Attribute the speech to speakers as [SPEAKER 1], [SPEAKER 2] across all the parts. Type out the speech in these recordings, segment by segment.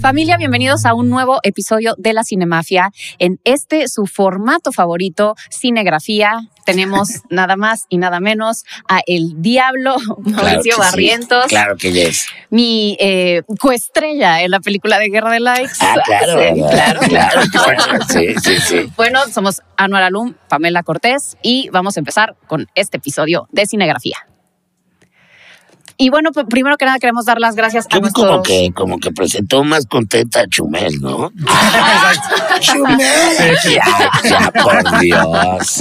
[SPEAKER 1] Familia, bienvenidos a un nuevo episodio de la Cinemafia. En este, su formato favorito, cinegrafía, tenemos nada más y nada menos a El Diablo, Mauricio
[SPEAKER 2] que sí,
[SPEAKER 1] Barrientos,
[SPEAKER 2] Claro que yes.
[SPEAKER 1] mi eh, coestrella en la película de Guerra de Likes.
[SPEAKER 2] Ah, claro,
[SPEAKER 1] Sí,
[SPEAKER 2] claro, claro, claro. Sí, sí, sí.
[SPEAKER 1] Bueno, somos Anuar Alum, Pamela Cortés y vamos a empezar con este episodio de Cinegrafía. Y bueno, pues, primero que nada queremos dar las gracias a
[SPEAKER 2] Yo
[SPEAKER 1] nuestros...
[SPEAKER 2] como que, como que presentó más contenta a Chumel, ¿no? ¡Chumel! ya, ya, por Dios.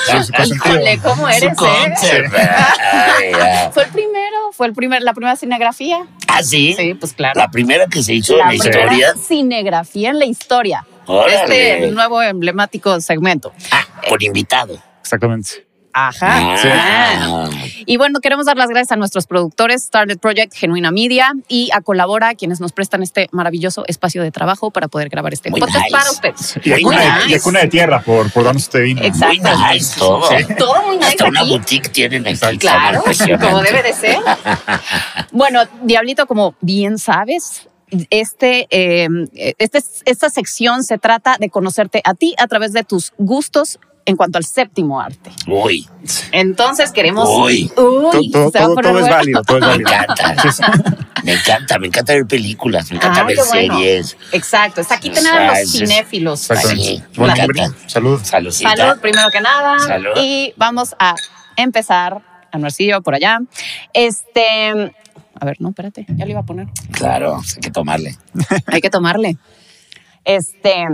[SPEAKER 1] Híjole, ¿cómo eres? eh?
[SPEAKER 2] Concert, ay, ya.
[SPEAKER 1] Fue el primero, fue el primer, la primera cinegrafía.
[SPEAKER 2] ¿Ah, sí?
[SPEAKER 1] Sí, pues claro.
[SPEAKER 2] La primera que se hizo en la
[SPEAKER 1] primera
[SPEAKER 2] historia.
[SPEAKER 1] cinegrafía en la historia.
[SPEAKER 2] Órale.
[SPEAKER 1] Este nuevo emblemático segmento.
[SPEAKER 2] Ah, por invitado.
[SPEAKER 3] Exactamente.
[SPEAKER 1] Ajá. Ah.
[SPEAKER 2] Ah,
[SPEAKER 1] Y bueno, queremos dar las gracias a nuestros productores, Starlet Project, Genuina Media y a Colabora, quienes nos prestan este maravilloso espacio de trabajo para poder grabar este
[SPEAKER 2] Muy
[SPEAKER 1] podcast
[SPEAKER 2] nice.
[SPEAKER 1] para ustedes.
[SPEAKER 3] Y de
[SPEAKER 2] Muy
[SPEAKER 3] cuna, de,
[SPEAKER 2] nice.
[SPEAKER 3] y de cuna de tierra por, por darnos este vino.
[SPEAKER 1] Exacto.
[SPEAKER 2] muy nice todo.
[SPEAKER 1] Todo muy nice
[SPEAKER 2] Hasta una
[SPEAKER 1] aquí.
[SPEAKER 2] boutique tienen aquí. está
[SPEAKER 1] Claro,
[SPEAKER 2] impresionante.
[SPEAKER 1] como debe de ser. Bueno, Diablito, como bien sabes, este, eh, este es- esta sección se trata de conocerte a ti a través de tus gustos en cuanto al séptimo arte.
[SPEAKER 2] Uy,
[SPEAKER 1] Entonces queremos...
[SPEAKER 2] Uy.
[SPEAKER 1] Uy,
[SPEAKER 3] Todo, todo,
[SPEAKER 1] se va a
[SPEAKER 3] todo-
[SPEAKER 1] poner
[SPEAKER 3] todo es
[SPEAKER 1] bueno.
[SPEAKER 3] válido, todo es
[SPEAKER 2] me
[SPEAKER 3] válido.
[SPEAKER 2] encanta. Me encanta, me encanta ver películas, me encanta
[SPEAKER 1] Ah,
[SPEAKER 2] ver
[SPEAKER 1] qué bueno.
[SPEAKER 2] series.
[SPEAKER 1] Exacto, está aquí tener
[SPEAKER 2] O
[SPEAKER 1] a
[SPEAKER 2] sea,
[SPEAKER 1] los
[SPEAKER 2] es- es-
[SPEAKER 1] cinéfilos.
[SPEAKER 3] Exactamente.
[SPEAKER 2] Sí,
[SPEAKER 3] Bueno,
[SPEAKER 2] me
[SPEAKER 3] hombre,
[SPEAKER 2] encanta.
[SPEAKER 3] salud.
[SPEAKER 2] Salucita.
[SPEAKER 1] Salud, primero que nada.
[SPEAKER 2] Salud.
[SPEAKER 1] Y vamos a empezar, Anuarcillo, por allá. Este... A ver, no, espérate, ya lo iba a poner.
[SPEAKER 2] Claro, hay que tomarle.
[SPEAKER 1] Hay que tomarle. Este,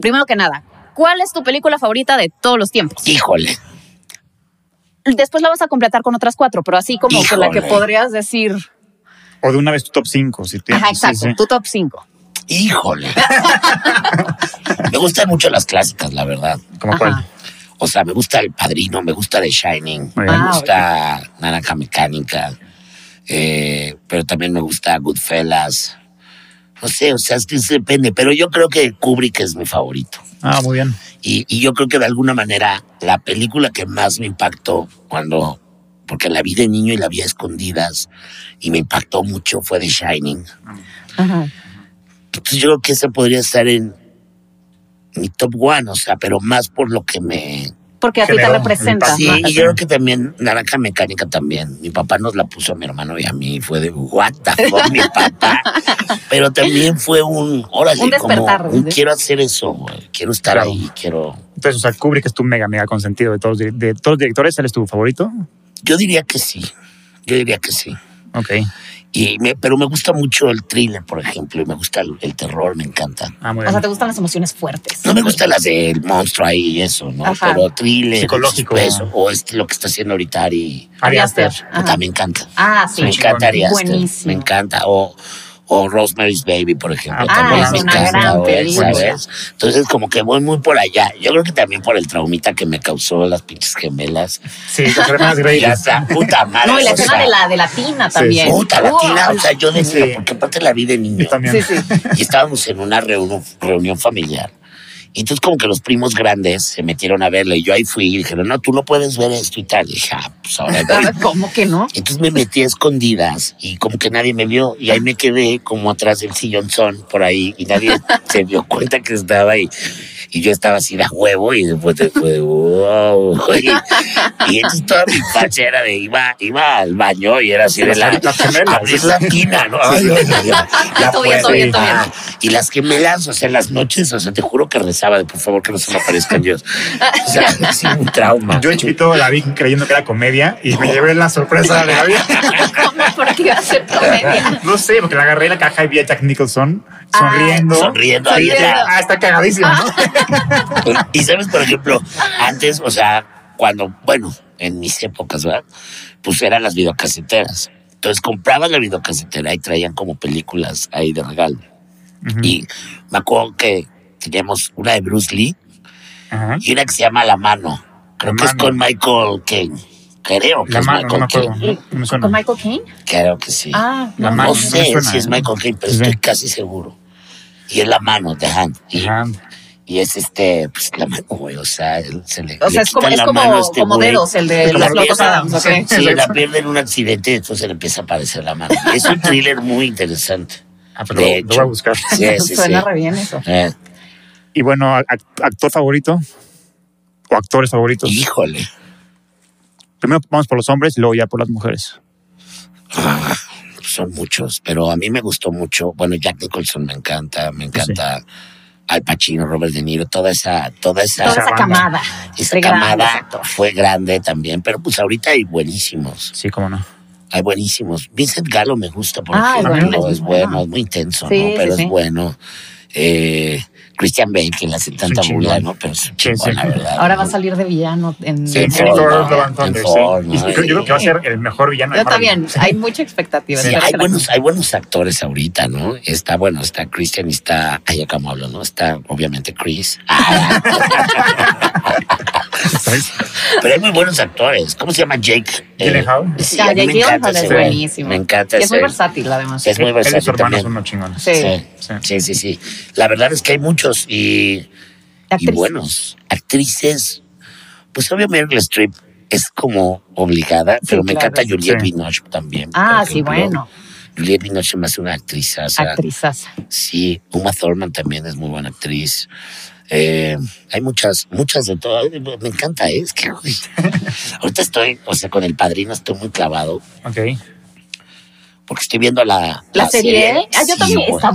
[SPEAKER 1] primero que nada, ¿cuál es tu película favorita de todos los tiempos?
[SPEAKER 2] Híjole.
[SPEAKER 1] Después la vas a completar con otras cuatro, pero así como con la que
[SPEAKER 2] Híjole.
[SPEAKER 1] podrías decir.
[SPEAKER 3] O de una vez tu top 5, si tienes.
[SPEAKER 1] Ajá,
[SPEAKER 3] sí,
[SPEAKER 1] exacto,
[SPEAKER 3] sí.
[SPEAKER 1] tu top 5.
[SPEAKER 2] Híjole. me gustan mucho las clásicas, la verdad.
[SPEAKER 3] ¿Cómo cuál?
[SPEAKER 2] O sea, me gusta El Padrino, me gusta The Shining, me
[SPEAKER 3] Muy bien.
[SPEAKER 1] Ah,
[SPEAKER 2] gusta Naranja Mecánica, eh, pero también me gusta Goodfellas. No sé, o sea, es que depende, pero yo creo que Kubrick es mi favorito.
[SPEAKER 3] Ah, muy bien.
[SPEAKER 2] Y, y yo creo que de alguna manera la película que más me impactó cuando, porque la vi de niño y la vi a escondidas, y me impactó mucho fue The Shining. Entonces yo creo que ese podría estar en mi top one, o sea, pero más por lo que me...
[SPEAKER 1] Porque a ti te
[SPEAKER 3] Generó.
[SPEAKER 1] representa.
[SPEAKER 2] Sí,
[SPEAKER 1] Ajá.
[SPEAKER 2] y yo creo que también Naranja Mecánica también. Mi papá nos la puso a mi hermano y a mí. y Fue de, what the fuck, mi papá. Pero también fue un, órale,
[SPEAKER 1] Un despertar,
[SPEAKER 2] como un
[SPEAKER 1] ¿sí?
[SPEAKER 2] quiero hacer eso, güey, quiero estar
[SPEAKER 3] Claro.
[SPEAKER 2] ahí, quiero...
[SPEAKER 3] Entonces, o sea, Kubrick es tu mega, mega consentido de todos, los dir- de todos los directores. ¿Él es tu favorito?
[SPEAKER 2] Yo diría que sí, yo diría que sí.
[SPEAKER 3] Ok.
[SPEAKER 2] Y me- pero me gusta mucho el thriller, por ejemplo, y me gusta el, el terror, me encanta.
[SPEAKER 3] Ah, muy
[SPEAKER 1] O sea,
[SPEAKER 3] bien.
[SPEAKER 1] te gustan las emociones fuertes.
[SPEAKER 2] No me gustan las del monstruo ahí y eso, ¿no?
[SPEAKER 1] Ajá.
[SPEAKER 2] Pero thriller,
[SPEAKER 3] Psicológico.
[SPEAKER 2] suspenso, o es lo que está haciendo ahorita Ari,
[SPEAKER 3] Ari
[SPEAKER 1] Aster.
[SPEAKER 3] Aster.
[SPEAKER 1] Ajá.
[SPEAKER 2] puta, me encanta.
[SPEAKER 1] Ah, sí.
[SPEAKER 2] me encanta Ari Aster,
[SPEAKER 1] Buenísimo.
[SPEAKER 2] me encanta. O, o Rosemary's Baby, por ejemplo,
[SPEAKER 3] Ah,
[SPEAKER 2] también
[SPEAKER 3] es
[SPEAKER 2] me
[SPEAKER 3] una
[SPEAKER 2] encanta,
[SPEAKER 1] gran
[SPEAKER 2] güey,
[SPEAKER 1] película.
[SPEAKER 2] ¿sabes? Entonces como que voy muy por allá. Yo creo que también por el traumita que me causó las pinches gemelas.
[SPEAKER 3] Sí, las hermanas Grey.
[SPEAKER 2] Ya está, puta madre.
[SPEAKER 1] No, y la
[SPEAKER 2] o
[SPEAKER 1] escena
[SPEAKER 2] sea,
[SPEAKER 1] de la, de la tina también.
[SPEAKER 2] Puta,
[SPEAKER 1] Wow.
[SPEAKER 2] latina, o sea, yo decía,
[SPEAKER 3] Sí.
[SPEAKER 2] porque aparte la vi de niño.
[SPEAKER 3] Yo también.
[SPEAKER 1] Sí, sí.
[SPEAKER 2] y estábamos en una reunión, reunión familiar. Y entonces como que los primos grandes se metieron a verla y yo ahí fui y dijeron, no, tú no puedes ver esto y tal. Y dije, ah, pues ahora voy.
[SPEAKER 1] ¿Cómo que no?
[SPEAKER 2] Entonces me metí a escondidas y como que nadie me vio y ahí me quedé como atrás del sillonzón por ahí y nadie se dio cuenta que estaba ahí. Y yo estaba así de a huevo y después de fue de, wow. Y, y entonces toda mi infancia era de iba, iba al baño y era así de la,
[SPEAKER 3] Las gemelas.
[SPEAKER 2] abrir la tina, ¿no? Ay, ay, ay, ay, ya
[SPEAKER 1] Todo bien,
[SPEAKER 2] puedo.
[SPEAKER 1] todo bien, todo bien.
[SPEAKER 2] Ah, Y las gemelas, o sea, en las noches, o sea, te juro que rezaba de por favor que no se me aparezcan Dios. O sea, es un trauma.
[SPEAKER 3] Yo de chiquito la vi creyendo que era comedia y me llevé la sorpresa de la vida.
[SPEAKER 1] ¿Cómo? ¿Por qué iba a ser comedia?
[SPEAKER 3] No sé, porque le agarré la caja y vi a Jack Nicholson sonriendo.
[SPEAKER 2] Sonriendo
[SPEAKER 3] Y
[SPEAKER 2] ahí
[SPEAKER 3] dije,
[SPEAKER 2] en la-
[SPEAKER 3] Ah, está cagadísimo, ¿no?
[SPEAKER 2] Y sabes, por ejemplo, antes, o sea, cuando, bueno, en mis épocas, ¿verdad? Pues eran las videocaseteras. Entonces comprabas la videocasetera y traían como películas ahí de regalo. Y me acuerdo que teníamos una de Bruce Lee
[SPEAKER 3] Ajá.
[SPEAKER 2] y una que se llama La Mano. Creo
[SPEAKER 3] La
[SPEAKER 2] que es
[SPEAKER 3] Mano.
[SPEAKER 2] con Michael Caine. Creo que
[SPEAKER 3] La
[SPEAKER 2] es
[SPEAKER 3] mano, no
[SPEAKER 2] Michael
[SPEAKER 3] me acuerdo.
[SPEAKER 2] Caine.
[SPEAKER 3] No me
[SPEAKER 1] ¿Con
[SPEAKER 3] suena.
[SPEAKER 1] Michael Caine?
[SPEAKER 2] Creo que sí.
[SPEAKER 1] Ah,
[SPEAKER 3] La
[SPEAKER 1] no.
[SPEAKER 3] mano.
[SPEAKER 2] no
[SPEAKER 3] no
[SPEAKER 2] sé
[SPEAKER 3] me suena,
[SPEAKER 2] si es
[SPEAKER 3] ¿eh?
[SPEAKER 2] Michael Caine, pero
[SPEAKER 3] Sí.
[SPEAKER 2] estoy casi seguro. Y es La Mano, The Hand. Y,
[SPEAKER 3] Ajá.
[SPEAKER 2] y es este, pues la mano, güey. O sea, él se le.
[SPEAKER 1] O sea,
[SPEAKER 2] le
[SPEAKER 1] es como,
[SPEAKER 2] quitan
[SPEAKER 1] es
[SPEAKER 2] la
[SPEAKER 1] como,
[SPEAKER 2] mano a este
[SPEAKER 1] como
[SPEAKER 2] güey.
[SPEAKER 1] dedos, el de
[SPEAKER 3] Como
[SPEAKER 1] las locos
[SPEAKER 2] dedos,
[SPEAKER 1] Adams, ¿ok?
[SPEAKER 3] sí.
[SPEAKER 2] Sí, la pierde en un accidente y entonces le empieza a aparecer la mano. Es un thriller muy interesante.
[SPEAKER 3] Ah, pero
[SPEAKER 2] De
[SPEAKER 3] lo, lo voy
[SPEAKER 2] hecho.
[SPEAKER 3] a buscar.
[SPEAKER 2] Sí, sí, sí.
[SPEAKER 1] Suena re bien eso.
[SPEAKER 2] Eh,
[SPEAKER 3] Y bueno, ac- actor favorito o actores favoritos.
[SPEAKER 2] híjole.
[SPEAKER 3] Primero vamos por los hombres y luego ya por las mujeres.
[SPEAKER 2] Ah, son muchos, pero a mí me gustó mucho. Bueno, Jack Nicholson me encanta, me encanta Al Pacino, Robert De Niro, toda esa, toda esa,
[SPEAKER 1] Toda
[SPEAKER 3] esa
[SPEAKER 1] esa
[SPEAKER 3] banda.
[SPEAKER 1] camada.
[SPEAKER 2] esa
[SPEAKER 1] de grandes
[SPEAKER 2] camada
[SPEAKER 1] actores.
[SPEAKER 2] fue grande también. Pero pues ahorita hay buenísimos,
[SPEAKER 3] Sí, cómo no.
[SPEAKER 2] hay buenísimos. Vincent Galo me gusta, por
[SPEAKER 1] Ah,
[SPEAKER 2] ejemplo,
[SPEAKER 1] bueno,
[SPEAKER 2] es
[SPEAKER 1] es
[SPEAKER 2] bueno,
[SPEAKER 1] bueno.
[SPEAKER 2] es muy intenso,
[SPEAKER 1] Sí,
[SPEAKER 2] ¿no? Pero
[SPEAKER 1] sí,
[SPEAKER 2] es
[SPEAKER 1] sí.
[SPEAKER 2] bueno. Eh, Christian Bale, que le hace tanta
[SPEAKER 3] chingón.
[SPEAKER 2] burla, ¿no? Pero es un
[SPEAKER 3] Sí, sí.
[SPEAKER 2] chingón, la verdad.
[SPEAKER 1] Ahora
[SPEAKER 2] ¿no?
[SPEAKER 1] va a salir de villano en.
[SPEAKER 2] Sí,
[SPEAKER 1] en-
[SPEAKER 2] sí,
[SPEAKER 1] en-
[SPEAKER 2] Thor,
[SPEAKER 3] Thor,
[SPEAKER 2] no,
[SPEAKER 3] Love and Thunder,
[SPEAKER 2] en Thor,
[SPEAKER 3] sí.
[SPEAKER 2] ¿no?
[SPEAKER 3] Y yo, yo creo que va a ser el mejor villano. de
[SPEAKER 1] Yo
[SPEAKER 3] Marvel.
[SPEAKER 1] también. Hay mucha expectativa.
[SPEAKER 2] Sí,
[SPEAKER 1] espero
[SPEAKER 2] hay
[SPEAKER 1] que la-
[SPEAKER 2] buenos, hay buenos actores ahorita, ¿no? Está, bueno, está Christian y está. Ay, acá me hablo, ¿no? Está, obviamente, Chris. Ah,
[SPEAKER 3] ¿Sabes?
[SPEAKER 2] pero hay muy buenos actores. ¿Cómo se llama Jake? eh,
[SPEAKER 3] Gyllenhaal.
[SPEAKER 2] sí,
[SPEAKER 1] Ya,
[SPEAKER 2] a mí
[SPEAKER 1] Jake
[SPEAKER 2] me encanta
[SPEAKER 1] Gyllenhaal
[SPEAKER 2] ese
[SPEAKER 1] es
[SPEAKER 2] güey.
[SPEAKER 1] buenísimo.
[SPEAKER 2] Me encanta
[SPEAKER 1] Y es muy
[SPEAKER 2] ese.
[SPEAKER 1] versátil, además.
[SPEAKER 2] Es muy
[SPEAKER 3] Él y su
[SPEAKER 2] versátil
[SPEAKER 3] hermano son
[SPEAKER 2] también.
[SPEAKER 3] unos chingones.
[SPEAKER 1] Sí.
[SPEAKER 2] Sí.
[SPEAKER 3] Sí.
[SPEAKER 2] Sí, sí, sí. La verdad es que hay muchos y, y
[SPEAKER 1] Actriz.
[SPEAKER 2] buenos. Actrices. Pues obviamente Meryl Streep es como obligada, pero me
[SPEAKER 1] claro.
[SPEAKER 2] encanta Juliette
[SPEAKER 3] Sí.
[SPEAKER 2] Binoche también.
[SPEAKER 1] Ah,
[SPEAKER 2] por
[SPEAKER 1] sí,
[SPEAKER 2] ejemplo.
[SPEAKER 1] bueno.
[SPEAKER 2] Juliette Binoche más una actriz. O sea,
[SPEAKER 1] Actrizaza.
[SPEAKER 2] Sí, Uma Thurman también es muy buena actriz. Eh, hay muchas, muchas de todas. Me encanta, ¿eh? es que uy. ahorita estoy, o sea, con el padrino estoy muy clavado
[SPEAKER 3] Ok.
[SPEAKER 2] porque estoy viendo la,
[SPEAKER 1] ¿La, serie? Ah, yo
[SPEAKER 2] Sí, pues,
[SPEAKER 1] también.
[SPEAKER 2] güey,
[SPEAKER 1] está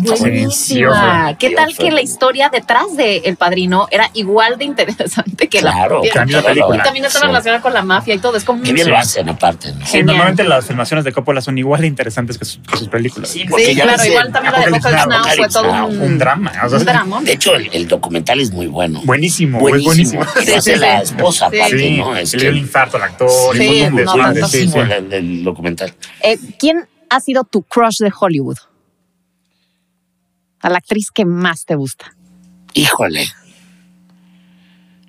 [SPEAKER 1] buenísima.
[SPEAKER 3] buenísima.
[SPEAKER 1] ¿Qué
[SPEAKER 2] Yo
[SPEAKER 1] tal
[SPEAKER 2] fue-
[SPEAKER 1] que la historia detrás de El Padrino era igual de interesante que
[SPEAKER 2] Claro,
[SPEAKER 1] la
[SPEAKER 3] También la película.
[SPEAKER 1] Y también está
[SPEAKER 2] Sí.
[SPEAKER 1] relacionada con la mafia y todo. Es como.
[SPEAKER 2] Qué bien
[SPEAKER 3] Sí.
[SPEAKER 2] lo hacen, aparte. ¿no?
[SPEAKER 3] Sí,
[SPEAKER 1] Genial.
[SPEAKER 3] normalmente las filmaciones de Coppola son igual de interesantes que, su- que sus películas.
[SPEAKER 2] Sí, porque
[SPEAKER 1] Sí,
[SPEAKER 2] ya
[SPEAKER 1] claro,
[SPEAKER 2] ves el-
[SPEAKER 1] igual también la de
[SPEAKER 3] Apocalypse
[SPEAKER 1] Boca
[SPEAKER 3] Now,
[SPEAKER 1] Now fue
[SPEAKER 2] Apocalypse
[SPEAKER 1] todo
[SPEAKER 2] Now,
[SPEAKER 1] un,
[SPEAKER 3] Ah, Un drama. o sea,
[SPEAKER 1] un dramón.
[SPEAKER 2] De hecho, el, el documental es muy bueno.
[SPEAKER 3] Buenísimo. güey, Buenísimo.
[SPEAKER 2] Y lo hace
[SPEAKER 1] Sí, sí,
[SPEAKER 2] la
[SPEAKER 1] sí.
[SPEAKER 2] esposa,
[SPEAKER 1] Sí.
[SPEAKER 2] aparte,
[SPEAKER 3] Sí,
[SPEAKER 2] ¿no? Es
[SPEAKER 3] le
[SPEAKER 2] que-
[SPEAKER 3] dio el infarto al actor.
[SPEAKER 1] Sí,
[SPEAKER 3] y un
[SPEAKER 1] no,
[SPEAKER 3] montón de
[SPEAKER 1] fantástico.
[SPEAKER 3] sí, sí.
[SPEAKER 2] buenísimo el- el documental.
[SPEAKER 1] Eh, ¿Quién ha sido tu crush de Hollywood? A la actriz que más te gusta.
[SPEAKER 2] Híjole.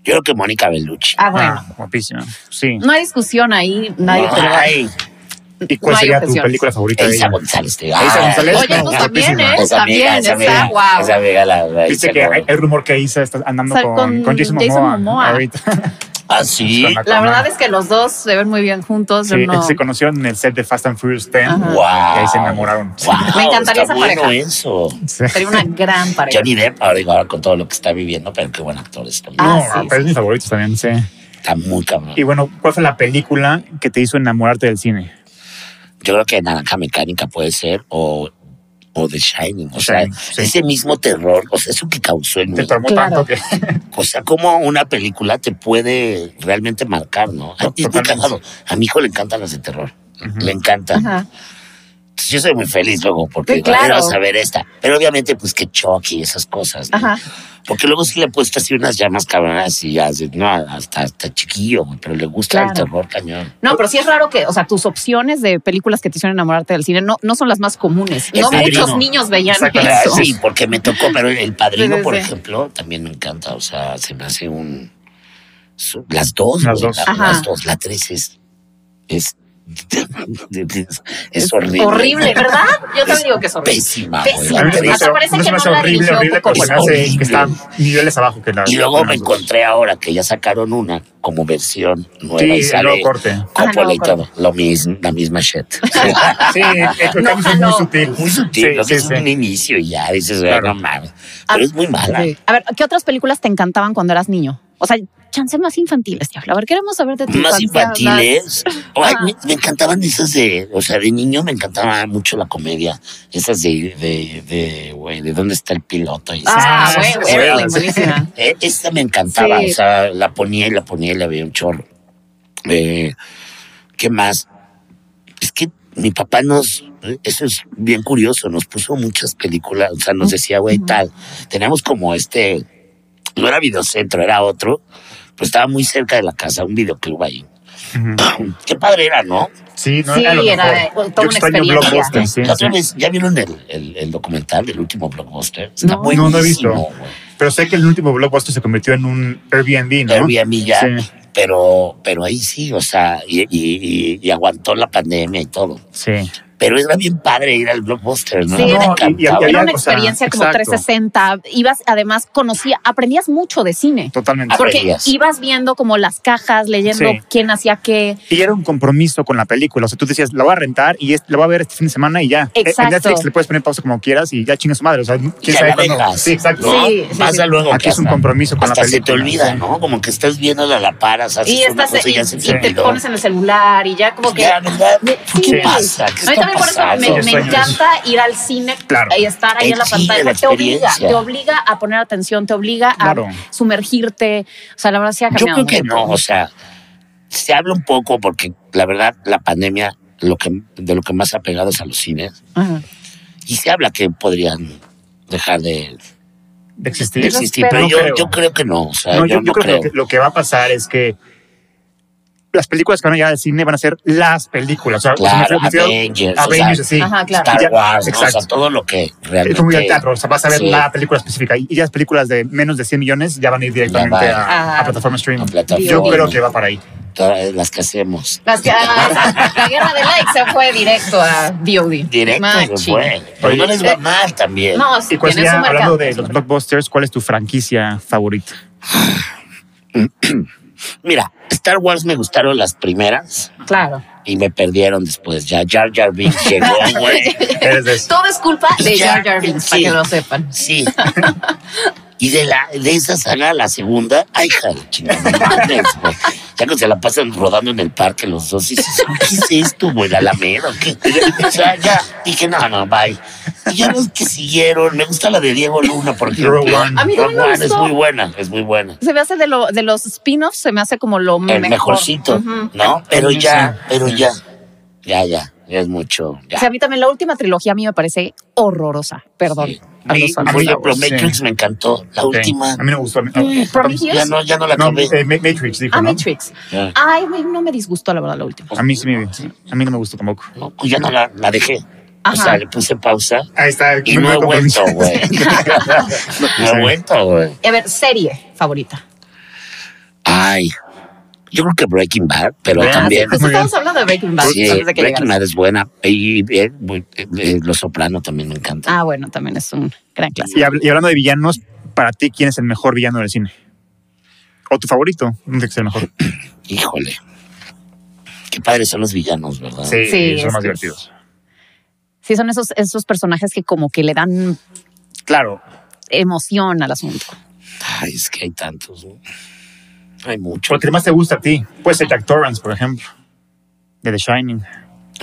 [SPEAKER 2] Yo creo que Mónica Bellucci.
[SPEAKER 1] Ah, bueno.
[SPEAKER 3] Ah, guapísimo. Sí.
[SPEAKER 1] No hay discusión ahí, nadie te lo va a
[SPEAKER 2] Ay,
[SPEAKER 3] ¿Y cuál
[SPEAKER 1] No hay
[SPEAKER 3] sería tu
[SPEAKER 1] objeciones.
[SPEAKER 3] película favorita de
[SPEAKER 2] Elsa
[SPEAKER 3] ella?
[SPEAKER 2] González. te digo.
[SPEAKER 3] Elsa
[SPEAKER 2] Ah,
[SPEAKER 3] González.
[SPEAKER 1] Oye,
[SPEAKER 3] no,
[SPEAKER 1] pues también,
[SPEAKER 3] guapísima.
[SPEAKER 1] ¿eh?
[SPEAKER 2] Esa
[SPEAKER 1] también,
[SPEAKER 2] amiga,
[SPEAKER 1] está
[SPEAKER 2] esa amiga,
[SPEAKER 1] guau.
[SPEAKER 2] esa amiga la, la
[SPEAKER 3] Viste
[SPEAKER 2] Elsa
[SPEAKER 3] que
[SPEAKER 2] González.
[SPEAKER 3] hay el rumor que Isa está andando
[SPEAKER 1] Está
[SPEAKER 3] con,
[SPEAKER 1] con
[SPEAKER 3] con, Jason,
[SPEAKER 1] Jason
[SPEAKER 3] Momoa.
[SPEAKER 1] Momoa.
[SPEAKER 3] Ahorita.
[SPEAKER 2] Ah, sí.
[SPEAKER 3] Con la
[SPEAKER 1] La verdad
[SPEAKER 3] cámara.
[SPEAKER 1] es que los dos se ven muy bien juntos. yo
[SPEAKER 3] Sí,
[SPEAKER 1] no-
[SPEAKER 3] se conocieron en el set de Fast and Furious 10.
[SPEAKER 1] Ajá.
[SPEAKER 2] Wow.
[SPEAKER 3] Y ahí se enamoraron.
[SPEAKER 2] Wow,
[SPEAKER 1] Me encantaría
[SPEAKER 2] está
[SPEAKER 1] esa
[SPEAKER 2] bueno
[SPEAKER 1] pareja.
[SPEAKER 2] eso.
[SPEAKER 3] Sí.
[SPEAKER 1] Sería una gran pareja.
[SPEAKER 2] Johnny Depp, ahora digo, ahora con todo lo que está viviendo, pero qué buen actor es también.
[SPEAKER 1] Ah,
[SPEAKER 3] No,
[SPEAKER 1] sí,
[SPEAKER 3] pero es mis favoritos también, sí.
[SPEAKER 2] Está muy cabrón.
[SPEAKER 3] Y bueno, ¿cuál fue la película que te hizo enamorarte del cine?
[SPEAKER 2] Yo creo que Naranja Mecánica puede ser o, o The Shining. O sea,
[SPEAKER 3] Shining, sí.
[SPEAKER 2] ese mismo terror, o sea, eso que causó en
[SPEAKER 3] Te
[SPEAKER 2] mí.
[SPEAKER 3] traumó
[SPEAKER 1] Claro.
[SPEAKER 3] tanto que...
[SPEAKER 2] O sea, como una película te puede realmente marcar, ¿no?
[SPEAKER 3] No,
[SPEAKER 2] Es muy
[SPEAKER 3] totalmente.
[SPEAKER 2] cagado. A mi hijo le encantan las de terror.
[SPEAKER 3] Ujú.
[SPEAKER 2] Le encantan.
[SPEAKER 1] Ajá.
[SPEAKER 2] Pues yo soy muy feliz luego porque
[SPEAKER 1] Sí,
[SPEAKER 2] digo, "A ver,
[SPEAKER 1] claro.
[SPEAKER 2] vas a ver esta. Pero obviamente, pues que Chucky y esas cosas. ¿no?
[SPEAKER 1] Ajá.
[SPEAKER 2] Porque luego sí le he puesto así unas llamas cabronas y hace, no, hasta, hasta chiquillo, güey, pero le gusta el
[SPEAKER 1] Claro.
[SPEAKER 2] terror cañón.
[SPEAKER 1] No, pero sí es raro que, o sea, tus opciones de películas que te hicieron enamorarte del cine no, no son las más comunes.
[SPEAKER 2] El
[SPEAKER 1] no
[SPEAKER 2] Padrino.
[SPEAKER 1] muchos niños veían
[SPEAKER 3] Exacto.
[SPEAKER 2] Ah,
[SPEAKER 1] eso.
[SPEAKER 2] Sí, porque me tocó, pero el padrino,
[SPEAKER 1] Sí, sí,
[SPEAKER 2] por
[SPEAKER 1] sí.
[SPEAKER 2] ejemplo, también me encanta. O sea, se me hace un. su- Las dos,
[SPEAKER 3] Las
[SPEAKER 2] güey,
[SPEAKER 3] dos.
[SPEAKER 2] la-
[SPEAKER 1] Ajá.
[SPEAKER 2] las dos. La tres es. Es, es,
[SPEAKER 1] Es
[SPEAKER 2] horrible.
[SPEAKER 1] Horrible, ¿verdad? Yo también
[SPEAKER 2] Es
[SPEAKER 1] digo que es horrible.
[SPEAKER 2] Pésima, güey,
[SPEAKER 1] Pésima.
[SPEAKER 2] la
[SPEAKER 3] A mí
[SPEAKER 2] tres.
[SPEAKER 3] se me
[SPEAKER 1] Hasta
[SPEAKER 3] hace-
[SPEAKER 1] parece
[SPEAKER 3] a mí
[SPEAKER 1] que
[SPEAKER 3] se me hace
[SPEAKER 1] no la
[SPEAKER 3] horrible,
[SPEAKER 1] dirigió
[SPEAKER 3] horrible, porque se me
[SPEAKER 2] Coppola.
[SPEAKER 3] hace que está niveles abajo que la...
[SPEAKER 2] Y luego me
[SPEAKER 3] las dos.
[SPEAKER 2] encontré ahora que ya sacaron una como versión nueva y
[SPEAKER 3] Sí, el
[SPEAKER 2] sale
[SPEAKER 3] nuevo corte.
[SPEAKER 2] Coppola y
[SPEAKER 1] Ajá,
[SPEAKER 2] todo. Lo mismo, la misma shit.
[SPEAKER 3] Sí, el
[SPEAKER 1] No,
[SPEAKER 3] cambio es
[SPEAKER 1] ah,
[SPEAKER 3] muy
[SPEAKER 1] no.
[SPEAKER 3] sutil.
[SPEAKER 2] Muy sutil,
[SPEAKER 3] Sí,
[SPEAKER 2] ¿no?
[SPEAKER 3] sí,
[SPEAKER 2] es
[SPEAKER 3] sí.
[SPEAKER 2] un inicio y ya dices, "Ay, no
[SPEAKER 3] Claro.
[SPEAKER 2] mames.
[SPEAKER 1] Ah,
[SPEAKER 2] Pero es muy mala.
[SPEAKER 1] Sí. A ver, ¿qué otras películas te encantaban cuando eras niño? O sea, chance más infantiles, Diablo. A ver, queremos saber de tu
[SPEAKER 2] Más
[SPEAKER 1] infancia, más-
[SPEAKER 2] infantiles. Ay,
[SPEAKER 1] Ajá.
[SPEAKER 2] me, me encantaban esas de, o sea, de niño me encantaba mucho la comedia. Esas de, de, de, güey, de dónde está el piloto. Y esas
[SPEAKER 1] Ah,
[SPEAKER 3] Sí,
[SPEAKER 1] güey,
[SPEAKER 3] sí,
[SPEAKER 1] güey,
[SPEAKER 3] sí,
[SPEAKER 1] güey,
[SPEAKER 3] sí.
[SPEAKER 1] buenísima.
[SPEAKER 2] Eh, esta me encantaba,
[SPEAKER 1] Sí.
[SPEAKER 2] o sea, la ponía y la ponía y la veía un chorro. Eh, ¿Qué más? Es que mi papá nos, eh, eso es bien curioso, nos puso muchas películas, o sea, nos decía, güey,
[SPEAKER 1] Ujú.
[SPEAKER 2] tal. Teníamos como este, no era videocentro, era otro, pero estaba muy cerca de la casa, un videoclub ahí.
[SPEAKER 3] Ujú.
[SPEAKER 2] Qué padre era, ¿no?
[SPEAKER 3] Sí, no
[SPEAKER 1] Sí,
[SPEAKER 3] era lo
[SPEAKER 1] era
[SPEAKER 3] mejor.
[SPEAKER 1] de- toda
[SPEAKER 3] Yo
[SPEAKER 1] una
[SPEAKER 3] extraño
[SPEAKER 1] experiencia.
[SPEAKER 3] Blockbuster, sí,
[SPEAKER 2] La otra
[SPEAKER 3] sí.
[SPEAKER 2] vez, ¿ya vieron el, el, el documental del último blockbuster? Está
[SPEAKER 1] No.
[SPEAKER 3] No, no he
[SPEAKER 2] buenísimo,
[SPEAKER 3] visto.
[SPEAKER 2] güey.
[SPEAKER 3] Pero sé que el último Blockbuster se convirtió en un Airbnb, ¿no?
[SPEAKER 2] Airbnb ya,
[SPEAKER 3] Sí,
[SPEAKER 2] pero, pero ahí sí, o sea, y, y- y- y aguantó la pandemia y todo.
[SPEAKER 3] sí.
[SPEAKER 2] Pero era bien padre ir al blockbuster, ¿no?
[SPEAKER 1] Sí,
[SPEAKER 2] Me
[SPEAKER 1] era-
[SPEAKER 3] y- y
[SPEAKER 2] encantaba.
[SPEAKER 1] Era una
[SPEAKER 3] o sea,
[SPEAKER 1] experiencia como
[SPEAKER 3] exacto.
[SPEAKER 1] 360. Ibas, además, conocía, aprendías mucho de cine.
[SPEAKER 3] Totalmente.
[SPEAKER 2] Por-
[SPEAKER 1] Porque
[SPEAKER 2] Aprendías.
[SPEAKER 1] ibas viendo como las cajas, leyendo
[SPEAKER 3] Sí.
[SPEAKER 1] quién hacía qué.
[SPEAKER 3] Y era un compromiso con la película. O sea, tú decías, la voy a rentar y es- la voy a ver este fin de semana y ya. Eh, En
[SPEAKER 1] Exacto.
[SPEAKER 3] Netflix le puedes poner pausa como quieras y ya chinga su madre. O sea,
[SPEAKER 2] Y
[SPEAKER 3] quién
[SPEAKER 2] a
[SPEAKER 3] sabe
[SPEAKER 2] la
[SPEAKER 3] cuándo.
[SPEAKER 2] vengas,
[SPEAKER 3] Sí, exacto.
[SPEAKER 2] ¿no?
[SPEAKER 1] Sí, sí,
[SPEAKER 2] Vas
[SPEAKER 1] sí.
[SPEAKER 2] a luego
[SPEAKER 3] Aquí es un
[SPEAKER 2] casa.
[SPEAKER 3] compromiso con
[SPEAKER 2] Hasta
[SPEAKER 3] la
[SPEAKER 2] se
[SPEAKER 3] película.
[SPEAKER 2] te olvida, ¿no? Como que estás viendo a la paras, haces
[SPEAKER 1] Y,
[SPEAKER 2] una
[SPEAKER 1] estás,
[SPEAKER 2] cosa
[SPEAKER 1] y,
[SPEAKER 2] y ya se
[SPEAKER 1] y te
[SPEAKER 2] olvidó.
[SPEAKER 1] pones en el celular y ya como que...
[SPEAKER 2] Ya, ¿verdad? ¿Qué
[SPEAKER 1] Sí.
[SPEAKER 2] pasa? ¿Qué
[SPEAKER 1] No, y
[SPEAKER 2] está
[SPEAKER 1] también por eso me-
[SPEAKER 2] pasando?
[SPEAKER 1] me,
[SPEAKER 3] Sueños.
[SPEAKER 1] encanta ir al cine
[SPEAKER 3] Claro.
[SPEAKER 1] y estar ahí
[SPEAKER 2] El
[SPEAKER 1] en la
[SPEAKER 2] cine,
[SPEAKER 1] pantalla.
[SPEAKER 2] la
[SPEAKER 1] te obliga,
[SPEAKER 2] experiencia.
[SPEAKER 1] te obliga a poner atención, te obliga a
[SPEAKER 3] Claro.
[SPEAKER 1] sumergirte. O sea, la verdad sí ha
[SPEAKER 2] Yo
[SPEAKER 1] cambiado.
[SPEAKER 2] creo que
[SPEAKER 1] mucho.
[SPEAKER 2] no, o sea, se habla un poco porque la verdad la pandemia lo que, de lo que más ha pegado es a los cines
[SPEAKER 1] Ajá.
[SPEAKER 2] y se habla que podrían dejar de,
[SPEAKER 3] De
[SPEAKER 2] de
[SPEAKER 3] existir.
[SPEAKER 1] Yo
[SPEAKER 2] existir, pero
[SPEAKER 1] espero.
[SPEAKER 2] yo,
[SPEAKER 3] No creo.
[SPEAKER 2] yo creo que no, o sea,
[SPEAKER 3] No,
[SPEAKER 2] Ah, yo,
[SPEAKER 3] yo, yo
[SPEAKER 2] no
[SPEAKER 3] creo,
[SPEAKER 2] creo.
[SPEAKER 3] que lo que lo que va a pasar es que las películas que van a llegar al cine van a ser las películas. O sea,
[SPEAKER 2] Claro,
[SPEAKER 3] me refiero- me refiero-
[SPEAKER 2] Avengers, o
[SPEAKER 3] Avengers,
[SPEAKER 2] sea,
[SPEAKER 3] sí.
[SPEAKER 1] Ajá, claro.
[SPEAKER 2] Star
[SPEAKER 3] Ya,
[SPEAKER 2] Wars, ¿no? o
[SPEAKER 3] exacto.
[SPEAKER 2] sea, todo lo que
[SPEAKER 3] Es como ir al
[SPEAKER 2] realmente...
[SPEAKER 3] teatro, o sea, vas a ver
[SPEAKER 2] Sí.
[SPEAKER 3] la película específica y y las películas de menos de 100 millones ya van a ir directamente
[SPEAKER 2] Ya
[SPEAKER 3] a,
[SPEAKER 2] va.
[SPEAKER 1] Ah.
[SPEAKER 3] a, plataforma streaming.
[SPEAKER 2] A plataforma.
[SPEAKER 3] Yo creo que va para ahí.
[SPEAKER 2] Todas las que hacemos.
[SPEAKER 1] Las que- ah, la guerra de likes se fue directo a VOD.
[SPEAKER 2] Directo pues, se
[SPEAKER 1] Machín.
[SPEAKER 2] fue. Pero no les va
[SPEAKER 1] Eh,
[SPEAKER 2] mal también.
[SPEAKER 1] No, sí,
[SPEAKER 3] Y pues
[SPEAKER 1] tienen su
[SPEAKER 3] ya
[SPEAKER 1] mercado.
[SPEAKER 3] hablando de los blockbusters, ¿cuál es tu franquicia favorita?
[SPEAKER 2] Mira, Star Wars me gustaron las primeras
[SPEAKER 1] Claro.
[SPEAKER 2] y me perdieron después. Ya Jar Jar Binks llegó, güey.
[SPEAKER 3] Eres de
[SPEAKER 1] Todo es culpa de
[SPEAKER 2] Ya,
[SPEAKER 1] Jar Jar Binks, para
[SPEAKER 2] sí.
[SPEAKER 1] que lo sepan.
[SPEAKER 2] Sí. Y de, la, de esa saga, la segunda, ay, jale, chingada, no mames, güey. Ya que se la pasan rodando en el parque los dos, y dices, ¿qué es esto, güey? ¿La Alameda o qué? O sea, ya dije, no, no, bye. Y ya los que siguieron, me gusta la de Diego Luna, porque
[SPEAKER 3] Rogue One.
[SPEAKER 1] A mí también me
[SPEAKER 2] es
[SPEAKER 1] gustó.
[SPEAKER 2] muy buena, es muy buena.
[SPEAKER 1] Se me hace de, lo, de los spin-offs, se me hace como lo
[SPEAKER 2] El
[SPEAKER 1] mejor.
[SPEAKER 2] mejorcito,
[SPEAKER 1] Ujú.
[SPEAKER 2] ¿no? Pero
[SPEAKER 3] Sí.
[SPEAKER 2] ya, pero ya, ya, ya, ya es mucho, ya.
[SPEAKER 1] O sea, a mí también la última trilogía a mí me parece horrorosa. Perdón.
[SPEAKER 2] Sí.
[SPEAKER 1] a los
[SPEAKER 3] Mi-
[SPEAKER 1] fans.
[SPEAKER 2] Por
[SPEAKER 3] Sí.
[SPEAKER 2] ejemplo, Matrix me encantó, la
[SPEAKER 3] Ok.
[SPEAKER 2] última.
[SPEAKER 3] A mí no me gustó. a mí-
[SPEAKER 1] Mm, Prometheus.
[SPEAKER 2] Ya no, ya no la
[SPEAKER 3] No,
[SPEAKER 2] acabé.
[SPEAKER 3] eh, Ma- Matrix, dijo,
[SPEAKER 1] Ah,
[SPEAKER 3] ¿no?
[SPEAKER 1] Matrix.
[SPEAKER 2] Ya.
[SPEAKER 1] Ay, güey, no me disgustó la verdad la última.
[SPEAKER 3] A mí sí me... A mí no me gustó tampoco.
[SPEAKER 2] No, ya no la, la dejé. O
[SPEAKER 1] Ajá.
[SPEAKER 2] sea, le puse pausa
[SPEAKER 3] Ahí está.
[SPEAKER 2] y no he vuelto, güey. no he vuelto, güey.
[SPEAKER 1] A ver, serie favorita.
[SPEAKER 2] Ay, yo creo que Breaking Bad, pero
[SPEAKER 3] Ah, sí,
[SPEAKER 2] también.
[SPEAKER 1] Pues
[SPEAKER 3] Muy
[SPEAKER 1] estamos hablando de Breaking Bad
[SPEAKER 2] Sí,
[SPEAKER 1] antes de que
[SPEAKER 2] Breaking
[SPEAKER 1] llegaras.
[SPEAKER 2] Bad es buena. Y eh, muy- eh, eh, Los Soprano también me encanta.
[SPEAKER 1] Ah, bueno, también es un gran clásico.
[SPEAKER 3] Y, habl- y hablando de villanos, para ti, ¿quién es el mejor villano del cine? ¿O tu favorito? No tiene que ser el mejor.
[SPEAKER 2] Híjole. Qué padres son los villanos, ¿verdad?
[SPEAKER 1] Sí,
[SPEAKER 3] son
[SPEAKER 1] es-
[SPEAKER 3] más divertidos.
[SPEAKER 1] Sí, son esos, esos personajes que como que le dan
[SPEAKER 3] Claro.
[SPEAKER 1] emoción al asunto.
[SPEAKER 2] Ay, es que hay tantos. ¿no? Hay muchos.
[SPEAKER 3] ¿Por qué más te gusta a ti? Puede ser Jack Torrance, por ejemplo. De The Shining.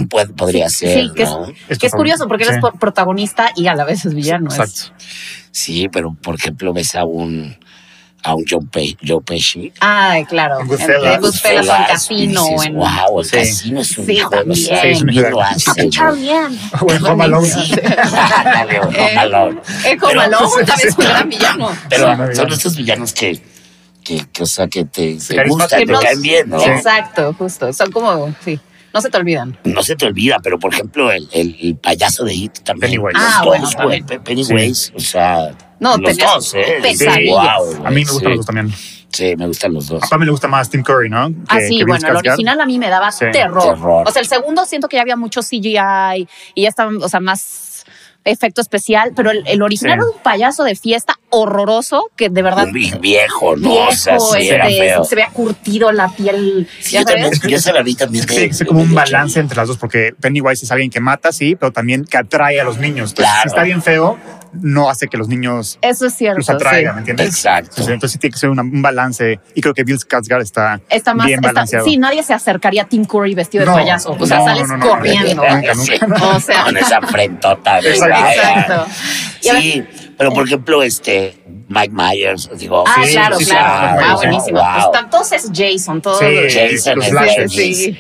[SPEAKER 2] Pod- Podría ser,
[SPEAKER 1] sí, que es-
[SPEAKER 2] ¿no?
[SPEAKER 3] Es
[SPEAKER 1] que
[SPEAKER 3] tu
[SPEAKER 1] es curioso
[SPEAKER 3] favorito.
[SPEAKER 1] porque
[SPEAKER 3] Sí.
[SPEAKER 1] eres por- protagonista y a la vez es villano. es-
[SPEAKER 3] Exacto.
[SPEAKER 2] Sí, pero por ejemplo ves a un a un Joe, Pe- Joe Pesci.
[SPEAKER 1] Ay, claro.
[SPEAKER 3] En Goodfellas.
[SPEAKER 1] En Goodfellas o en
[SPEAKER 2] y
[SPEAKER 1] Casino.
[SPEAKER 2] dices,
[SPEAKER 1] en-
[SPEAKER 2] Wow, el
[SPEAKER 3] Sí.
[SPEAKER 2] casino es un
[SPEAKER 1] Sí,
[SPEAKER 2] hijo de los
[SPEAKER 1] también. Sí, es
[SPEAKER 3] un hijo de-
[SPEAKER 2] lo hace.
[SPEAKER 1] Ay,
[SPEAKER 2] güey.
[SPEAKER 1] Charlian.
[SPEAKER 3] Ah, Bueno, Home Alone.
[SPEAKER 2] Sí. Ándale, güey, Home Alone.
[SPEAKER 1] Eh, como
[SPEAKER 2] Pero-
[SPEAKER 1] Malone,
[SPEAKER 2] Sí,
[SPEAKER 1] también es un
[SPEAKER 2] sí.
[SPEAKER 1] gran villano.
[SPEAKER 3] Sí, no,
[SPEAKER 2] Pero son
[SPEAKER 3] villano.
[SPEAKER 2] estos villanos que, que, que, o sea, que te, te
[SPEAKER 3] carismáticos.
[SPEAKER 2] gustan,
[SPEAKER 1] Que
[SPEAKER 2] te
[SPEAKER 1] no-
[SPEAKER 2] caen bien, ¿no?
[SPEAKER 1] Exacto, justo. Son como, sí, no se te olvidan.
[SPEAKER 2] No se te olvida, pero por ejemplo, el, el, el payaso de Hit también.
[SPEAKER 3] Pennywise.
[SPEAKER 2] Los
[SPEAKER 1] Ah, bueno,
[SPEAKER 2] dos,
[SPEAKER 1] también.
[SPEAKER 2] güey, Pennywise, o sea,
[SPEAKER 1] No,
[SPEAKER 2] los
[SPEAKER 1] tenías
[SPEAKER 2] dos, ¿eh?
[SPEAKER 1] pesadillas.
[SPEAKER 2] Wow,
[SPEAKER 3] A mí
[SPEAKER 2] gusta
[SPEAKER 3] me gustan los dos también.
[SPEAKER 2] Sí, me gustan los dos.
[SPEAKER 3] A Pam le gusta más Tim Curry, ¿no?
[SPEAKER 1] Ah,
[SPEAKER 3] Que-
[SPEAKER 1] sí,
[SPEAKER 3] que Bill
[SPEAKER 1] bueno, el
[SPEAKER 3] Skarsgård.
[SPEAKER 1] original a mí me daba
[SPEAKER 3] Sí.
[SPEAKER 1] terror.
[SPEAKER 2] Terror.
[SPEAKER 1] O sea, el segundo siento que ya había mucho CGI y ya estaba, o sea, más efecto especial, pero el, el original
[SPEAKER 3] Sí.
[SPEAKER 1] era un payaso de fiesta horroroso que de verdad
[SPEAKER 2] Un vi- viejo, ¿no? o sea,
[SPEAKER 1] viejo,
[SPEAKER 2] sí, era
[SPEAKER 1] este,
[SPEAKER 2] feo.
[SPEAKER 1] se vea curtido la piel,
[SPEAKER 2] Sí,
[SPEAKER 1] ya
[SPEAKER 2] yo, también,
[SPEAKER 1] sabes.
[SPEAKER 2] yo se la vi también.
[SPEAKER 3] Sí,
[SPEAKER 2] de-
[SPEAKER 3] es como un
[SPEAKER 2] de-
[SPEAKER 3] balance entre las dos, porque Pennywise es alguien que mata, sí, pero también que atrae a los niños. Entonces,
[SPEAKER 2] Claro.
[SPEAKER 3] si está bien feo, no hace que los niños
[SPEAKER 1] Eso es cierto.
[SPEAKER 3] los atraigan, ¿me
[SPEAKER 1] sí.
[SPEAKER 3] entiendes?
[SPEAKER 2] Exacto.
[SPEAKER 3] Entonces, entonces sí tiene que ser una- un balance. Y creo que Bill Skarsgård está,
[SPEAKER 1] Está más,
[SPEAKER 3] bien
[SPEAKER 1] está-
[SPEAKER 3] balanceado.
[SPEAKER 1] sí, nadie se acercaría a Tim Curry vestido de
[SPEAKER 3] No,
[SPEAKER 1] payaso. O sea,
[SPEAKER 3] no,
[SPEAKER 1] sales
[SPEAKER 3] no, no, no,
[SPEAKER 1] corriendo.
[SPEAKER 3] nunca, nunca.
[SPEAKER 2] Sí.
[SPEAKER 1] O sea.
[SPEAKER 2] Con esa frentota. de-
[SPEAKER 1] Exacto. Y ahora-
[SPEAKER 2] Sí, pero por ejemplo, este, Mike Myers, digo.
[SPEAKER 1] Ah,
[SPEAKER 3] Sí,
[SPEAKER 1] claro,
[SPEAKER 3] sí, sí,
[SPEAKER 1] claro.
[SPEAKER 3] sí,
[SPEAKER 1] ah,
[SPEAKER 3] sí.
[SPEAKER 1] buenísimo.
[SPEAKER 2] Wow.
[SPEAKER 1] Pues, tan- todos es Jason, todos.
[SPEAKER 3] Sí,
[SPEAKER 2] Jason
[SPEAKER 3] los
[SPEAKER 2] es
[SPEAKER 3] slasher.
[SPEAKER 1] Sí.
[SPEAKER 2] buenísimo.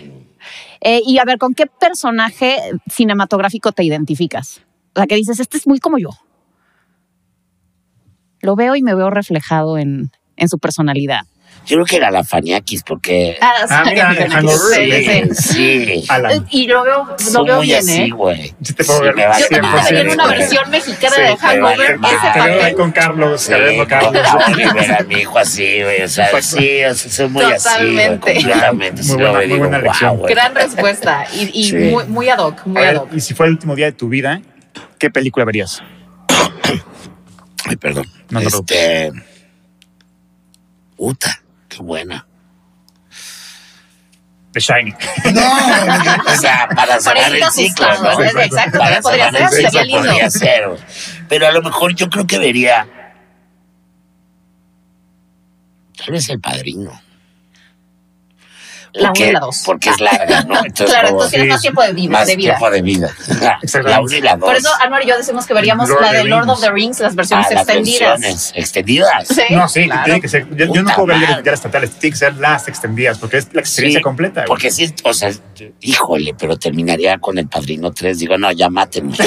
[SPEAKER 1] Eh, y a ver, ¿con qué personaje cinematográfico te identificas? O sea, que dices, este es muy como yo. Lo veo y me veo reflejado en, en su personalidad.
[SPEAKER 2] Yo creo que era la Faniakis, porque.
[SPEAKER 1] Ah,
[SPEAKER 3] Ah,
[SPEAKER 1] sí,
[SPEAKER 3] mira, Alejandro
[SPEAKER 1] sí,
[SPEAKER 3] Rubio.
[SPEAKER 1] sí.
[SPEAKER 2] sí.
[SPEAKER 3] Alan.
[SPEAKER 1] Y lo veo, lo
[SPEAKER 2] Son
[SPEAKER 1] veo
[SPEAKER 2] muy
[SPEAKER 1] bien,
[SPEAKER 2] así,
[SPEAKER 1] ¿eh?
[SPEAKER 2] güey.
[SPEAKER 3] Sí te puedo ver.
[SPEAKER 2] me vale
[SPEAKER 1] Yo también te veía en
[SPEAKER 2] madre,
[SPEAKER 1] una
[SPEAKER 2] güey.
[SPEAKER 1] versión mexicana
[SPEAKER 2] Sí,
[SPEAKER 1] de
[SPEAKER 2] me
[SPEAKER 1] Hangover,
[SPEAKER 2] vale
[SPEAKER 1] ese
[SPEAKER 2] madre.
[SPEAKER 3] Te veo ahí
[SPEAKER 1] papel.
[SPEAKER 3] con Carlos,
[SPEAKER 2] Sí,
[SPEAKER 3] Carlos
[SPEAKER 2] no,
[SPEAKER 3] Carlos.
[SPEAKER 2] no, ni ver a mi hijo así, güey. O sea, sí, o sea, soy muy así, güey,
[SPEAKER 1] Totalmente.
[SPEAKER 2] completamente.
[SPEAKER 3] Muy
[SPEAKER 2] Sí,
[SPEAKER 3] buena-
[SPEAKER 2] lo
[SPEAKER 3] muy
[SPEAKER 2] digo,
[SPEAKER 3] buena
[SPEAKER 2] "Guau,
[SPEAKER 3] elección".
[SPEAKER 2] güey".
[SPEAKER 1] Gran respuesta y, y
[SPEAKER 2] Sí.
[SPEAKER 1] muy, muy ad hoc, muy
[SPEAKER 3] A ver,
[SPEAKER 1] ad hoc.
[SPEAKER 3] y si fuera el último día de tu vida, ¿qué película verías?
[SPEAKER 2] Ay, perdón.
[SPEAKER 3] No te
[SPEAKER 2] este. Puta, qué buena.
[SPEAKER 3] The Shining.
[SPEAKER 2] O sea, para cerrar el
[SPEAKER 1] Parejitas
[SPEAKER 2] ciclo,
[SPEAKER 1] asustadas,
[SPEAKER 2] ¿no?
[SPEAKER 1] ¿eh? Exacto, también
[SPEAKER 2] Para
[SPEAKER 1] podría
[SPEAKER 2] cerrar el
[SPEAKER 1] ser, sería
[SPEAKER 2] ciclo
[SPEAKER 1] lindo.
[SPEAKER 2] podría ser. güey. Pero a lo mejor yo creo que vería. Tal vez el padrino.
[SPEAKER 1] La
[SPEAKER 2] Porque-
[SPEAKER 1] uno y la dos.
[SPEAKER 2] Porque es larga, ¿no? Entonces,
[SPEAKER 1] Claro,
[SPEAKER 2] como
[SPEAKER 1] entonces tienes
[SPEAKER 3] sí,
[SPEAKER 1] más tiempo de vida.
[SPEAKER 2] más
[SPEAKER 1] de vida.
[SPEAKER 2] tiempo de vida.
[SPEAKER 3] Exactamente.
[SPEAKER 2] La 1 y la 2.
[SPEAKER 1] Por eso Anuar y yo decimos que veríamos
[SPEAKER 3] Lord
[SPEAKER 1] la
[SPEAKER 3] of
[SPEAKER 1] de
[SPEAKER 3] the
[SPEAKER 1] Lord of
[SPEAKER 3] Rings.
[SPEAKER 1] the Rings, las versiones
[SPEAKER 2] Ah, las
[SPEAKER 1] extendidas.
[SPEAKER 2] versiones extendidas.
[SPEAKER 1] Sí,
[SPEAKER 3] No, sí,
[SPEAKER 1] claro.
[SPEAKER 3] tiene que ser. Yo, yo no
[SPEAKER 2] Puta
[SPEAKER 3] puedo ver
[SPEAKER 2] madre.
[SPEAKER 3] ya las estatales, tiene que ser las extendidas, porque es la experiencia
[SPEAKER 2] Sí,
[SPEAKER 3] completa. güey.
[SPEAKER 2] Porque sí, o sea, híjole, pero terminaría con el Padrino 3. Digo, no, ya mátenme.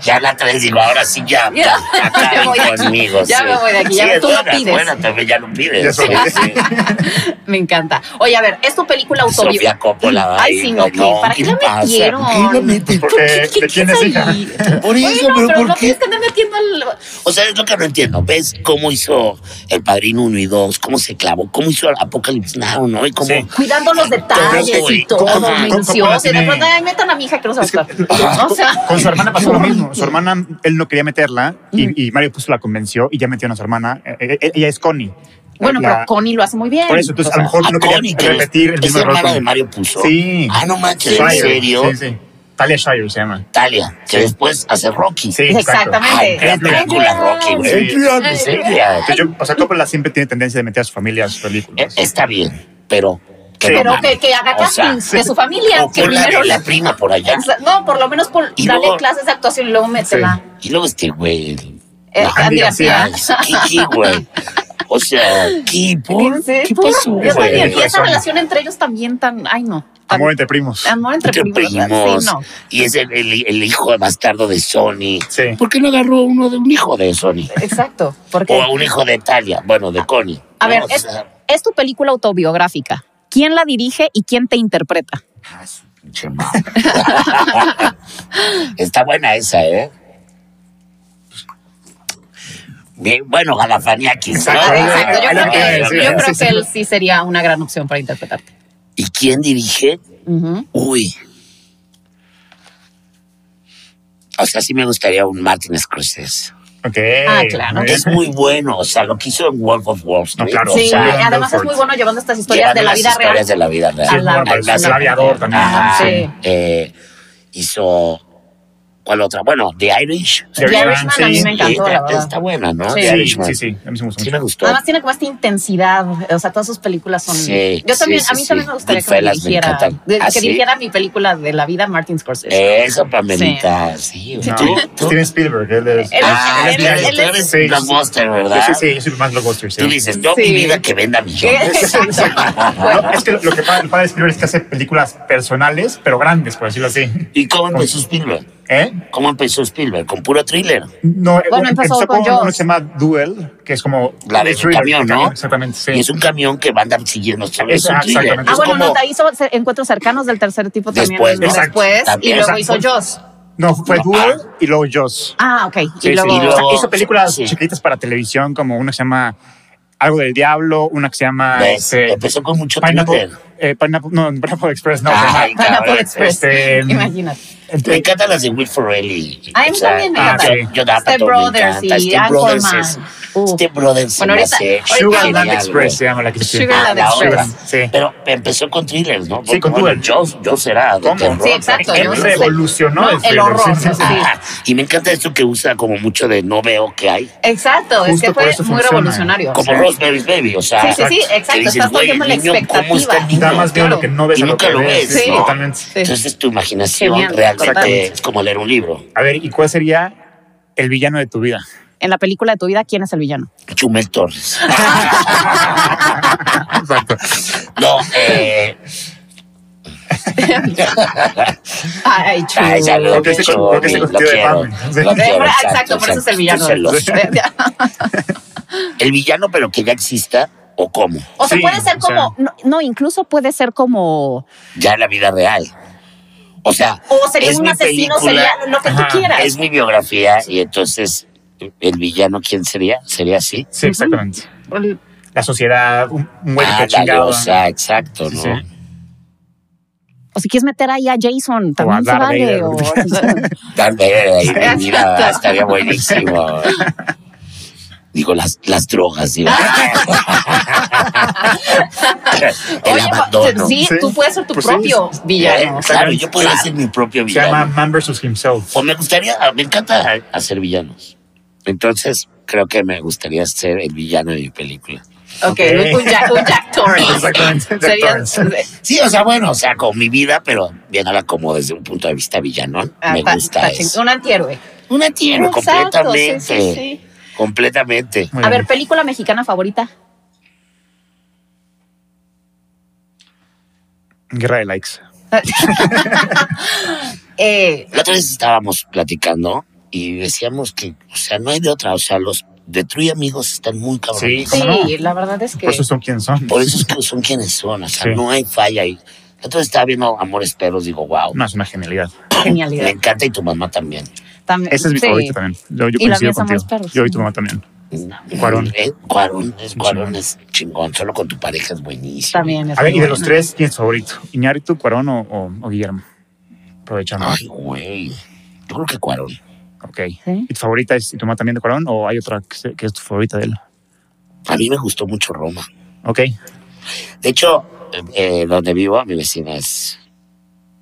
[SPEAKER 2] ya la 3, digo, ahora sí ya.
[SPEAKER 1] Ya.
[SPEAKER 2] ya acaben
[SPEAKER 1] Ya voy.
[SPEAKER 2] conmigo.
[SPEAKER 1] Ya
[SPEAKER 2] sí.
[SPEAKER 1] me voy de aquí, ya
[SPEAKER 2] Sí,
[SPEAKER 1] tú lo
[SPEAKER 2] buena,
[SPEAKER 1] pides.
[SPEAKER 2] Bueno, también ya lo pides.
[SPEAKER 3] Ya
[SPEAKER 2] sí, sí.
[SPEAKER 3] soy.
[SPEAKER 1] Me encanta. Oye, a ver, es tu película
[SPEAKER 2] Sofía
[SPEAKER 1] autobiográfica.
[SPEAKER 2] Coppola.
[SPEAKER 1] Ay, sí, no, ¿qué? ¿Para qué la
[SPEAKER 2] pasa?
[SPEAKER 1] metieron?
[SPEAKER 2] ¿Por qué la meten?
[SPEAKER 3] Porque, ¿de quién es hija?
[SPEAKER 2] Por eso,
[SPEAKER 1] no,
[SPEAKER 2] pero,
[SPEAKER 1] pero
[SPEAKER 2] ¿por
[SPEAKER 1] no
[SPEAKER 2] qué?
[SPEAKER 1] tienes que andar metiendo al...
[SPEAKER 2] O sea, es lo que no entiendo. ¿Ves cómo hizo el Padrino 1 y 2? ¿Cómo se clavó? ¿Cómo hizo Apocalypse Now, no? Y cómo...
[SPEAKER 3] Sí.
[SPEAKER 1] Cuidando los detalles y
[SPEAKER 2] güey,
[SPEAKER 1] todo,
[SPEAKER 2] ¿cómo- cómo-
[SPEAKER 3] cómo la
[SPEAKER 1] minucioso. Y de
[SPEAKER 3] tiene?
[SPEAKER 1] pronto, ay, metan a mi hija que no se va a gustar.
[SPEAKER 2] Ajá.
[SPEAKER 1] O sea,
[SPEAKER 3] Con su hermana pasó lo mismo. Su hermana, él no quería meterla y, y Mario Puzo la convenció y ya metieron a su hermana. Eh, eh, eh, Ella es Connie.
[SPEAKER 1] bueno,
[SPEAKER 3] La-
[SPEAKER 1] pero Connie lo hace muy bien.
[SPEAKER 3] Por eso, entonces
[SPEAKER 1] O sea,
[SPEAKER 3] a lo mejor
[SPEAKER 2] Ah,
[SPEAKER 3] no
[SPEAKER 2] Connie,
[SPEAKER 3] quería
[SPEAKER 2] que
[SPEAKER 3] repetir el
[SPEAKER 2] es
[SPEAKER 3] mismo error.
[SPEAKER 2] hermana
[SPEAKER 3] con-
[SPEAKER 2] de Mario Puzo.
[SPEAKER 3] Sí.
[SPEAKER 2] Ah, no manches, ¿en
[SPEAKER 3] Shire,
[SPEAKER 2] serio?
[SPEAKER 3] Sí, sí. Talia Shire se llama.
[SPEAKER 2] Italia, que después hace Rocky.
[SPEAKER 3] Sí, exacto.
[SPEAKER 2] Ay,
[SPEAKER 1] Exactamente.
[SPEAKER 2] gran película Rocky, güey.
[SPEAKER 3] Sí.
[SPEAKER 2] En serio.
[SPEAKER 3] Entonces, yo- o sea, Coppola siempre tiene tendencia de meter a su familia a sus
[SPEAKER 2] Eh,
[SPEAKER 3] películas.
[SPEAKER 2] Está bien, pero... que
[SPEAKER 3] Sí.
[SPEAKER 2] no
[SPEAKER 1] Pero
[SPEAKER 2] mames.
[SPEAKER 1] que, que haga
[SPEAKER 2] O sea,
[SPEAKER 1] castings de su familia.
[SPEAKER 2] o
[SPEAKER 1] Que
[SPEAKER 2] ponla de
[SPEAKER 1] primero
[SPEAKER 2] la
[SPEAKER 1] la...
[SPEAKER 2] prima por allá.
[SPEAKER 1] No, por lo menos por
[SPEAKER 2] Y
[SPEAKER 1] darle
[SPEAKER 2] luego-
[SPEAKER 1] clases de actuación y luego métela.
[SPEAKER 2] Y luego este güey... el-
[SPEAKER 1] Eh,
[SPEAKER 2] No,
[SPEAKER 1] Andy
[SPEAKER 3] García.
[SPEAKER 1] García.
[SPEAKER 2] Ay, ¿Qué, qué, güey? O sea, ¿qué, por?
[SPEAKER 1] Sí,
[SPEAKER 2] ¿Qué
[SPEAKER 1] por-
[SPEAKER 2] pasó,
[SPEAKER 1] Pues, yo también,
[SPEAKER 2] güey?
[SPEAKER 1] y esa
[SPEAKER 3] Razón.
[SPEAKER 1] relación entre ellos también tan, ay no, tan-
[SPEAKER 3] Amor entre primos.
[SPEAKER 1] amor entre,
[SPEAKER 2] Entre
[SPEAKER 1] primos,
[SPEAKER 2] primos.
[SPEAKER 1] sí, no.
[SPEAKER 2] Y es el, el- el hijo bastardo de Sony.
[SPEAKER 3] Sí.
[SPEAKER 2] ¿Por qué no agarró uno de un hijo de Sony?
[SPEAKER 1] Exacto, porque
[SPEAKER 2] O a un hijo de Italia, bueno, de Connie.
[SPEAKER 1] a ver,
[SPEAKER 2] ¿no? O
[SPEAKER 1] es,
[SPEAKER 2] sea,
[SPEAKER 1] es tu película autobiográfica. ¿Quién la dirige y quién te interpreta?
[SPEAKER 2] ah, su pinche madre. Está buena esa, ¿eh? Bien, bueno, Galafaniakis. ¿no?
[SPEAKER 3] Exacto,
[SPEAKER 1] Ah, Exacto, yo creo
[SPEAKER 3] ahí
[SPEAKER 1] que,
[SPEAKER 3] la tienes, sí,
[SPEAKER 1] yo
[SPEAKER 3] sí,
[SPEAKER 1] creo
[SPEAKER 3] sí,
[SPEAKER 1] que
[SPEAKER 3] sí.
[SPEAKER 1] él sí sería una gran opción para interpretarte.
[SPEAKER 2] ¿Y quién dirige?
[SPEAKER 1] Ujú.
[SPEAKER 2] Uy. O sea, sí me gustaría un Martin Scorsese.
[SPEAKER 3] Ok.
[SPEAKER 1] Ah, claro.
[SPEAKER 3] Muy bien.
[SPEAKER 2] Es muy bueno, o sea, lo que hizo en Wolf of Wall Street.
[SPEAKER 3] No, claro,
[SPEAKER 2] o
[SPEAKER 1] Sí,
[SPEAKER 2] sea,
[SPEAKER 3] Ryan
[SPEAKER 1] además es
[SPEAKER 3] Belfort.
[SPEAKER 1] muy bueno llevando estas historias
[SPEAKER 2] llevando
[SPEAKER 1] de la
[SPEAKER 2] las
[SPEAKER 1] vida real.
[SPEAKER 2] historias de la vida real.
[SPEAKER 3] Sí,
[SPEAKER 1] a la-
[SPEAKER 3] bueno, parece
[SPEAKER 2] a
[SPEAKER 3] el
[SPEAKER 2] la-
[SPEAKER 3] aviador también.
[SPEAKER 2] Ajá,
[SPEAKER 1] Sí.
[SPEAKER 2] sí. Eh, hizo. ¿Cuál otra? Bueno, The Irish.
[SPEAKER 1] The
[SPEAKER 3] The Irishman,
[SPEAKER 1] Irishman a mí
[SPEAKER 3] sí.
[SPEAKER 1] me encantó,
[SPEAKER 2] Eh,
[SPEAKER 1] la verdad.
[SPEAKER 2] Está buena, ¿no?
[SPEAKER 1] Sí.
[SPEAKER 2] The
[SPEAKER 3] Sí,
[SPEAKER 2] Irishman.
[SPEAKER 3] sí, sí. A mí se me gustó
[SPEAKER 2] Sí,
[SPEAKER 3] mucho.
[SPEAKER 2] me gustó.
[SPEAKER 1] Además tiene como esta intensidad, o sea, todas sus películas son.
[SPEAKER 2] Sí,
[SPEAKER 1] yo
[SPEAKER 2] sí,
[SPEAKER 1] también,
[SPEAKER 2] sí,
[SPEAKER 1] a mí
[SPEAKER 2] sí.
[SPEAKER 1] también me gustaría que me
[SPEAKER 2] Goodfellas me
[SPEAKER 1] dirigiera,
[SPEAKER 2] encantan.
[SPEAKER 1] de-
[SPEAKER 2] ¿Ah,
[SPEAKER 1] que
[SPEAKER 2] sí? Eh,
[SPEAKER 1] dirigiera mi película de la vida Martin Scorsese.
[SPEAKER 2] Eso, Pamelita. Sí,
[SPEAKER 3] No,
[SPEAKER 2] ¿Tú? tú-
[SPEAKER 3] Steven Spielberg, él es.
[SPEAKER 1] Él-
[SPEAKER 2] Ah,
[SPEAKER 1] él-
[SPEAKER 2] tú eres-
[SPEAKER 1] él-
[SPEAKER 2] tú eres
[SPEAKER 3] sí, sí.
[SPEAKER 2] blockbuster,
[SPEAKER 3] Yo
[SPEAKER 2] ¿verdad?
[SPEAKER 3] sí, sí, yo soy más blockbuster, sí.
[SPEAKER 2] Tú dices, yo
[SPEAKER 1] Sí.
[SPEAKER 2] mi vida que venda millones.
[SPEAKER 3] No, es que lo que pasa, el padre de Spielberg es que hace películas personales, pero grandes, por decirlo así.
[SPEAKER 2] ¿Y cómo empezó Spielberg?
[SPEAKER 3] ¿Eh?
[SPEAKER 2] ¿Cómo empezó Spielberg? ¿Con puro thriller?
[SPEAKER 3] No, eh,
[SPEAKER 1] Bueno, empezó con
[SPEAKER 3] uno
[SPEAKER 1] Jaws.
[SPEAKER 3] que se llama Duel, que es como.
[SPEAKER 2] La del
[SPEAKER 3] el thriller,
[SPEAKER 2] camión,
[SPEAKER 3] el
[SPEAKER 2] ¿no?
[SPEAKER 3] Exactamente, sí.
[SPEAKER 2] Y es un camión que va a andar siguiendo. ¿sabes? Es un
[SPEAKER 3] Ah,
[SPEAKER 2] thriller.
[SPEAKER 3] exactamente.
[SPEAKER 1] Ah,
[SPEAKER 2] Es
[SPEAKER 1] bueno,
[SPEAKER 2] pues como-
[SPEAKER 1] no, ahí hizo cer- encuentros cercanos del tercer tipo también
[SPEAKER 2] Después, ¿no?
[SPEAKER 1] después
[SPEAKER 2] Exacto.
[SPEAKER 1] y luego
[SPEAKER 3] También.
[SPEAKER 1] hizo Joss.
[SPEAKER 3] No, fue
[SPEAKER 2] No,
[SPEAKER 3] Duel
[SPEAKER 2] ah.
[SPEAKER 3] y luego Jaws.
[SPEAKER 1] Ah, ok.
[SPEAKER 3] Sí,
[SPEAKER 1] y
[SPEAKER 3] sí,
[SPEAKER 1] luego,
[SPEAKER 2] y luego-
[SPEAKER 3] O sea, hizo películas
[SPEAKER 2] sí.
[SPEAKER 3] chiquitas para televisión, como una que se llama Algo del Diablo, una que se llama.
[SPEAKER 2] ¿Ves?
[SPEAKER 3] este,
[SPEAKER 2] Empezó con mucho
[SPEAKER 3] Pineapple,
[SPEAKER 2] thriller.
[SPEAKER 3] eh, Pineapple, no, Pineapple Express, no.
[SPEAKER 2] Ay,
[SPEAKER 3] se llama-
[SPEAKER 1] Pineapple
[SPEAKER 2] cabrón.
[SPEAKER 1] Express.
[SPEAKER 3] este,
[SPEAKER 1] Imagínate.
[SPEAKER 2] Me encantan las de Will Ferrell y...
[SPEAKER 1] A mí
[SPEAKER 2] o sea,
[SPEAKER 1] también me
[SPEAKER 3] ah,
[SPEAKER 1] encanta.
[SPEAKER 3] sí.
[SPEAKER 2] Yo da
[SPEAKER 1] Step
[SPEAKER 2] pato, me
[SPEAKER 1] Brothers
[SPEAKER 2] encanta.
[SPEAKER 1] y
[SPEAKER 2] Step Brothers
[SPEAKER 1] Anchorman.
[SPEAKER 2] es-
[SPEAKER 1] Uh.
[SPEAKER 2] Step
[SPEAKER 1] Bueno,
[SPEAKER 2] Brothers se me
[SPEAKER 1] ahorita-
[SPEAKER 2] hace
[SPEAKER 1] ahorita-
[SPEAKER 3] Sugarland
[SPEAKER 2] genial,
[SPEAKER 3] Express se
[SPEAKER 2] güey.
[SPEAKER 3] llama la que se
[SPEAKER 1] Sugar
[SPEAKER 2] Ah,
[SPEAKER 1] Land
[SPEAKER 2] la otra.
[SPEAKER 1] Express.
[SPEAKER 3] Sí.
[SPEAKER 2] Pero empezó con thrillers, ¿no?
[SPEAKER 3] Sí, con
[SPEAKER 2] Bueno,
[SPEAKER 3] Duel.
[SPEAKER 2] Yo, yo será de
[SPEAKER 3] ¿Cómo?
[SPEAKER 2] terror.
[SPEAKER 1] Sí, exacto,
[SPEAKER 2] Él
[SPEAKER 1] yo no sé.
[SPEAKER 3] revolucionó
[SPEAKER 1] No,
[SPEAKER 3] el,
[SPEAKER 1] el
[SPEAKER 3] thriller,
[SPEAKER 1] horror,
[SPEAKER 3] sí, sí, sí.
[SPEAKER 1] ¿no?
[SPEAKER 2] Ah, y me encanta esto que usa como mucho de no veo que hay.
[SPEAKER 1] Exacto, es
[SPEAKER 3] Justo
[SPEAKER 1] que
[SPEAKER 3] por
[SPEAKER 1] fue muy
[SPEAKER 3] eso funciona.
[SPEAKER 1] revolucionario.
[SPEAKER 2] Como
[SPEAKER 3] Sí.
[SPEAKER 2] Rosemary's Baby, o sea.
[SPEAKER 1] Sí, sí, sí,
[SPEAKER 2] que
[SPEAKER 1] exacto,
[SPEAKER 2] dices,
[SPEAKER 1] estás todo el
[SPEAKER 2] "Güey,
[SPEAKER 1] tiempo en la
[SPEAKER 2] niño, ¿cómo está el
[SPEAKER 1] expectativa".
[SPEAKER 2] niño?
[SPEAKER 3] Da más bien
[SPEAKER 1] Claro.
[SPEAKER 3] lo que no ves
[SPEAKER 2] Y
[SPEAKER 3] a lo
[SPEAKER 2] nunca
[SPEAKER 3] que
[SPEAKER 2] lo
[SPEAKER 3] ves.
[SPEAKER 2] ves,
[SPEAKER 1] Sí.
[SPEAKER 2] ¿no?
[SPEAKER 3] Totalmente.
[SPEAKER 2] Entonces tu imaginación
[SPEAKER 1] Genial,
[SPEAKER 2] realmente
[SPEAKER 1] totalmente.
[SPEAKER 2] es como leer un libro.
[SPEAKER 3] A ver, ¿y cuál sería el villano de tu vida?
[SPEAKER 1] En la película de tu vida, ¿quién es el villano?
[SPEAKER 2] Chumel Torres.
[SPEAKER 3] Exacto.
[SPEAKER 2] No, eh.
[SPEAKER 1] Ay, chulo.
[SPEAKER 2] Ay, ya lo
[SPEAKER 3] Porque ese-
[SPEAKER 2] quiero,
[SPEAKER 3] porque ese
[SPEAKER 2] lo
[SPEAKER 3] constituye de
[SPEAKER 2] quiero,
[SPEAKER 3] Pamela.
[SPEAKER 2] lo
[SPEAKER 1] Eh,
[SPEAKER 2] quiero,
[SPEAKER 1] Exacto, por eso es el villano.
[SPEAKER 2] Yo se lo- el villano, pero que ya exista, o cómo,
[SPEAKER 1] O sea,
[SPEAKER 3] Sí,
[SPEAKER 1] puede ser
[SPEAKER 3] o
[SPEAKER 1] como,
[SPEAKER 3] sea-
[SPEAKER 1] no, no, incluso puede ser como,
[SPEAKER 2] ya en la vida real. O sea,
[SPEAKER 1] o sería
[SPEAKER 2] Es
[SPEAKER 1] un
[SPEAKER 2] mi
[SPEAKER 1] asesino,
[SPEAKER 2] película.
[SPEAKER 1] sería lo que
[SPEAKER 3] Ajá,
[SPEAKER 1] tú quieras.
[SPEAKER 2] es mi biografía y entonces, ¿el villano quién sería? ¿Sería así?
[SPEAKER 3] Sí, exactamente. La sociedad, un, un güey que
[SPEAKER 2] Ah, la
[SPEAKER 3] chingado.
[SPEAKER 2] losa, exacto,
[SPEAKER 3] Sí,
[SPEAKER 2] ¿no?
[SPEAKER 3] sí.
[SPEAKER 1] O si quieres meter ahí a Jason, también se
[SPEAKER 3] Darth
[SPEAKER 1] vale.
[SPEAKER 3] Vader.
[SPEAKER 1] o-
[SPEAKER 2] Darth Vader ahí de vida, estaría buenísimo. Digo, las, las drogas, digo. El
[SPEAKER 1] Oye, pues,
[SPEAKER 2] abandono.
[SPEAKER 1] sí,
[SPEAKER 3] Sí.
[SPEAKER 1] tú puedes ser tu
[SPEAKER 3] Pues sí,
[SPEAKER 1] propio villano.
[SPEAKER 2] Eh, Claro, yo puedo hacer mi propio
[SPEAKER 3] Se llama
[SPEAKER 2] villano.
[SPEAKER 3] Man vs. Himself.
[SPEAKER 2] O me gustaría, ah, me encanta hacer villanos. Entonces, creo que me gustaría ser el villano de mi película.
[SPEAKER 1] Ok,
[SPEAKER 3] Ok.
[SPEAKER 1] Un, Jack, un Jack Torrance.
[SPEAKER 3] Exactamente.
[SPEAKER 1] Sería- eh,
[SPEAKER 3] exactamente.
[SPEAKER 2] Sí, o sea, bueno, o sea, con mi vida, pero viéndola como desde un punto de vista villanón,
[SPEAKER 1] Ah,
[SPEAKER 2] me
[SPEAKER 1] está-
[SPEAKER 2] gusta
[SPEAKER 1] está
[SPEAKER 2] eso.
[SPEAKER 1] chingón. Un antihéroe.
[SPEAKER 2] Una tierra
[SPEAKER 1] Exacto,
[SPEAKER 2] completamente.
[SPEAKER 1] sí, sí, sí.
[SPEAKER 2] Completamente.
[SPEAKER 3] Muy
[SPEAKER 1] A
[SPEAKER 3] bien.
[SPEAKER 1] ver, película mexicana favorita.
[SPEAKER 3] Guerra de likes.
[SPEAKER 1] Eh,
[SPEAKER 2] La otra vez estábamos platicando y decíamos que, o sea, no hay de otra. O sea, los de True y Amigos están muy cabrones.
[SPEAKER 1] sí,
[SPEAKER 3] ¿Cómo no?
[SPEAKER 1] la verdad es que.
[SPEAKER 3] Por eso son quienes son.
[SPEAKER 2] Por eso es que son quienes son. O sea,
[SPEAKER 3] Sí.
[SPEAKER 2] no hay falla ahí. La otra vez estaba viendo Amores Perros, digo, wow.
[SPEAKER 3] No, es una genialidad.
[SPEAKER 2] Me
[SPEAKER 1] Genialidad.
[SPEAKER 2] encanta y tu mamá también.
[SPEAKER 1] También-
[SPEAKER 3] Ese es mi
[SPEAKER 1] sí.
[SPEAKER 3] favorito también. Yo, yo
[SPEAKER 1] Y la mía
[SPEAKER 3] coincido
[SPEAKER 1] es Amores
[SPEAKER 3] contigo.
[SPEAKER 1] Perros.
[SPEAKER 3] Yo y tu mamá también. Cuarón.
[SPEAKER 2] Eh, Cuarón, es, Cuarón
[SPEAKER 3] Chingón.
[SPEAKER 2] es chingón. Solo con tu pareja es buenísimo.
[SPEAKER 1] También es
[SPEAKER 3] A ver,
[SPEAKER 1] muy
[SPEAKER 3] y de
[SPEAKER 1] bueno.
[SPEAKER 3] los tres, ¿quién es tu favorito? ¿Iñárritu, Cuarón o, o, o Guillermo? Aprovechamos.
[SPEAKER 2] Ay, güey. Yo creo que Cuarón.
[SPEAKER 3] Ok.
[SPEAKER 1] Sí.
[SPEAKER 3] ¿Y tu favorita es y tu mamá también de Cuarón o hay otra que, se- que es tu favorita de él?
[SPEAKER 2] A mí me gustó mucho Roma.
[SPEAKER 3] Ok.
[SPEAKER 2] De hecho, eh, eh, donde vivo, mi vecina es.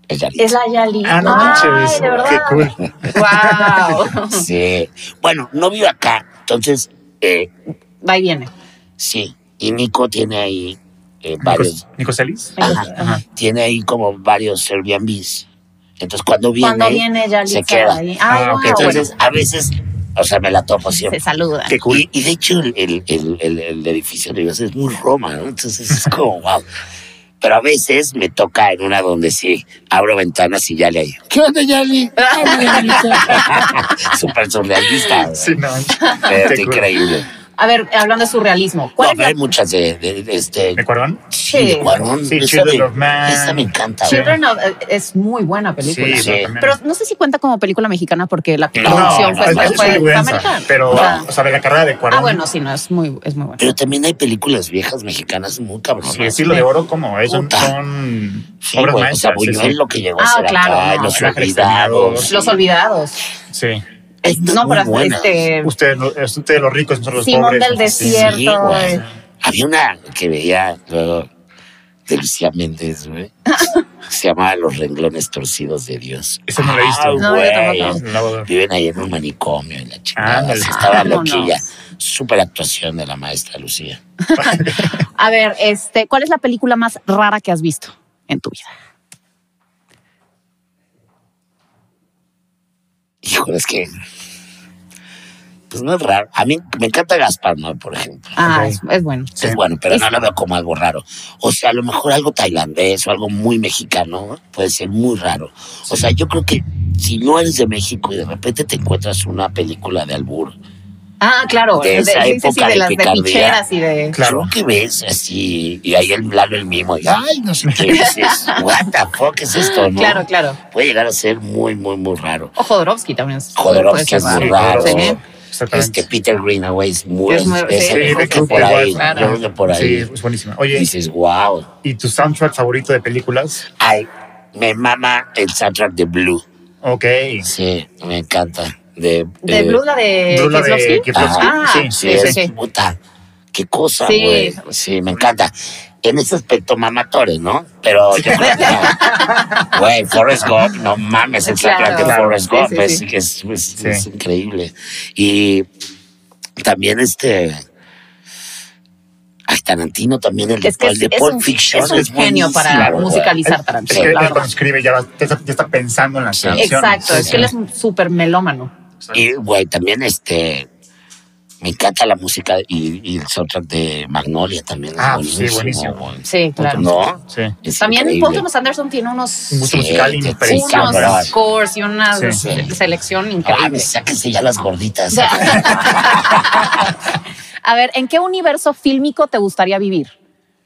[SPEAKER 2] Es Yaritza.
[SPEAKER 1] Es la Yali.
[SPEAKER 3] Ah, no
[SPEAKER 1] Ay,
[SPEAKER 3] manches.
[SPEAKER 1] de verdad.
[SPEAKER 3] Qué cool.
[SPEAKER 1] Wow.
[SPEAKER 2] Sí. Bueno, no vive acá. Entonces, eh,
[SPEAKER 1] Va y viene.
[SPEAKER 2] sí. Y Nico tiene ahí eh, varios.
[SPEAKER 3] Nicos, Nico Celis.
[SPEAKER 1] Ahí
[SPEAKER 2] Ajá,
[SPEAKER 1] está.
[SPEAKER 2] ajá. Tiene ahí como varios Airbnbs. Entonces, cuando viene. ¿eh?
[SPEAKER 1] Cuando viene Yalitza
[SPEAKER 2] se queda.
[SPEAKER 1] ahí. Ay,
[SPEAKER 3] Ah,
[SPEAKER 1] wow.
[SPEAKER 3] ok,
[SPEAKER 2] entonces, a veces, o sea, me la topo
[SPEAKER 1] se
[SPEAKER 2] siempre.
[SPEAKER 1] saluda.
[SPEAKER 3] Qué cool.
[SPEAKER 2] Y, y de hecho, el, el, el, el- el edificio de ellos es muy Roma, ¿no? Entonces es como, wow. Pero a veces me toca en una donde sí abro ventanas y ya le hay. ¿Qué onda, Yali? Súper surrealista. ¿no?
[SPEAKER 3] Sí, no.
[SPEAKER 2] Pero
[SPEAKER 3] Qué
[SPEAKER 2] está
[SPEAKER 3] cool.
[SPEAKER 2] increíble.
[SPEAKER 1] A ver, hablando de surrealismo.
[SPEAKER 2] No,
[SPEAKER 1] ¿Cuál
[SPEAKER 2] pero hay
[SPEAKER 1] es
[SPEAKER 2] muchas de, de- de este.
[SPEAKER 3] ¿De Cuarón?
[SPEAKER 2] Sí, de Cuarón.
[SPEAKER 3] Sí,
[SPEAKER 2] esa
[SPEAKER 3] Children
[SPEAKER 2] me-
[SPEAKER 3] of Man.
[SPEAKER 2] Esa me encanta.
[SPEAKER 1] la
[SPEAKER 2] güey.
[SPEAKER 1] Children of- eh, es muy buena película.
[SPEAKER 2] Sí.
[SPEAKER 3] no, también.
[SPEAKER 1] Pero no sé si cuenta como película mexicana porque la
[SPEAKER 2] No,
[SPEAKER 1] producción
[SPEAKER 2] no,
[SPEAKER 1] fue,
[SPEAKER 2] es-
[SPEAKER 1] fue-
[SPEAKER 2] es
[SPEAKER 1] fue
[SPEAKER 3] hollywoodense,
[SPEAKER 1] americana.
[SPEAKER 3] Pero,
[SPEAKER 1] Ah.
[SPEAKER 3] o sea, de la carrera de Cuarón.
[SPEAKER 1] Ah, bueno, sí, no, es muy, es muy buena.
[SPEAKER 2] Pero también hay películas viejas mexicanas muy cabronas.
[SPEAKER 3] Sí, sí, lo de oro, como es, son,
[SPEAKER 2] Puta.
[SPEAKER 3] son
[SPEAKER 2] Sí,
[SPEAKER 3] obras
[SPEAKER 2] güey, o sea,
[SPEAKER 3] maestras. sí,
[SPEAKER 2] Buñuel
[SPEAKER 3] sí.
[SPEAKER 2] lo que llegó a
[SPEAKER 1] Ah,
[SPEAKER 2] ser
[SPEAKER 1] claro,
[SPEAKER 2] acá,
[SPEAKER 1] no,
[SPEAKER 2] Los
[SPEAKER 3] Ángel
[SPEAKER 2] Olvidados.
[SPEAKER 3] Exterminador.
[SPEAKER 1] Los olvidados.
[SPEAKER 3] Sí.
[SPEAKER 2] Es
[SPEAKER 1] No,
[SPEAKER 2] muy
[SPEAKER 1] pero
[SPEAKER 2] buena.
[SPEAKER 1] este
[SPEAKER 3] Ustedes, lo- es ustedes los ricos, nosotros los
[SPEAKER 1] Simón
[SPEAKER 3] pobres.
[SPEAKER 1] del
[SPEAKER 3] Sí,
[SPEAKER 1] Desierto.
[SPEAKER 2] Sí, güey.
[SPEAKER 1] eh.
[SPEAKER 2] Había una que veía luego de Lucía Méndez, güey. Se llamaba Los Renglones Torcidos de Dios.
[SPEAKER 3] Esa no la he visto.
[SPEAKER 2] Ah,
[SPEAKER 1] No, yo
[SPEAKER 2] güey.
[SPEAKER 1] tampoco.
[SPEAKER 3] No,
[SPEAKER 2] Viven ahí en un manicomio y la chingada.
[SPEAKER 3] Ándale.
[SPEAKER 2] Sí, estaba
[SPEAKER 1] Ah, Vámonos.
[SPEAKER 2] loquilla. Súper actuación de la maestra Lucía.
[SPEAKER 1] eh, A ver, este, ¿cuál es la película más rara que has visto en tu vida?
[SPEAKER 2] Híjole, es que. Pues no es raro. A mí me encanta Gaspar, ¿no? Por ejemplo.
[SPEAKER 1] Ah,
[SPEAKER 3] Ok.
[SPEAKER 1] es, es bueno.
[SPEAKER 3] Sí.
[SPEAKER 2] Es bueno, pero
[SPEAKER 1] Es-
[SPEAKER 2] no lo veo como algo raro. O sea, a lo mejor algo tailandés o algo muy mexicano puede ser muy raro. O sea, yo creo que si no eres de México y de repente te encuentras una película de albur,
[SPEAKER 1] Ah, claro,
[SPEAKER 2] De
[SPEAKER 1] de,
[SPEAKER 2] esa
[SPEAKER 1] sí, sí, sí,
[SPEAKER 2] época
[SPEAKER 1] de
[SPEAKER 2] de
[SPEAKER 1] las de
[SPEAKER 2] picardía.
[SPEAKER 1] ficheras y de.
[SPEAKER 3] Claro.
[SPEAKER 2] claro que ves así, y ahí el plano el mismo, y ay, no sé qué dices, what the fuck es esto, ¿no?
[SPEAKER 1] Claro, claro.
[SPEAKER 2] Puede llegar a ser muy, muy, muy raro.
[SPEAKER 1] O Jodorowsky también es.
[SPEAKER 2] Jodorowsky es
[SPEAKER 1] puede ser
[SPEAKER 2] muy
[SPEAKER 1] raro. Sí.
[SPEAKER 2] raro.
[SPEAKER 1] ¿eh?
[SPEAKER 2] Este
[SPEAKER 3] Exactamente.
[SPEAKER 2] Peter Greenaway es muy,
[SPEAKER 1] Es muy-
[SPEAKER 2] es-
[SPEAKER 1] sí.
[SPEAKER 2] yo creo que por ahí,
[SPEAKER 3] igual.
[SPEAKER 2] yo creo que por ahí.
[SPEAKER 3] Sí, es buenísima. Oye,
[SPEAKER 2] Dices, wow.
[SPEAKER 3] ¿y tu soundtrack favorito de películas?
[SPEAKER 2] Ay, me mama el soundtrack de Blue.
[SPEAKER 3] Ok.
[SPEAKER 2] Sí, me encanta. De,
[SPEAKER 1] De
[SPEAKER 2] eh,
[SPEAKER 1] Blue, la de
[SPEAKER 3] Blue, la de
[SPEAKER 1] Kieslowski.
[SPEAKER 3] Kieslowski.
[SPEAKER 1] Ah,
[SPEAKER 3] Sí,
[SPEAKER 1] sí,
[SPEAKER 2] Sí, es
[SPEAKER 1] sí.
[SPEAKER 2] puta. Qué cosa,
[SPEAKER 1] Sí.
[SPEAKER 2] güey. Sí. me encanta. En ese aspecto mamatore, ¿no? Pero yo creo que no. Güey, Forrest Gump, no mames, el
[SPEAKER 1] Claro.
[SPEAKER 2] soundtrack de
[SPEAKER 1] Sí,
[SPEAKER 2] Forrest Gump
[SPEAKER 1] sí,
[SPEAKER 2] es,
[SPEAKER 1] sí.
[SPEAKER 2] es- es-
[SPEAKER 3] Sí.
[SPEAKER 2] es increíble. Y también este... Ay, Tarantino también, el de,
[SPEAKER 1] Es que
[SPEAKER 2] el
[SPEAKER 1] es,
[SPEAKER 2] de
[SPEAKER 1] es
[SPEAKER 2] Pulp
[SPEAKER 1] un,
[SPEAKER 2] Fiction.
[SPEAKER 1] es un genio
[SPEAKER 2] buenísimo,
[SPEAKER 1] para
[SPEAKER 2] güey.
[SPEAKER 1] musicalizar para
[SPEAKER 3] Es que él
[SPEAKER 1] la
[SPEAKER 3] cuando
[SPEAKER 1] verdad.
[SPEAKER 3] escribe ya, va- ya está, ya está pensando en las
[SPEAKER 2] Sí.
[SPEAKER 3] canciones.
[SPEAKER 1] Exacto,
[SPEAKER 2] Sí,
[SPEAKER 1] es que él es un súper melómano.
[SPEAKER 2] Y, güey, también este. Me encanta la música y, y el soundtrack de Magnolia también. Es
[SPEAKER 3] Ah,
[SPEAKER 2] buenísimo,
[SPEAKER 3] sí, buenísimo.
[SPEAKER 2] güey.
[SPEAKER 1] Sí, claro.
[SPEAKER 2] ¿No?
[SPEAKER 3] Sí.
[SPEAKER 2] Es
[SPEAKER 1] También
[SPEAKER 2] increíble.
[SPEAKER 1] Paul Thomas Anderson tiene unos,
[SPEAKER 3] Un gusto musical
[SPEAKER 1] unos
[SPEAKER 2] sí,
[SPEAKER 3] impecable.
[SPEAKER 2] cabrón.
[SPEAKER 1] scores y una
[SPEAKER 3] Sí,
[SPEAKER 2] sí.
[SPEAKER 1] selección
[SPEAKER 2] Ah,
[SPEAKER 1] increíble.
[SPEAKER 2] sáquense ya las gorditas.
[SPEAKER 1] A ver, ¿en qué universo fílmico te gustaría vivir?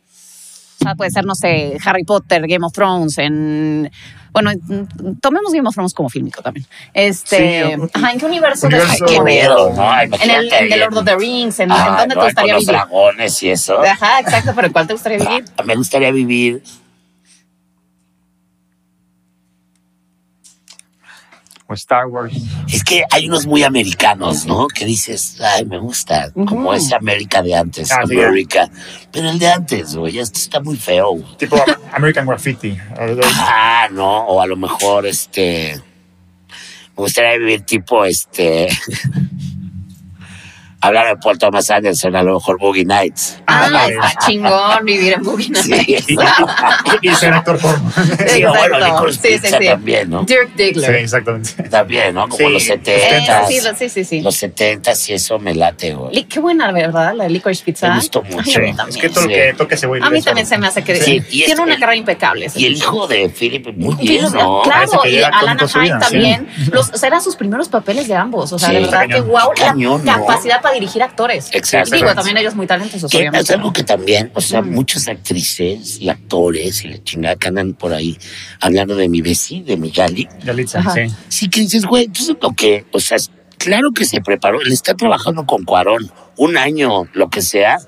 [SPEAKER 1] O sea, puede ser, no sé, Harry Potter, Game of Thrones, en... Bueno, en- tomemos Game of Thrones como fílmico también. Este,
[SPEAKER 3] Sí, o-
[SPEAKER 1] ajá, ¿en qué universo? te
[SPEAKER 3] Universo-
[SPEAKER 2] Qué
[SPEAKER 1] gustaría vivir?
[SPEAKER 2] miedo, ¿no?
[SPEAKER 1] En el,
[SPEAKER 2] Imagínate
[SPEAKER 1] en The Lord of the Rings, ¿en, en
[SPEAKER 2] Ah,
[SPEAKER 1] dónde te
[SPEAKER 2] no, con
[SPEAKER 1] gustaría
[SPEAKER 2] los
[SPEAKER 1] vivir?
[SPEAKER 2] dragones y eso.
[SPEAKER 1] Ajá, exacto, pero ¿cuál te gustaría vivir?
[SPEAKER 2] Ah, Me gustaría vivir.
[SPEAKER 3] O Star Wars.
[SPEAKER 2] Es que hay unos muy americanos, ¿no? Que dices, ay, me gusta. Como
[SPEAKER 1] Ujú.
[SPEAKER 2] esa América de antes,
[SPEAKER 3] Ah, sí.
[SPEAKER 2] América. Pero el de antes, güey, esto está muy feo. güey.
[SPEAKER 3] Tipo American Graffiti.
[SPEAKER 2] Ah, no, o a lo mejor este. Me gustaría vivir tipo este. Hablar de Paul Thomas Anderson, a lo mejor Boogie Nights.
[SPEAKER 1] Ah,
[SPEAKER 3] vale.
[SPEAKER 1] está chingón vivir en Bugina.
[SPEAKER 2] Sí, sí,
[SPEAKER 3] Y ser actor porno.
[SPEAKER 2] o bueno, Nicolas Pizza también, ¿no?
[SPEAKER 1] Dirk
[SPEAKER 3] Sí,
[SPEAKER 1] Diggler.
[SPEAKER 3] exactmas.
[SPEAKER 2] También, ¿no? Como
[SPEAKER 3] Sí,
[SPEAKER 2] los
[SPEAKER 3] los
[SPEAKER 2] 70
[SPEAKER 1] Eh, sí, lo- sí, sí, sí.
[SPEAKER 2] Los 70 y eso me late, güey.
[SPEAKER 1] Li- Qué buena, ¿verdad? La de Licorice Pizza.
[SPEAKER 2] Me gustó mucho.
[SPEAKER 1] Ay, a mí
[SPEAKER 3] Es
[SPEAKER 1] también.
[SPEAKER 3] que todo lo
[SPEAKER 2] Sí.
[SPEAKER 3] que toque se
[SPEAKER 1] a mí también se me hace que
[SPEAKER 2] Sí,
[SPEAKER 1] decir.
[SPEAKER 2] y es-
[SPEAKER 1] Tiene una
[SPEAKER 2] el-
[SPEAKER 1] carrera impecable. ese
[SPEAKER 2] Y el
[SPEAKER 1] tipo.
[SPEAKER 2] hijo de Philip, muy
[SPEAKER 1] Sí,
[SPEAKER 2] bien,
[SPEAKER 1] Claro,
[SPEAKER 2] ¿no?
[SPEAKER 3] Parece que
[SPEAKER 1] y
[SPEAKER 3] llega con
[SPEAKER 1] Alana
[SPEAKER 3] toda su vida,
[SPEAKER 1] Hyde también. Los, o sea, eran sus primeros papeles de ambos. O sea,
[SPEAKER 2] Sí,
[SPEAKER 1] de verdad
[SPEAKER 3] está
[SPEAKER 1] que
[SPEAKER 3] cañón.
[SPEAKER 1] wow,
[SPEAKER 2] Qué
[SPEAKER 1] la
[SPEAKER 2] cañón, ¿no?
[SPEAKER 1] capacidad para dirigir actores.
[SPEAKER 2] Exacto.
[SPEAKER 1] Y digo, también ellos muy talentosos,
[SPEAKER 2] Que es
[SPEAKER 1] obviamente.
[SPEAKER 2] algo que también, o sea,
[SPEAKER 1] Mm.
[SPEAKER 2] muchas actrices y actores y la chingada que andan por ahí hablando de mi vecino, de mi Gali,
[SPEAKER 3] Yalitza,
[SPEAKER 1] Ajá.
[SPEAKER 3] sí.
[SPEAKER 2] sí que dices, güey, entonces lo que, o sea, es- claro que se preparó, él está trabajando con Cuarón, un año, lo que sea,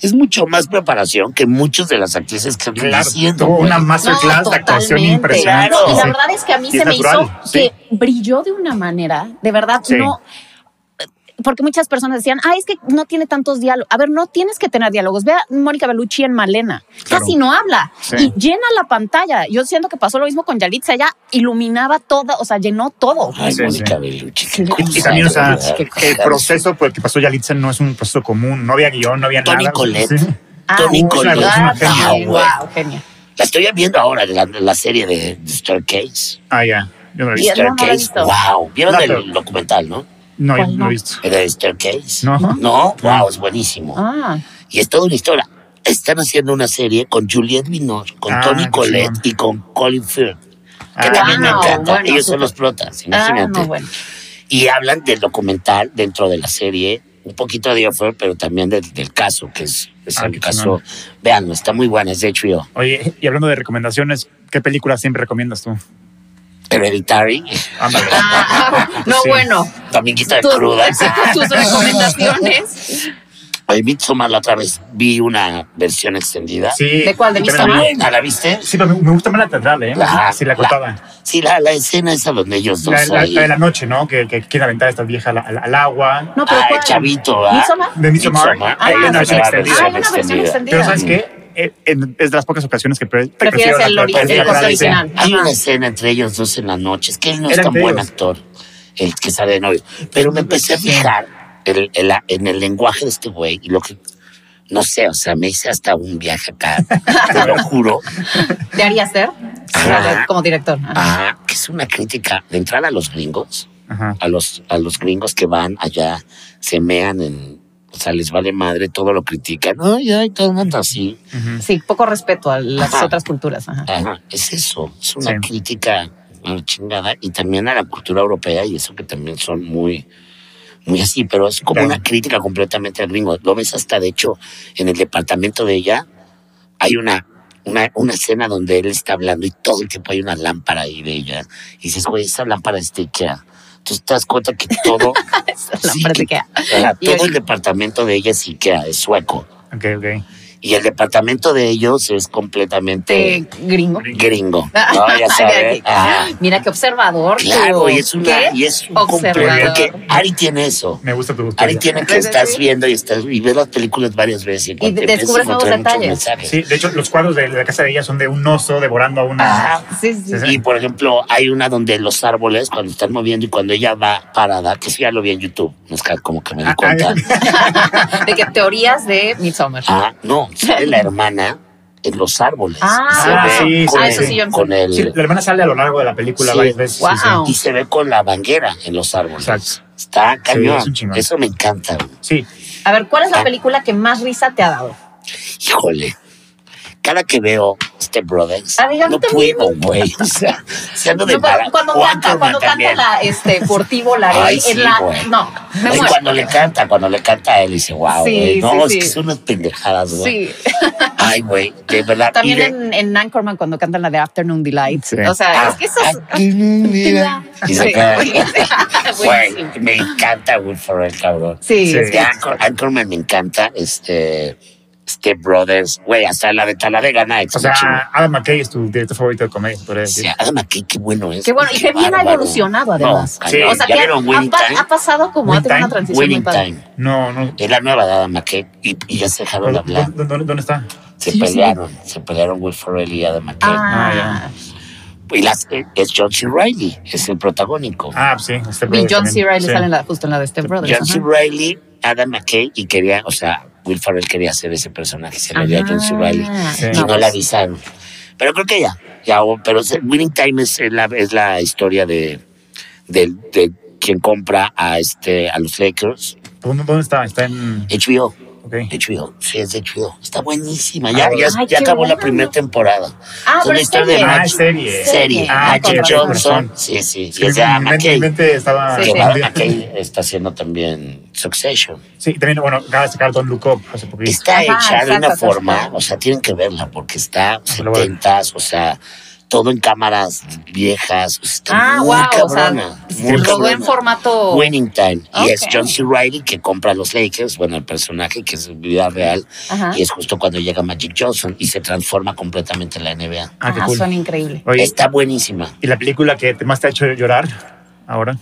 [SPEAKER 2] es mucho más preparación que muchas de las actrices que andan
[SPEAKER 3] Claro,
[SPEAKER 2] haciendo.
[SPEAKER 3] tuvo
[SPEAKER 2] güey.
[SPEAKER 3] una masterclass
[SPEAKER 1] No,
[SPEAKER 3] de actuación
[SPEAKER 1] totalmente.
[SPEAKER 3] impresionante.
[SPEAKER 2] Claro.
[SPEAKER 1] Y
[SPEAKER 3] Sí.
[SPEAKER 1] la verdad es que a mí
[SPEAKER 3] Y
[SPEAKER 1] se
[SPEAKER 3] es
[SPEAKER 1] me hizo
[SPEAKER 3] natural,
[SPEAKER 1] que brilló de una manera, de verdad,
[SPEAKER 3] Sí.
[SPEAKER 1] no. Porque muchas personas decían, ah, es que no tiene tantos diálogos. A ver, no tienes que tener diálogos. Ve a Mónica Bellucci en Malena.
[SPEAKER 3] Claro.
[SPEAKER 1] Casi no habla
[SPEAKER 3] Sí.
[SPEAKER 1] y llena la pantalla. Yo siento que pasó lo mismo con Yalitza. Ella iluminaba toda, o sea, llenó todo.
[SPEAKER 2] Ay,
[SPEAKER 3] Sí,
[SPEAKER 2] Mónica
[SPEAKER 3] sí.
[SPEAKER 2] Bellucci.
[SPEAKER 1] Sí.
[SPEAKER 2] qué
[SPEAKER 1] Y- y
[SPEAKER 3] Y
[SPEAKER 2] cosa,
[SPEAKER 3] también, o sea,
[SPEAKER 2] güey.
[SPEAKER 3] el proceso por el que pasó Yalitza no es un proceso común. No había guión, no había
[SPEAKER 2] Toni
[SPEAKER 3] nada.
[SPEAKER 2] Colette.
[SPEAKER 3] Sí.
[SPEAKER 2] Toni
[SPEAKER 1] Ah,
[SPEAKER 2] Collette.
[SPEAKER 1] ah,
[SPEAKER 3] Es una
[SPEAKER 1] sí,
[SPEAKER 2] genia, güey.
[SPEAKER 1] guau, genia.
[SPEAKER 2] La estoy viendo ahora, la, la serie de de Staircase.
[SPEAKER 3] Ah, ya. Yo no lo he
[SPEAKER 1] Y
[SPEAKER 3] visto.
[SPEAKER 1] el- no, no la he
[SPEAKER 2] Staircase,
[SPEAKER 1] visto.
[SPEAKER 2] wow. ¿Vieron
[SPEAKER 3] No,
[SPEAKER 2] el
[SPEAKER 3] pero-
[SPEAKER 2] documental, no?
[SPEAKER 3] No, yo
[SPEAKER 1] ¿Cuál
[SPEAKER 3] no
[SPEAKER 1] no?
[SPEAKER 3] lo he visto.
[SPEAKER 2] El de Staircase.
[SPEAKER 3] No.
[SPEAKER 2] No, wow, es buenísimo.
[SPEAKER 1] Ah,
[SPEAKER 2] Y es toda una historia. Están haciendo una serie con Juliette Minor, con
[SPEAKER 3] Ah,
[SPEAKER 2] Tony
[SPEAKER 3] qué
[SPEAKER 2] Collette
[SPEAKER 3] chingón.
[SPEAKER 2] y con Colin Firth, que
[SPEAKER 3] Ah,
[SPEAKER 2] también me
[SPEAKER 1] wow,
[SPEAKER 2] encanta.
[SPEAKER 1] bueno,
[SPEAKER 2] Ellos son
[SPEAKER 1] súper.
[SPEAKER 2] los protas,
[SPEAKER 1] ah,
[SPEAKER 2] imagínate.
[SPEAKER 1] no, bueno.
[SPEAKER 2] Y hablan del documental dentro de la serie, un poquito de Offer, pero también del, del caso, que es, es
[SPEAKER 3] Ah,
[SPEAKER 2] el
[SPEAKER 3] qué
[SPEAKER 2] caso.
[SPEAKER 3] chingón.
[SPEAKER 2] Veanlo, está muy buena, es de HBO.
[SPEAKER 3] Oye, y hablando de recomendaciones, ¿qué película siempre recomiendas tú?
[SPEAKER 2] Hereditary,
[SPEAKER 3] Ándale.
[SPEAKER 1] Ah, no,
[SPEAKER 3] Sí.
[SPEAKER 1] bueno.
[SPEAKER 2] Dominguito de
[SPEAKER 1] Tus-
[SPEAKER 2] Cruda.
[SPEAKER 1] tus recomendaciones.
[SPEAKER 2] Oye, Midsommar la otra vez vi una versión extendida.
[SPEAKER 3] Sí.
[SPEAKER 1] ¿De cuál? ¿De
[SPEAKER 3] también
[SPEAKER 2] Está
[SPEAKER 3] la vi.
[SPEAKER 2] buena, ¿la viste?
[SPEAKER 3] Sí, pero me me gusta más la teatral, ¿eh?
[SPEAKER 2] La-
[SPEAKER 3] sí, la cortada.
[SPEAKER 2] Sí, la, la escena esa donde ellos dos
[SPEAKER 3] La, la-
[SPEAKER 2] ahí-
[SPEAKER 3] la de la noche, ¿no? Que, que quiere aventar a esta vieja al, al- al agua.
[SPEAKER 1] No, pero
[SPEAKER 2] Ah, el
[SPEAKER 1] ¿cuál?
[SPEAKER 2] chavito, ¿ah?
[SPEAKER 1] ¿Midsommar?
[SPEAKER 3] De Midsommar.
[SPEAKER 2] Midsommar.
[SPEAKER 1] Ah,
[SPEAKER 3] Hay una
[SPEAKER 1] no,
[SPEAKER 3] versión
[SPEAKER 1] no,
[SPEAKER 3] extendida.
[SPEAKER 1] Ah, hay una versión
[SPEAKER 2] Extendida.
[SPEAKER 1] extendida.
[SPEAKER 3] Pero ¿sabes qué? Eh, en- es de las pocas ocasiones que pre-
[SPEAKER 1] Prefieres
[SPEAKER 3] prefiero la
[SPEAKER 1] el
[SPEAKER 3] teatral,
[SPEAKER 1] ori-
[SPEAKER 3] prefiero
[SPEAKER 1] el
[SPEAKER 3] la
[SPEAKER 1] corte
[SPEAKER 3] teatral, sí.
[SPEAKER 1] original.
[SPEAKER 2] Hay
[SPEAKER 1] Ajá.
[SPEAKER 2] una escena entre ellos dos en la noche. Es que él no es
[SPEAKER 3] Eran
[SPEAKER 2] tan
[SPEAKER 3] de
[SPEAKER 2] buen
[SPEAKER 3] ellos.
[SPEAKER 2] actor, el que sale de novio. Pero me empecé a fijar el- el- la- en el lenguaje de este güey y lo que. No sé, o sea, me hice hasta un viaje acá, te lo juro.
[SPEAKER 1] ¿Te haría hacer?
[SPEAKER 2] Ajá.
[SPEAKER 1] Como director. Ajá.
[SPEAKER 2] Ah, que es una crítica de entrar a los gringos,
[SPEAKER 3] Ajá.
[SPEAKER 2] a los, a los gringos que van allá, se mean en. O sea, les vale madre, todo lo critican. Ay, ay, todo anda así.
[SPEAKER 3] ujú.
[SPEAKER 1] Sí, poco respeto a las
[SPEAKER 2] Ajá. Ah,
[SPEAKER 1] otras culturas. Ajá.
[SPEAKER 2] Ajá, es eso, es una
[SPEAKER 3] Sí.
[SPEAKER 2] crítica a la chingada y también a la cultura europea y eso que también son muy, muy así, pero es como
[SPEAKER 3] Claro.
[SPEAKER 2] una crítica completamente al gringo. Lo ves hasta, de hecho, en el departamento de ella hay una, una, una escena donde él está hablando y todo el tiempo hay una lámpara ahí de ella. Y dices, güey, esa lámpara está Ikea. Entonces te das cuenta que todo,
[SPEAKER 1] La
[SPEAKER 2] Sí,
[SPEAKER 1] parte
[SPEAKER 2] que-
[SPEAKER 1] que-
[SPEAKER 2] ajá,
[SPEAKER 1] Y
[SPEAKER 2] todo
[SPEAKER 1] hoy-
[SPEAKER 2] el departamento de ella es Ikea, es sueco.
[SPEAKER 3] Ok, ok.
[SPEAKER 2] Y el departamento de ellos es completamente
[SPEAKER 1] de gringo.
[SPEAKER 2] gringo. No, ya sabes. Ah,
[SPEAKER 1] Mira qué observador.
[SPEAKER 2] claro,
[SPEAKER 1] tú.
[SPEAKER 2] y es una
[SPEAKER 1] Qué
[SPEAKER 2] y es un
[SPEAKER 1] observador.
[SPEAKER 2] complemento, porque Ari tiene eso.
[SPEAKER 3] Me gusta tu gusto.
[SPEAKER 2] Ari tiene que
[SPEAKER 1] Pues
[SPEAKER 2] estás
[SPEAKER 1] sí.
[SPEAKER 2] viendo y estás y ves las películas varias veces y, cuando
[SPEAKER 1] de-
[SPEAKER 2] empiezas a
[SPEAKER 1] descubres nuevos
[SPEAKER 2] encontrar muchos
[SPEAKER 1] detalles.
[SPEAKER 2] mensajes.
[SPEAKER 3] Sí, de hecho, los cuadros de la casa de ella son de un oso devorando a una.
[SPEAKER 2] Ajá.
[SPEAKER 1] Sí, sí.
[SPEAKER 3] pues Sí, sí.
[SPEAKER 2] Y por ejemplo, hay una donde los árboles cuando están moviendo y cuando ella va parada, que sí ya lo vi en YouTube, no es que como que me di
[SPEAKER 3] Ah,
[SPEAKER 2] cuenta.
[SPEAKER 1] De que teorías de Midsommar.
[SPEAKER 2] Ah, no, sale la hermana en los árboles.
[SPEAKER 1] Ah,
[SPEAKER 2] y se ve
[SPEAKER 3] sí,
[SPEAKER 2] con,
[SPEAKER 3] ah,
[SPEAKER 2] el-
[SPEAKER 3] eso sí,
[SPEAKER 1] yo no
[SPEAKER 2] con
[SPEAKER 1] sé.
[SPEAKER 2] el
[SPEAKER 3] Sí, la hermana sale a lo largo de la película
[SPEAKER 2] Sí.
[SPEAKER 3] varias veces. sí, sí.
[SPEAKER 1] Wow.
[SPEAKER 2] y se ve con la banguera en los árboles.
[SPEAKER 3] Exacto.
[SPEAKER 2] Está cañón.
[SPEAKER 3] es un chingón.
[SPEAKER 2] Eso me encanta. güey.
[SPEAKER 3] Sí,
[SPEAKER 1] A
[SPEAKER 2] Ah.
[SPEAKER 1] ver, ¿cuál es la película que más risa te ha dado?
[SPEAKER 2] Híjole. Cada que veo Gangster Brothers.
[SPEAKER 1] Ah, de
[SPEAKER 2] no
[SPEAKER 1] Gangster
[SPEAKER 2] puedo, güey. O sea, siendo de
[SPEAKER 1] No, pero
[SPEAKER 2] mala-
[SPEAKER 1] cuando
[SPEAKER 2] o
[SPEAKER 1] canta,
[SPEAKER 2] Anchorman
[SPEAKER 1] cuando canta
[SPEAKER 2] también.
[SPEAKER 1] la este, por ti volaré,
[SPEAKER 2] Ay, sí,
[SPEAKER 1] en la-
[SPEAKER 2] güey.
[SPEAKER 1] no, me
[SPEAKER 2] Ay,
[SPEAKER 1] muero.
[SPEAKER 2] cuando le canta, cuando le canta a él, dice, wow,
[SPEAKER 1] Sí,
[SPEAKER 2] güey. No,
[SPEAKER 1] sí,
[SPEAKER 2] es
[SPEAKER 1] sí.
[SPEAKER 2] que son unas pendejadas, güey.
[SPEAKER 1] Sí,
[SPEAKER 2] Ay, güey, de verdad.
[SPEAKER 1] también
[SPEAKER 2] y de- Ah,
[SPEAKER 1] en, en Anchorman cuando cantan la de Afternoon Delight.
[SPEAKER 3] Sí.
[SPEAKER 1] O sea, es que esas...
[SPEAKER 2] Y se
[SPEAKER 1] Sí.
[SPEAKER 2] queda-
[SPEAKER 1] Ah,
[SPEAKER 2] Güey,
[SPEAKER 1] Buenísimo.
[SPEAKER 2] me encanta Will Ferrell, cabrón.
[SPEAKER 1] Sí,
[SPEAKER 3] Sí.
[SPEAKER 1] es que-
[SPEAKER 2] Anchor- Anchorman me encanta, este... Step Brothers, güey, hasta la de Taladega Nights.
[SPEAKER 3] O sea, Adam McKay es tu director favorito de comedia, podría
[SPEAKER 2] O
[SPEAKER 3] decir.
[SPEAKER 2] sea, Adam McKay, qué bueno es.
[SPEAKER 1] Qué bueno, y qué bien ha
[SPEAKER 2] bárbaro.
[SPEAKER 1] evolucionado, además.
[SPEAKER 2] No, cañón.
[SPEAKER 1] o sea,
[SPEAKER 2] ya
[SPEAKER 1] que ha,
[SPEAKER 2] vieron Winning
[SPEAKER 1] ha pa-
[SPEAKER 2] Time.
[SPEAKER 1] ha pasado como ha
[SPEAKER 3] Winning
[SPEAKER 1] tenido una
[SPEAKER 3] Time,
[SPEAKER 1] transición muy
[SPEAKER 2] Winning
[SPEAKER 1] padre.
[SPEAKER 2] Time.
[SPEAKER 3] No, no.
[SPEAKER 2] Es la nueva de Adam McKay y, y ya se dejaron de
[SPEAKER 3] ¿Dó-
[SPEAKER 2] hablar.
[SPEAKER 3] dó- dó- ¿Dónde está?
[SPEAKER 1] Sí,
[SPEAKER 2] Se
[SPEAKER 1] sí.
[SPEAKER 2] pelearon, se pelearon Will Ferrell y Adam McKay.
[SPEAKER 1] Ah,
[SPEAKER 2] Y las, es John C. Reilly, es el protagónico.
[SPEAKER 3] Ah, pues sí. Este
[SPEAKER 1] y
[SPEAKER 3] brother
[SPEAKER 1] John
[SPEAKER 3] también.
[SPEAKER 1] C. Reilly
[SPEAKER 3] Sí.
[SPEAKER 1] sale en la, justo en la de Step Brothers.
[SPEAKER 2] John C.
[SPEAKER 1] ajá.
[SPEAKER 2] Reilly, Adam McKay y quería, o sea, Will Ferrell quería hacer ese personaje, se
[SPEAKER 1] Ah,
[SPEAKER 2] le dio a John C. Reilly.
[SPEAKER 3] Sí.
[SPEAKER 2] Y
[SPEAKER 1] no,
[SPEAKER 2] no,
[SPEAKER 1] pues,
[SPEAKER 2] la avisaron. Pero creo que ya, ya hubo- pero se- Winning Time es, es la, es la historia de, del- de quien compra a, este, a Eh, los Lakers.
[SPEAKER 3] ¿Dónde dónde está? Está en.
[SPEAKER 2] HBO.
[SPEAKER 3] Ok.
[SPEAKER 2] HBO, sí, es de HBO. Está buenísima. Ya, ya,
[SPEAKER 1] Ay,
[SPEAKER 2] ya
[SPEAKER 1] qué
[SPEAKER 2] acabó la
[SPEAKER 1] bueno.
[SPEAKER 2] primera temporada.
[SPEAKER 1] Ah,
[SPEAKER 2] Es una
[SPEAKER 1] pero es
[SPEAKER 2] historia de
[SPEAKER 1] serie.
[SPEAKER 3] Ah,
[SPEAKER 2] Machi-
[SPEAKER 3] es serie.
[SPEAKER 2] Serie.
[SPEAKER 3] Ah,
[SPEAKER 2] Michael
[SPEAKER 3] con razón,
[SPEAKER 2] Johnson.
[SPEAKER 3] con
[SPEAKER 2] Sí, sí.
[SPEAKER 3] Sí,
[SPEAKER 2] Y es de Adam
[SPEAKER 3] mi, mente, mi
[SPEAKER 2] McKay.
[SPEAKER 3] mente estaba.
[SPEAKER 1] Sí,
[SPEAKER 2] Que
[SPEAKER 1] sí.
[SPEAKER 2] Adam McKay está haciendo también Succession.
[SPEAKER 3] Sí, también, bueno, acaba de sacar Don Look Up hace poquito.
[SPEAKER 2] Está
[SPEAKER 1] Ajá,
[SPEAKER 2] hecha de
[SPEAKER 1] exacto,
[SPEAKER 2] una
[SPEAKER 1] exacto.
[SPEAKER 2] forma, o sea, tienen que verla porque está
[SPEAKER 3] Lo voy a ver.
[SPEAKER 2] setentas, o sea, todo en cámaras viejas. o sea, está
[SPEAKER 1] Ah,
[SPEAKER 2] muy
[SPEAKER 1] wow,
[SPEAKER 2] cabrona,
[SPEAKER 1] o sea, pues
[SPEAKER 2] muy
[SPEAKER 1] lo veo en
[SPEAKER 2] cabrona.
[SPEAKER 1] formato...
[SPEAKER 2] Winning Time. Y es
[SPEAKER 1] Ok.
[SPEAKER 2] John C. Reilly que compra a los Lakers, bueno, el personaje que es vida real.
[SPEAKER 1] Ajá.
[SPEAKER 2] Y es justo cuando llega Magic Johnson y se transforma completamente en la NBA.
[SPEAKER 3] Ah, qué
[SPEAKER 1] Ah,
[SPEAKER 3] cool.
[SPEAKER 1] suena increíble.
[SPEAKER 3] Oye,
[SPEAKER 2] Está buenísima.
[SPEAKER 3] ¿y la película que te- más te ha hecho llorar ahora?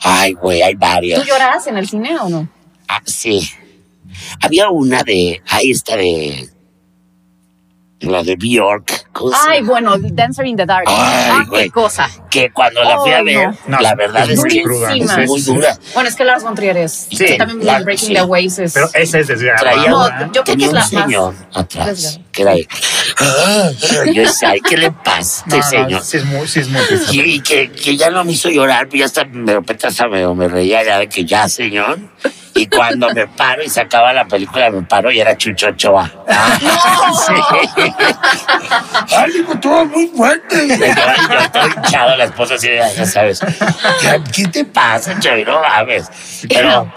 [SPEAKER 2] Ay, güey, hay
[SPEAKER 1] ¿Tú
[SPEAKER 2] varias.
[SPEAKER 1] llorabas en el cine o no?
[SPEAKER 2] Ah, sí. Había una de. Ahí está de. La de Bjork. ¿cómo se
[SPEAKER 1] Ay,
[SPEAKER 2] llama?
[SPEAKER 1] bueno, Dancer in the Dark.
[SPEAKER 2] Ay,
[SPEAKER 1] ah,
[SPEAKER 2] güey.
[SPEAKER 1] qué cosa.
[SPEAKER 2] Que cuando la fui
[SPEAKER 1] Oh,
[SPEAKER 2] a ver,
[SPEAKER 3] no. No,
[SPEAKER 2] la verdad
[SPEAKER 3] es
[SPEAKER 2] es,
[SPEAKER 3] muy
[SPEAKER 2] que
[SPEAKER 3] cruda,
[SPEAKER 2] es muy
[SPEAKER 3] sí, sí.
[SPEAKER 2] dura.
[SPEAKER 1] Bueno, es que Lars von Trier es.
[SPEAKER 2] Sí,
[SPEAKER 1] Sí, también
[SPEAKER 2] claro,
[SPEAKER 1] Breaking
[SPEAKER 2] sí.
[SPEAKER 1] the Waves es.
[SPEAKER 3] Pero esa es desgarradora.
[SPEAKER 2] Traía
[SPEAKER 1] No,
[SPEAKER 2] una-
[SPEAKER 1] yo creo que
[SPEAKER 2] tenía
[SPEAKER 1] es
[SPEAKER 2] un
[SPEAKER 1] la más-
[SPEAKER 2] señor atrás
[SPEAKER 1] Desgarrada.
[SPEAKER 2] que era ahí. Yo decía, ay, ¿qué le pasa a
[SPEAKER 3] No,
[SPEAKER 2] este
[SPEAKER 3] no,
[SPEAKER 2] señor?
[SPEAKER 3] sí es muy, sí es muy triste.
[SPEAKER 2] Y, y que, que ya no me hizo llorar, pues ya hasta de repente hasta me, me reía ya de que ya, señor. Y cuando me paro y se acaba la película, me paro y era Chucho Ochoa. Ah, Sí. ¡Ay, digo, todo muy fuerte! Me quedaba yo todo hinchado, la esposa así, ya ya sabes. ¿Qué, qué te pasa, Chavi? No mames. Pero,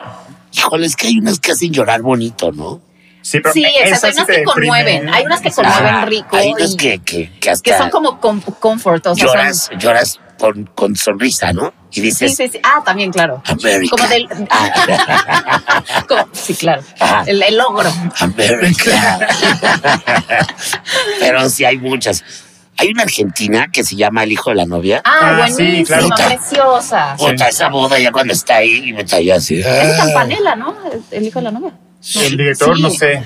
[SPEAKER 2] híjole, es que hay unas que hacen llorar bonito, ¿no?
[SPEAKER 3] Sí, pero
[SPEAKER 1] Sí, exacto.
[SPEAKER 3] esa
[SPEAKER 1] Hay unas
[SPEAKER 3] te
[SPEAKER 1] que
[SPEAKER 3] deprime.
[SPEAKER 1] conmueven. Hay unas que conmueven
[SPEAKER 2] Ajá,
[SPEAKER 1] rico.
[SPEAKER 2] Hay unas
[SPEAKER 1] y-
[SPEAKER 2] que, que, que hasta...
[SPEAKER 1] que son como com- comfort. O sea, son-
[SPEAKER 2] lloras, lloras con, con sonrisa, ¿no? Y
[SPEAKER 1] Sí,
[SPEAKER 2] dices,
[SPEAKER 1] sí, sí. Ah, también, claro.
[SPEAKER 2] América.
[SPEAKER 1] Como del. como- sí, claro.
[SPEAKER 2] Ajá.
[SPEAKER 1] El, el logro.
[SPEAKER 2] América. Pero sí hay muchas. Hay una argentina que se llama El hijo de la novia.
[SPEAKER 1] Ah,
[SPEAKER 3] Ah, sí, Oh.
[SPEAKER 1] buenísima,
[SPEAKER 2] claro.
[SPEAKER 1] preciosa.
[SPEAKER 2] Puta, esa boda ya cuando está ahí y me está ya así.
[SPEAKER 1] Es
[SPEAKER 2] ah.
[SPEAKER 1] campanela, ¿no? El hijo de la novia.
[SPEAKER 3] El director,
[SPEAKER 1] Sí.
[SPEAKER 3] no sé.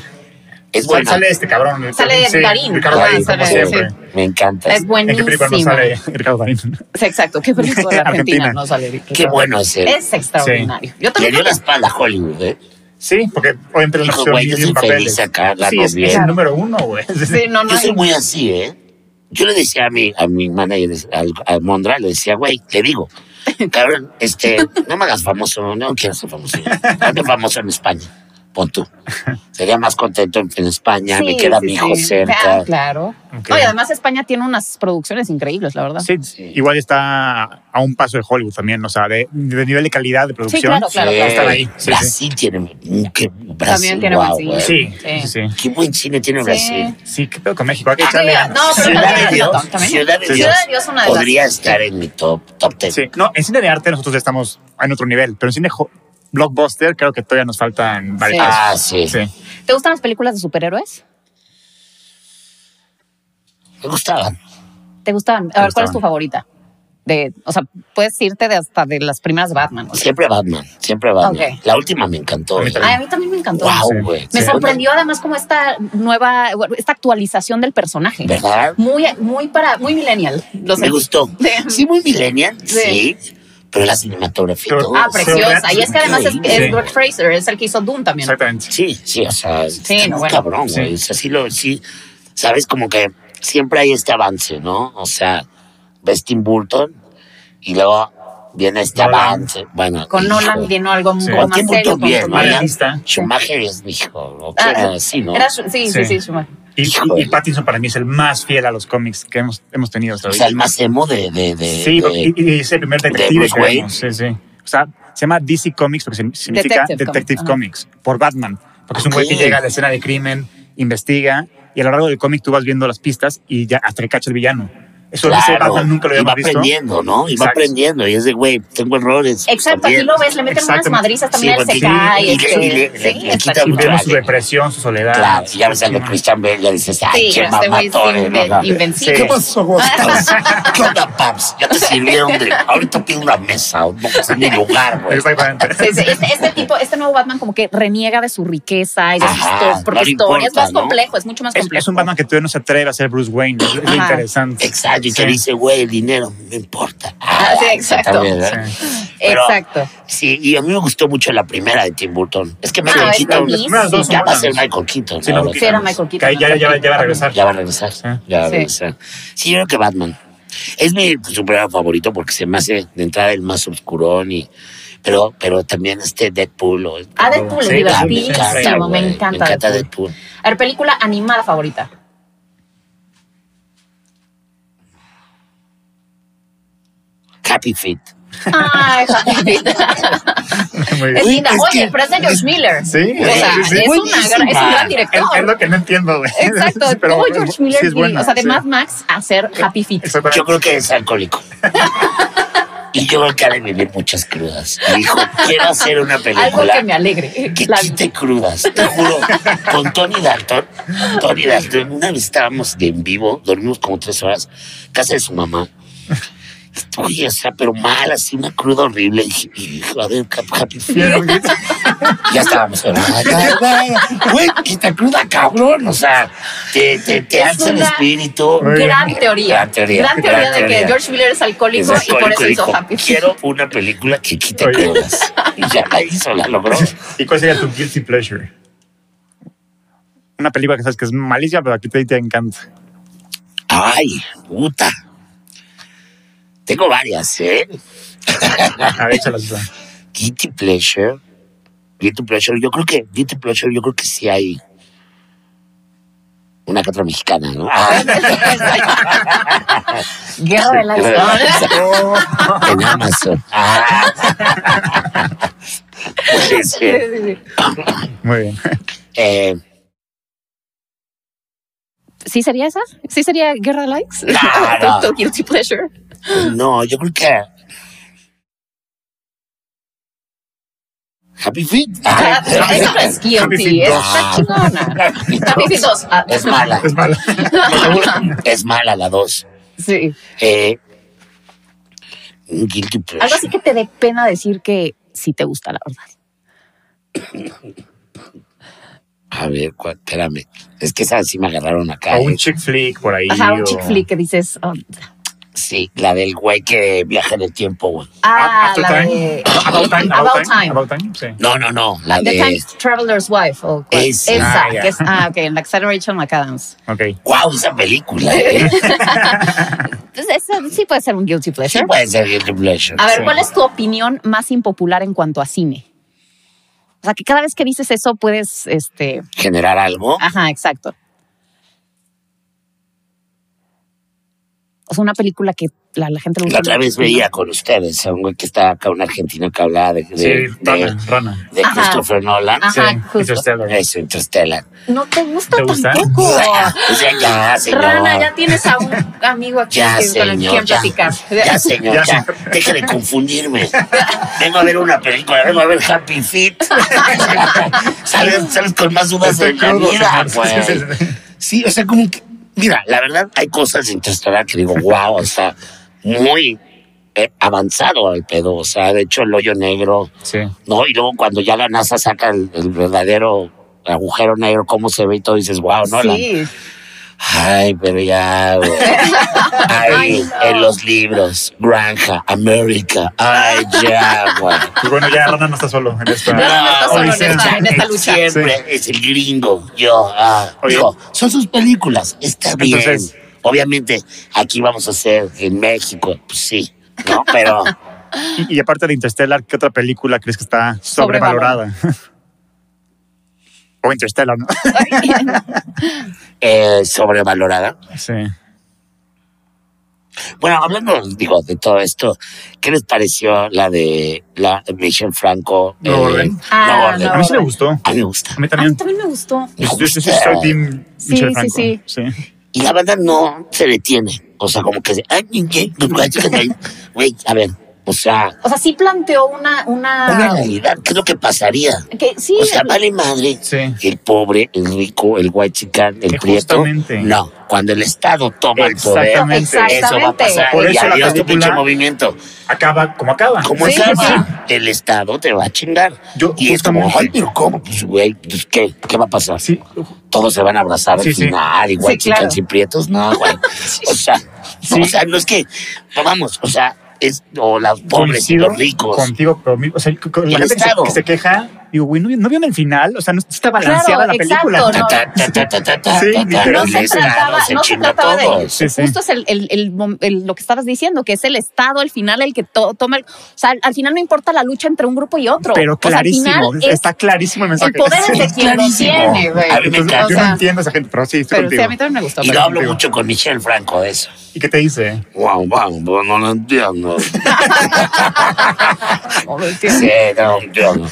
[SPEAKER 2] Es bueno.
[SPEAKER 3] Sale este cabrón.
[SPEAKER 1] Sale
[SPEAKER 3] Sí,
[SPEAKER 1] Darín.
[SPEAKER 3] Ricardo
[SPEAKER 1] Ah,
[SPEAKER 3] Darín, como
[SPEAKER 1] sale,
[SPEAKER 3] siempre.
[SPEAKER 1] sí.
[SPEAKER 2] Me encanta.
[SPEAKER 1] Es
[SPEAKER 3] ¿En qué película no
[SPEAKER 1] buenísima.
[SPEAKER 3] sale Ricardo Darín?
[SPEAKER 1] Sí, Exacto, qué película de
[SPEAKER 3] Argentina.
[SPEAKER 1] Argentina no sale.
[SPEAKER 2] Qué bueno es él.
[SPEAKER 1] Es extraordinario. Yo
[SPEAKER 2] Le
[SPEAKER 1] también.
[SPEAKER 2] dio la
[SPEAKER 1] creo
[SPEAKER 2] espalda a Hollywood, ¿eh?
[SPEAKER 3] Sí, porque obviamente la
[SPEAKER 2] Dijo,
[SPEAKER 3] opción
[SPEAKER 2] güey, yo
[SPEAKER 3] y
[SPEAKER 2] soy
[SPEAKER 3] un papel.
[SPEAKER 2] feliz acá, la
[SPEAKER 3] Sí, es,
[SPEAKER 2] bien.
[SPEAKER 3] es el número uno, güey.
[SPEAKER 1] que- sí, no, no.
[SPEAKER 2] Yo soy muy así, ¿eh? Yo le decía a mi, a mi manager, al, al Mondra, le decía, güey, te digo, cabrón, este, no me hagas famoso, no quiero ser famoso. Hazme famoso en España, pon tú. Sería más contento en, en España, me
[SPEAKER 1] Sí,
[SPEAKER 2] queda
[SPEAKER 1] sí,
[SPEAKER 2] mi
[SPEAKER 1] sí.
[SPEAKER 2] hijo cerca.
[SPEAKER 1] Ah, claro.
[SPEAKER 3] Ok.
[SPEAKER 1] No, y además España tiene unas producciones increíbles, la verdad.
[SPEAKER 3] Sí, igual está a un paso de Hollywood también, o sea, de, de nivel de calidad de producción.
[SPEAKER 1] claro, claro,
[SPEAKER 2] Sí.
[SPEAKER 1] claro.
[SPEAKER 3] Están ahí, sí,
[SPEAKER 2] Brasil tiene, mm, qué- Brasil,
[SPEAKER 1] También tiene
[SPEAKER 2] guau,
[SPEAKER 1] buen cine.
[SPEAKER 2] güey.
[SPEAKER 3] Sí,
[SPEAKER 1] Sí.
[SPEAKER 3] sí, sí.
[SPEAKER 2] Qué buen cine tiene
[SPEAKER 1] Sí.
[SPEAKER 2] Brasil.
[SPEAKER 3] Sí, qué pedo con México. Hay que
[SPEAKER 1] Ah,
[SPEAKER 3] echarle
[SPEAKER 1] sí,
[SPEAKER 3] ganas.
[SPEAKER 1] no, pero
[SPEAKER 2] Ciudad
[SPEAKER 1] también-
[SPEAKER 2] de Dios,
[SPEAKER 1] también.
[SPEAKER 2] Ciudad de
[SPEAKER 1] Ciudad
[SPEAKER 2] Dios,
[SPEAKER 1] de Dios es una de las-
[SPEAKER 2] podría estar en mi top, top ten.
[SPEAKER 3] Sí, no, en cine de arte nosotros estamos en otro nivel, pero en cine jo- blockbuster creo que todavía nos faltan varias cosas.
[SPEAKER 2] Ah, sí.
[SPEAKER 3] Sí.
[SPEAKER 1] ¿Te gustan las películas de superhéroes?
[SPEAKER 2] Me gustaba.
[SPEAKER 1] ¿Te gustaban? A ver, ¿cuál
[SPEAKER 3] gustaban.
[SPEAKER 1] es tu favorita? De, o sea, puedes irte de hasta de las primeras Batman. o sea.
[SPEAKER 2] Siempre Batman, siempre Batman.
[SPEAKER 1] Ok.
[SPEAKER 2] La última me encantó.
[SPEAKER 3] A mí
[SPEAKER 2] ¿eh?
[SPEAKER 1] Ay, a mí también me encantó.
[SPEAKER 2] Guau,
[SPEAKER 3] Sí.
[SPEAKER 2] güey.
[SPEAKER 1] Me
[SPEAKER 3] Sí.
[SPEAKER 1] sorprendió además como esta nueva, bueno, esta actualización del personaje.
[SPEAKER 2] ¿Verdad?
[SPEAKER 1] Muy, muy para, muy millennial. Lo
[SPEAKER 2] Me
[SPEAKER 1] sentí.
[SPEAKER 2] gustó.
[SPEAKER 1] Sí.
[SPEAKER 2] Sí, muy millennial, sí.
[SPEAKER 1] Sí.
[SPEAKER 2] Pero la cinematografía. y
[SPEAKER 3] Pero-
[SPEAKER 2] todo,
[SPEAKER 1] Ah,
[SPEAKER 2] o sea,
[SPEAKER 1] preciosa. Y es que además es, es
[SPEAKER 3] Sí.
[SPEAKER 1] Brooke Fraser, es el que hizo Doom también.
[SPEAKER 3] Exactamente.
[SPEAKER 2] Sí, sí, o sea, sí,
[SPEAKER 1] no, bueno.
[SPEAKER 2] cabrón, güey.
[SPEAKER 3] Sí.
[SPEAKER 2] O sea, sí lo, sí, sabes, como que siempre hay este avance, ¿no? O sea, ves Tim Burton y luego viene este
[SPEAKER 4] Nolan.
[SPEAKER 2] avance. Bueno,
[SPEAKER 1] Con
[SPEAKER 2] hijo,
[SPEAKER 1] Nolan vino algo un
[SPEAKER 4] Sí.
[SPEAKER 1] poco
[SPEAKER 2] ¿A qué
[SPEAKER 1] más
[SPEAKER 2] punto
[SPEAKER 1] serio. con
[SPEAKER 2] bien,
[SPEAKER 1] Tomás.
[SPEAKER 2] Mariana?
[SPEAKER 4] Realista.
[SPEAKER 2] Schumacher es mi hijo. ¿o qué?
[SPEAKER 1] Ah,
[SPEAKER 2] Bueno, sí, ¿no?
[SPEAKER 1] Era su- sí,
[SPEAKER 4] Sí.
[SPEAKER 1] sí, sí, Schumacher.
[SPEAKER 3] Y, y-
[SPEAKER 2] Híjole.
[SPEAKER 3] y Pattinson para mí es el más fiel a los cómics que hemos, hemos tenido hasta
[SPEAKER 2] O
[SPEAKER 3] hoy.
[SPEAKER 2] sea, el más emo de. de, de-
[SPEAKER 3] Sí,
[SPEAKER 2] de-
[SPEAKER 3] y, y es el primer
[SPEAKER 2] de
[SPEAKER 3] detective
[SPEAKER 2] Bruce
[SPEAKER 3] que
[SPEAKER 2] Wayne.
[SPEAKER 3] vemos, Sí, sí. O sea, se llama DC Comics porque sign- significa
[SPEAKER 1] Detective
[SPEAKER 3] Detective,
[SPEAKER 1] Comics,
[SPEAKER 3] Comics, por Batman. Porque es un güey que
[SPEAKER 2] Ok.
[SPEAKER 3] llega a la escena de crimen, investiga, y a lo largo del cómic tú vas viendo las pistas y ya hasta que cacha el villano. Eso lo dice
[SPEAKER 2] claro,
[SPEAKER 3] Batman, nunca lo
[SPEAKER 2] y va
[SPEAKER 3] habíamos visto.
[SPEAKER 2] aprendiendo, ¿no? Y va
[SPEAKER 3] Exacto.
[SPEAKER 2] aprendiendo. Y es de, güey, tengo errores.
[SPEAKER 1] Exacto, aquí
[SPEAKER 2] también.
[SPEAKER 1] lo ves, le meten unas
[SPEAKER 3] Exactamente.
[SPEAKER 1] madrizas
[SPEAKER 2] Sí,
[SPEAKER 1] también, él
[SPEAKER 2] porque-
[SPEAKER 1] se
[SPEAKER 2] sí,
[SPEAKER 1] cae.
[SPEAKER 2] y le-
[SPEAKER 1] este,
[SPEAKER 2] y
[SPEAKER 1] sí,
[SPEAKER 2] le- le- le
[SPEAKER 1] es
[SPEAKER 2] quita
[SPEAKER 3] Y
[SPEAKER 1] parecido.
[SPEAKER 2] mucho.
[SPEAKER 3] vemos su
[SPEAKER 2] Vale.
[SPEAKER 3] depresión, su soledad.
[SPEAKER 2] Claro, y ya ves a
[SPEAKER 3] Sí,
[SPEAKER 2] lo Christian Bale, ya dices, ay,
[SPEAKER 1] Sí,
[SPEAKER 2] qué
[SPEAKER 1] este güey es
[SPEAKER 2] mamatón,
[SPEAKER 1] inven-
[SPEAKER 2] ¿no?
[SPEAKER 1] invencible.
[SPEAKER 2] ¿Qué
[SPEAKER 3] Sí.
[SPEAKER 2] pasó, Gustas? ¿Qué onda, Paps? Ya te sirvieron de... Ahorita pido una mesa, no es mi lugar, güey.
[SPEAKER 3] Exactamente.
[SPEAKER 1] Sí, sí, Este, este tipo, este nuevo Batman como que reniega de su riqueza y de sus
[SPEAKER 2] Ajá,
[SPEAKER 1] historias, porque
[SPEAKER 2] no le
[SPEAKER 1] historia es
[SPEAKER 2] importa,
[SPEAKER 1] más
[SPEAKER 2] ¿no?
[SPEAKER 1] complejo, es mucho más
[SPEAKER 3] Es,
[SPEAKER 1] complejo.
[SPEAKER 3] es un Batman que todavía no se atreve a ser Bruce Wayne. Es, es lo
[SPEAKER 1] Ajá.
[SPEAKER 3] interesante.
[SPEAKER 2] Exacto, y que
[SPEAKER 3] Sí.
[SPEAKER 2] dice, güey, el dinero, no importa.
[SPEAKER 1] Ah, sí, exacto.
[SPEAKER 2] también, ¿verdad?
[SPEAKER 3] Sí.
[SPEAKER 2] pero-
[SPEAKER 1] Eh, Exacto.
[SPEAKER 2] Sí, y a mí me gustó mucho la primera de Tim Burton. Es que Michael
[SPEAKER 1] Ah, es
[SPEAKER 2] Keaton...
[SPEAKER 1] buenísimo.
[SPEAKER 3] Las primeras dos son
[SPEAKER 2] Ya va a ser
[SPEAKER 3] buenas.
[SPEAKER 2] Michael Keaton.
[SPEAKER 3] Sí,
[SPEAKER 2] ahora.
[SPEAKER 3] no,
[SPEAKER 1] Sí, era Michael
[SPEAKER 3] que
[SPEAKER 1] Keaton.
[SPEAKER 3] ya, ya, ya va a regresar.
[SPEAKER 2] Ya va a regresar.
[SPEAKER 3] Sí.
[SPEAKER 2] Ya va a
[SPEAKER 1] Sí.
[SPEAKER 2] regresar. Sí, yo creo que Batman. Es mi superhéroe favorito porque se me hace de entrada el más oscurón y. Pero, pero también este Deadpool. o-
[SPEAKER 1] Ah, Deadpool es
[SPEAKER 2] Sí,
[SPEAKER 1] divertidísimo,
[SPEAKER 2] me encanta,
[SPEAKER 1] me
[SPEAKER 2] güey,
[SPEAKER 1] encanta
[SPEAKER 2] Me encanta
[SPEAKER 1] Deadpool.
[SPEAKER 2] Deadpool.
[SPEAKER 1] A ver, película animada favorita.
[SPEAKER 2] Happy Feet.
[SPEAKER 1] Ay,
[SPEAKER 3] Muy
[SPEAKER 1] es
[SPEAKER 3] bien.
[SPEAKER 1] linda.
[SPEAKER 2] es
[SPEAKER 1] Oye,
[SPEAKER 2] que-
[SPEAKER 1] pero es de George Miller.
[SPEAKER 3] Sí,
[SPEAKER 1] O sea,
[SPEAKER 2] sí, sí.
[SPEAKER 1] es, una
[SPEAKER 2] Buenísima.
[SPEAKER 1] gran- es un gran
[SPEAKER 3] Es, es
[SPEAKER 1] Ah, director.
[SPEAKER 3] lo que no entiendo, güey.
[SPEAKER 1] Exacto,
[SPEAKER 3] Sí,
[SPEAKER 1] tuvo George Miller,
[SPEAKER 3] sí es
[SPEAKER 1] y-
[SPEAKER 3] buena,
[SPEAKER 1] o sea, de
[SPEAKER 3] sí.
[SPEAKER 1] Mad Max a ser Happy Feet.
[SPEAKER 3] Exactamente.
[SPEAKER 2] Yo creo que es alcohólico. y yo creo que ha de vivir muchas crudas. Y dijo, quiero hacer una película.
[SPEAKER 1] Algo que me alegre.
[SPEAKER 2] que
[SPEAKER 1] La-
[SPEAKER 2] quite crudas, te juro. Con Tony Dalton, Tony Dalton, una vez estábamos de en vivo, dormimos como tres horas, casa de su mamá. Oye, o sea, pero mal, así una cruda horrible. Y dije, hijo, a ver, cap- happy Feet. Ya estábamos con "Ay, ay, ay, Güey, quita cruda, cabrón. O sea, te, te, te
[SPEAKER 1] Es
[SPEAKER 2] alza el
[SPEAKER 1] una
[SPEAKER 2] espíritu.
[SPEAKER 1] Gran teoría.
[SPEAKER 2] Gran teoría.
[SPEAKER 1] Gran teoría de que George Miller es
[SPEAKER 2] Es
[SPEAKER 1] alcohólico y por
[SPEAKER 2] alcohólico,
[SPEAKER 1] eso hizo
[SPEAKER 2] dijo,
[SPEAKER 1] Happy Feet.
[SPEAKER 2] Quiero una película que quite
[SPEAKER 3] Oye.
[SPEAKER 2] crudas. Y ya la hizo, la logró.
[SPEAKER 3] ¿Y cuál sería tu guilty pleasure? Una película que sabes que es malicia, pero a ti te, te encanta.
[SPEAKER 2] Ay, puta. Tengo varias, ¿eh?
[SPEAKER 3] A ver, échalas. Susana.
[SPEAKER 2] Guilty Pleasure. Guilty Pleasure, yo creo que, Guilty Pleasure, yo creo que sí hay una que otra mexicana, ¿no? Ah,
[SPEAKER 1] Guerra de
[SPEAKER 2] Guerra de
[SPEAKER 1] la
[SPEAKER 2] en Amazon. Ah. Puede ser.
[SPEAKER 3] Muy bien.
[SPEAKER 2] Eh,
[SPEAKER 1] ¿Sí sería esa? ¿Sí sería Guerra de Likes?
[SPEAKER 2] Claro.
[SPEAKER 1] Tu guilty pleasure.
[SPEAKER 2] no, yo creo que. Happy Feet. Ah.
[SPEAKER 1] Eso no es
[SPEAKER 3] Happy
[SPEAKER 1] guilty,
[SPEAKER 3] Feet
[SPEAKER 1] es
[SPEAKER 2] dos.
[SPEAKER 1] está chingona. Happy Feet dos. Ah,
[SPEAKER 2] Es mala.
[SPEAKER 3] Es mala.
[SPEAKER 2] Es mala la dos.
[SPEAKER 1] Sí.
[SPEAKER 2] Eh, un guilty pleasure.
[SPEAKER 1] Algo así que te dé pena decir que sí te gusta, la verdad.
[SPEAKER 2] A ver, cuál- espérame. Es que esa sí me agarraron acá.
[SPEAKER 3] O un
[SPEAKER 2] eh.
[SPEAKER 3] chick flick por ahí.
[SPEAKER 1] Ajá, un
[SPEAKER 3] o-
[SPEAKER 1] chick flick que dices... oh,
[SPEAKER 2] Sí, la del güey que viaja en el tiempo, güey.
[SPEAKER 1] ah,
[SPEAKER 3] After
[SPEAKER 1] la
[SPEAKER 3] Time.
[SPEAKER 1] de...
[SPEAKER 3] About time.
[SPEAKER 1] About Time.
[SPEAKER 3] About time, sí.
[SPEAKER 2] No, no, no. La
[SPEAKER 1] The Time
[SPEAKER 2] de.
[SPEAKER 1] Traveler's Wife. o cuál.
[SPEAKER 2] Esa.
[SPEAKER 1] Esa.
[SPEAKER 3] Ah, ya.
[SPEAKER 1] que es- Ah, ok. En la que sale Rachel McAdams.
[SPEAKER 3] Ok.
[SPEAKER 2] ¡Wow! Esa película, ¿eh?
[SPEAKER 1] Entonces, esa sí puede ser un guilty
[SPEAKER 2] Sí
[SPEAKER 1] pleasure.
[SPEAKER 2] puede ser guilty pleasure.
[SPEAKER 1] A ver,
[SPEAKER 3] Sí.
[SPEAKER 1] ¿cuál es tu opinión más impopular en cuanto a cine? O sea, que cada vez que dices eso puedes, este...
[SPEAKER 2] Generar algo.
[SPEAKER 1] Ajá, exacto. O sea, una película que la, la gente le
[SPEAKER 2] La
[SPEAKER 1] gusta.
[SPEAKER 2] otra vez
[SPEAKER 1] mucho.
[SPEAKER 2] veía con ustedes a un güey que estaba acá, un argentino que hablaba de, de,
[SPEAKER 3] Sí,
[SPEAKER 2] de,
[SPEAKER 3] rana, rana.
[SPEAKER 2] de
[SPEAKER 1] Ajá. Ah.
[SPEAKER 2] Christopher Nolan.
[SPEAKER 1] Ajá,
[SPEAKER 3] sí,
[SPEAKER 1] justo.
[SPEAKER 3] Interstellar.
[SPEAKER 2] Eso, Interstellar.
[SPEAKER 1] No te gusta
[SPEAKER 3] ¿Te gusta?
[SPEAKER 1] tampoco.
[SPEAKER 2] O sea, ya, señor.
[SPEAKER 1] Rana, ya tienes a un amigo aquí
[SPEAKER 2] Ya,
[SPEAKER 1] que- con el que
[SPEAKER 2] señor. Ya,
[SPEAKER 1] platicar.
[SPEAKER 2] Ya, señor.
[SPEAKER 3] Ya,
[SPEAKER 2] Ya, Deje de confundirme. Vengo a ver una película, vengo a ver Happy Feet. sales, sales con más dudas de la
[SPEAKER 3] crudo,
[SPEAKER 2] vida,
[SPEAKER 3] señor.
[SPEAKER 2] güey.
[SPEAKER 3] Sí, sí, sí.
[SPEAKER 2] Sí, o sea, como que. Mira, la verdad, hay cosas de Interstellar que digo, wow, o sea, muy eh, avanzado el pedo. O sea, de hecho, el hoyo negro,
[SPEAKER 3] Sí.
[SPEAKER 2] ¿no? Y luego cuando ya la NASA saca el, el verdadero agujero negro, cómo se ve y todo, dices, wow, ¿no? La-
[SPEAKER 1] Sí.
[SPEAKER 2] Ay, pero ya, güey.
[SPEAKER 1] Ay,
[SPEAKER 2] Ay,
[SPEAKER 1] no.
[SPEAKER 2] en los libros, Granja, América. Ay, ya, güey. Ah,
[SPEAKER 3] Y bueno, ya Rana no está solo en esta.
[SPEAKER 1] Rana no está solo en
[SPEAKER 3] odisea.
[SPEAKER 1] esta- en esta lucha.
[SPEAKER 2] Siempre es el gringo. Yo, ah,
[SPEAKER 3] Oye.
[SPEAKER 2] digo, son sus películas. Está bien.
[SPEAKER 3] Entonces-
[SPEAKER 2] Obviamente, aquí vamos a hacer en México, pues sí, ¿no? Pero
[SPEAKER 3] Y, y aparte de Interstellar, ¿qué otra película crees que está sobrevalorada? o Interstellar, ¿no?
[SPEAKER 2] Eh, sobrevalorada.
[SPEAKER 3] sí.
[SPEAKER 2] Bueno, hablando, digo, de todo esto, ¿qué les pareció la de la Michelle Franco?
[SPEAKER 3] No Orden.
[SPEAKER 1] Ah,
[SPEAKER 2] no Orden.
[SPEAKER 1] No
[SPEAKER 3] A mí sí me gustó.
[SPEAKER 2] A mí me gusta.
[SPEAKER 3] A mí
[SPEAKER 1] A mí
[SPEAKER 3] también.
[SPEAKER 1] también me gustó.
[SPEAKER 2] Me
[SPEAKER 3] Yo, yo- yo
[SPEAKER 2] gusta.
[SPEAKER 3] soy team
[SPEAKER 1] Sí,
[SPEAKER 3] Michelle
[SPEAKER 1] sí,
[SPEAKER 3] Franco.
[SPEAKER 1] sí.
[SPEAKER 2] Y la banda no se detiene. O sea, como que se. ay, ay, ay, ay, Güey, a ver, o sea,
[SPEAKER 1] O sea, sí planteó una,
[SPEAKER 2] una pues,
[SPEAKER 1] una,
[SPEAKER 2] realidad, ¿qué es lo que pasaría?
[SPEAKER 1] que sí,
[SPEAKER 2] O sea, vale madre.
[SPEAKER 3] Sí.
[SPEAKER 2] El pobre, el rico, el white chican, el
[SPEAKER 3] Que
[SPEAKER 2] prieto.
[SPEAKER 3] justamente.
[SPEAKER 2] No, cuando el Estado toma el poder,
[SPEAKER 3] Exactamente.
[SPEAKER 2] eso va a pasar.
[SPEAKER 3] Por
[SPEAKER 2] y
[SPEAKER 3] eso la
[SPEAKER 2] adiós tu
[SPEAKER 3] película-
[SPEAKER 2] pinche movimiento.
[SPEAKER 3] Acaba como acaba.
[SPEAKER 2] Como
[SPEAKER 1] Sí,
[SPEAKER 2] acaba, el Estado te va a chingar.
[SPEAKER 3] Yo,
[SPEAKER 2] Y es como,
[SPEAKER 3] justamente.
[SPEAKER 2] ay, pero ¿cómo? Pues, güey, pues, ¿qué? ¿Qué va a pasar?
[SPEAKER 3] Sí,
[SPEAKER 2] Todos se van a abrazar
[SPEAKER 3] Sí,
[SPEAKER 2] al
[SPEAKER 3] sí.
[SPEAKER 2] final, igual
[SPEAKER 1] Sí,
[SPEAKER 2] chicas
[SPEAKER 1] claro.
[SPEAKER 2] y prietos. No, güey. O sea,
[SPEAKER 3] Sí.
[SPEAKER 2] no, o sea, no es que, no, vamos, o sea, es o los pobres y
[SPEAKER 3] coincido
[SPEAKER 2] los ricos.
[SPEAKER 3] Contigo, pero mi- o sea, con- con
[SPEAKER 2] Y
[SPEAKER 3] la
[SPEAKER 2] el
[SPEAKER 3] gente que se,
[SPEAKER 2] Estado.
[SPEAKER 3] que se queja, digo, güey, ¿no, vi- no vieron el final? O sea, no está balanceada
[SPEAKER 1] Claro,
[SPEAKER 3] la película.
[SPEAKER 1] exacto,
[SPEAKER 2] Ta, ta, ta, ta, ta, ta, ta,
[SPEAKER 3] Sí,
[SPEAKER 2] ta,
[SPEAKER 3] literal.
[SPEAKER 2] el
[SPEAKER 3] No
[SPEAKER 1] se
[SPEAKER 2] Estado
[SPEAKER 1] trataba-
[SPEAKER 2] se
[SPEAKER 1] no se
[SPEAKER 2] chinga a
[SPEAKER 1] trataba de-
[SPEAKER 2] todos.
[SPEAKER 3] Sí, sí.
[SPEAKER 1] Justo es el, el- el mom- el- lo que estabas diciendo, que es el Estado al final el que to- toma el... O sea, al, al final no importa la lucha entre un grupo y otro.
[SPEAKER 3] Pero
[SPEAKER 1] O sea, al
[SPEAKER 3] clarísimo,
[SPEAKER 1] final es-
[SPEAKER 3] está clarísimo
[SPEAKER 1] el
[SPEAKER 3] el mensaje.
[SPEAKER 1] poder es de
[SPEAKER 2] Sí,
[SPEAKER 1] quien lo
[SPEAKER 2] clarísimo.
[SPEAKER 1] tiene, güey.
[SPEAKER 2] A mí me
[SPEAKER 3] Entonces,
[SPEAKER 2] encanta.
[SPEAKER 3] yo
[SPEAKER 1] O
[SPEAKER 3] no
[SPEAKER 1] sea,
[SPEAKER 3] entiendo a esa gente, pero sí, estoy
[SPEAKER 1] Pero sí,
[SPEAKER 3] contigo.
[SPEAKER 1] a mí también me gustó.
[SPEAKER 2] Y
[SPEAKER 3] Totalmente
[SPEAKER 2] lo hablo
[SPEAKER 3] contigo.
[SPEAKER 2] mucho con Michelle Franco de eso.
[SPEAKER 3] ¿Y qué te dice?
[SPEAKER 2] Wow, wow, wow, no lo
[SPEAKER 1] pero-
[SPEAKER 2] entiendo.
[SPEAKER 1] oh, tío.
[SPEAKER 2] Sí, no, yo no.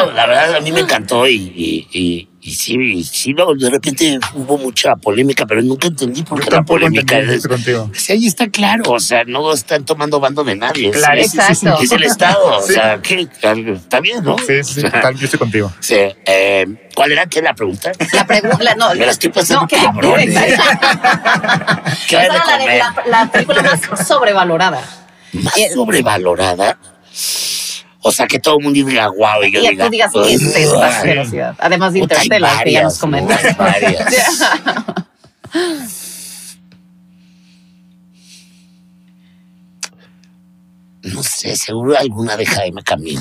[SPEAKER 2] No, la verdad a mí me encantó y, y, y, y sí, y sí, no, de repente hubo mucha polémica, pero nunca entendí por
[SPEAKER 3] Yo
[SPEAKER 2] qué la
[SPEAKER 3] tampoco
[SPEAKER 2] polémica
[SPEAKER 3] entendí
[SPEAKER 2] es.
[SPEAKER 3] estoy contigo.
[SPEAKER 2] Sí, ahí está claro, o sea, no están tomando bando de nadie. es-
[SPEAKER 3] Claro,
[SPEAKER 2] es,
[SPEAKER 3] sí, sí, sí.
[SPEAKER 1] Exacto.
[SPEAKER 2] es el Estado, o
[SPEAKER 3] Sí.
[SPEAKER 2] sea, ¿qué? Está bien, ¿no?
[SPEAKER 3] Sí, sí, sí,
[SPEAKER 2] O sea,
[SPEAKER 3] total, yo estoy contigo.
[SPEAKER 2] sí, eh, ¿Cuál era? ¿Qué era la pregunta?
[SPEAKER 1] La pregunta, no,
[SPEAKER 2] Me la estoy pasando
[SPEAKER 1] no, que
[SPEAKER 2] cabrón, ¿eh? ¿Qué
[SPEAKER 1] Esa era
[SPEAKER 2] hay de
[SPEAKER 1] la, de-
[SPEAKER 2] comer?
[SPEAKER 1] la- eh, la película más sobrevalorada.
[SPEAKER 2] Más
[SPEAKER 1] Y-
[SPEAKER 2] sobrevalorada. O sea, que todo el mundo diga guau y yo
[SPEAKER 1] Y
[SPEAKER 2] diga.
[SPEAKER 1] tú digas,
[SPEAKER 2] "Ugh".
[SPEAKER 1] ¿qué es esta
[SPEAKER 2] Ay.
[SPEAKER 1] velocidad? Además de
[SPEAKER 2] Puta, hay
[SPEAKER 1] Interstellar, que ya nos
[SPEAKER 2] varias,
[SPEAKER 1] comentas.
[SPEAKER 2] ¿no? Hay varias. No sé, seguro alguna de Jaime Camil.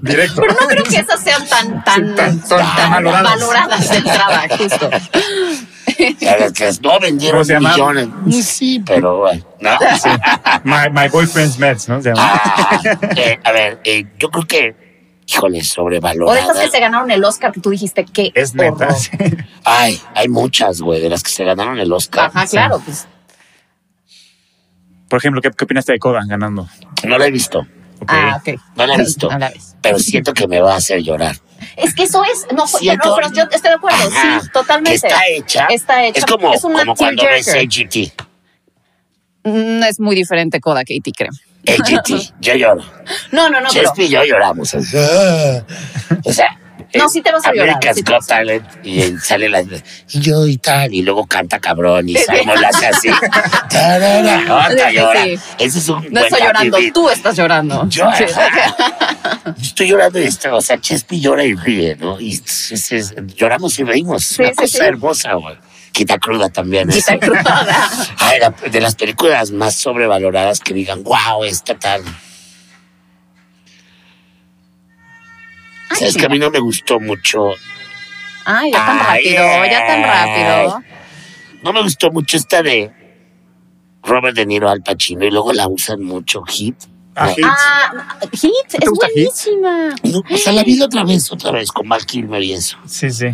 [SPEAKER 3] Directo.
[SPEAKER 1] Pero no creo que esas sean tan, tan,
[SPEAKER 3] tan- tan
[SPEAKER 1] tan
[SPEAKER 3] valoradas.
[SPEAKER 1] valoradas de entrada, justo.
[SPEAKER 2] Ya ves que No vendieron
[SPEAKER 3] ¿Cómo se llama?
[SPEAKER 2] millones. Sí, pero bueno. no.
[SPEAKER 3] My, my boyfriend's meds, ¿no? Se llama.
[SPEAKER 2] Ah, eh, a ver, eh, yo creo que, híjole,
[SPEAKER 1] O de estas
[SPEAKER 2] sobrevalorada.
[SPEAKER 1] que se ganaron el Oscar que tú dijiste que.
[SPEAKER 3] es neta. sí.
[SPEAKER 2] Ay, hay muchas, güey, de las que se ganaron el Oscar.
[SPEAKER 1] Ajá, claro, pues.
[SPEAKER 3] Por ejemplo, ¿qué, qué opinaste de Kodan ganando?
[SPEAKER 2] No la he visto,
[SPEAKER 3] Ok.
[SPEAKER 1] Ah, ok.
[SPEAKER 2] no la he visto,
[SPEAKER 1] No la ves.
[SPEAKER 2] pero siento que me va a hacer llorar.
[SPEAKER 1] Es que eso es. No,
[SPEAKER 2] Sí,
[SPEAKER 1] no, pero yo estoy de acuerdo.
[SPEAKER 2] Ajá,
[SPEAKER 1] sí, totalmente.
[SPEAKER 2] Que está hecha.
[SPEAKER 1] Está hecha.
[SPEAKER 2] Es como,
[SPEAKER 1] Es una
[SPEAKER 2] como cuando ves
[SPEAKER 1] tearjerker.
[SPEAKER 2] AGT.
[SPEAKER 1] Mm, es muy diferente Kodak y creo.
[SPEAKER 2] AGT, yo lloro.
[SPEAKER 1] No, no, no, pero.
[SPEAKER 2] Chespi y yo lloramos. así. O sea,
[SPEAKER 1] No, sí te vas a llorar,
[SPEAKER 2] America's
[SPEAKER 1] sí te
[SPEAKER 2] Got
[SPEAKER 1] vas a
[SPEAKER 2] Talent y él sale la y yo y tal y luego canta cabrón y Simon la hace así. Tarara, otra
[SPEAKER 1] Sí, sí,
[SPEAKER 2] llora.
[SPEAKER 1] sí.
[SPEAKER 2] Ese es un
[SPEAKER 1] No
[SPEAKER 2] buen
[SPEAKER 1] estoy
[SPEAKER 2] happy
[SPEAKER 1] llorando,
[SPEAKER 2] beat.
[SPEAKER 1] tú estás llorando.
[SPEAKER 2] Yo,
[SPEAKER 1] Sí.
[SPEAKER 2] ajá. Yo estoy llorando y esto, o sea, Chespi llora y ríe, ¿no? Y es- es- lloramos y reímos. Es una
[SPEAKER 1] sí,
[SPEAKER 2] cosa
[SPEAKER 1] sí.
[SPEAKER 2] hermosa, güey. Quita cruda también. ¿eh?
[SPEAKER 1] Y
[SPEAKER 2] eso.
[SPEAKER 1] está cruzada.
[SPEAKER 2] Ay, la- de las películas más sobrevaloradas que digan, wow, esta tal. Sabes que a mí no me gustó mucho.
[SPEAKER 1] Ay, ya tan
[SPEAKER 2] Ay,
[SPEAKER 1] rápido, ya tan rápido.
[SPEAKER 2] No me gustó mucho esta de Robert De Niro al Pacino y luego la usan mucho, Hit.
[SPEAKER 3] Ah, Hit.
[SPEAKER 1] Ah, Hit, es
[SPEAKER 3] gusta Hit?
[SPEAKER 1] buenísima.
[SPEAKER 2] No, o sea, la vi la otra vez, otra vez, con Mark Kilmer y eso.
[SPEAKER 3] Sí, sí.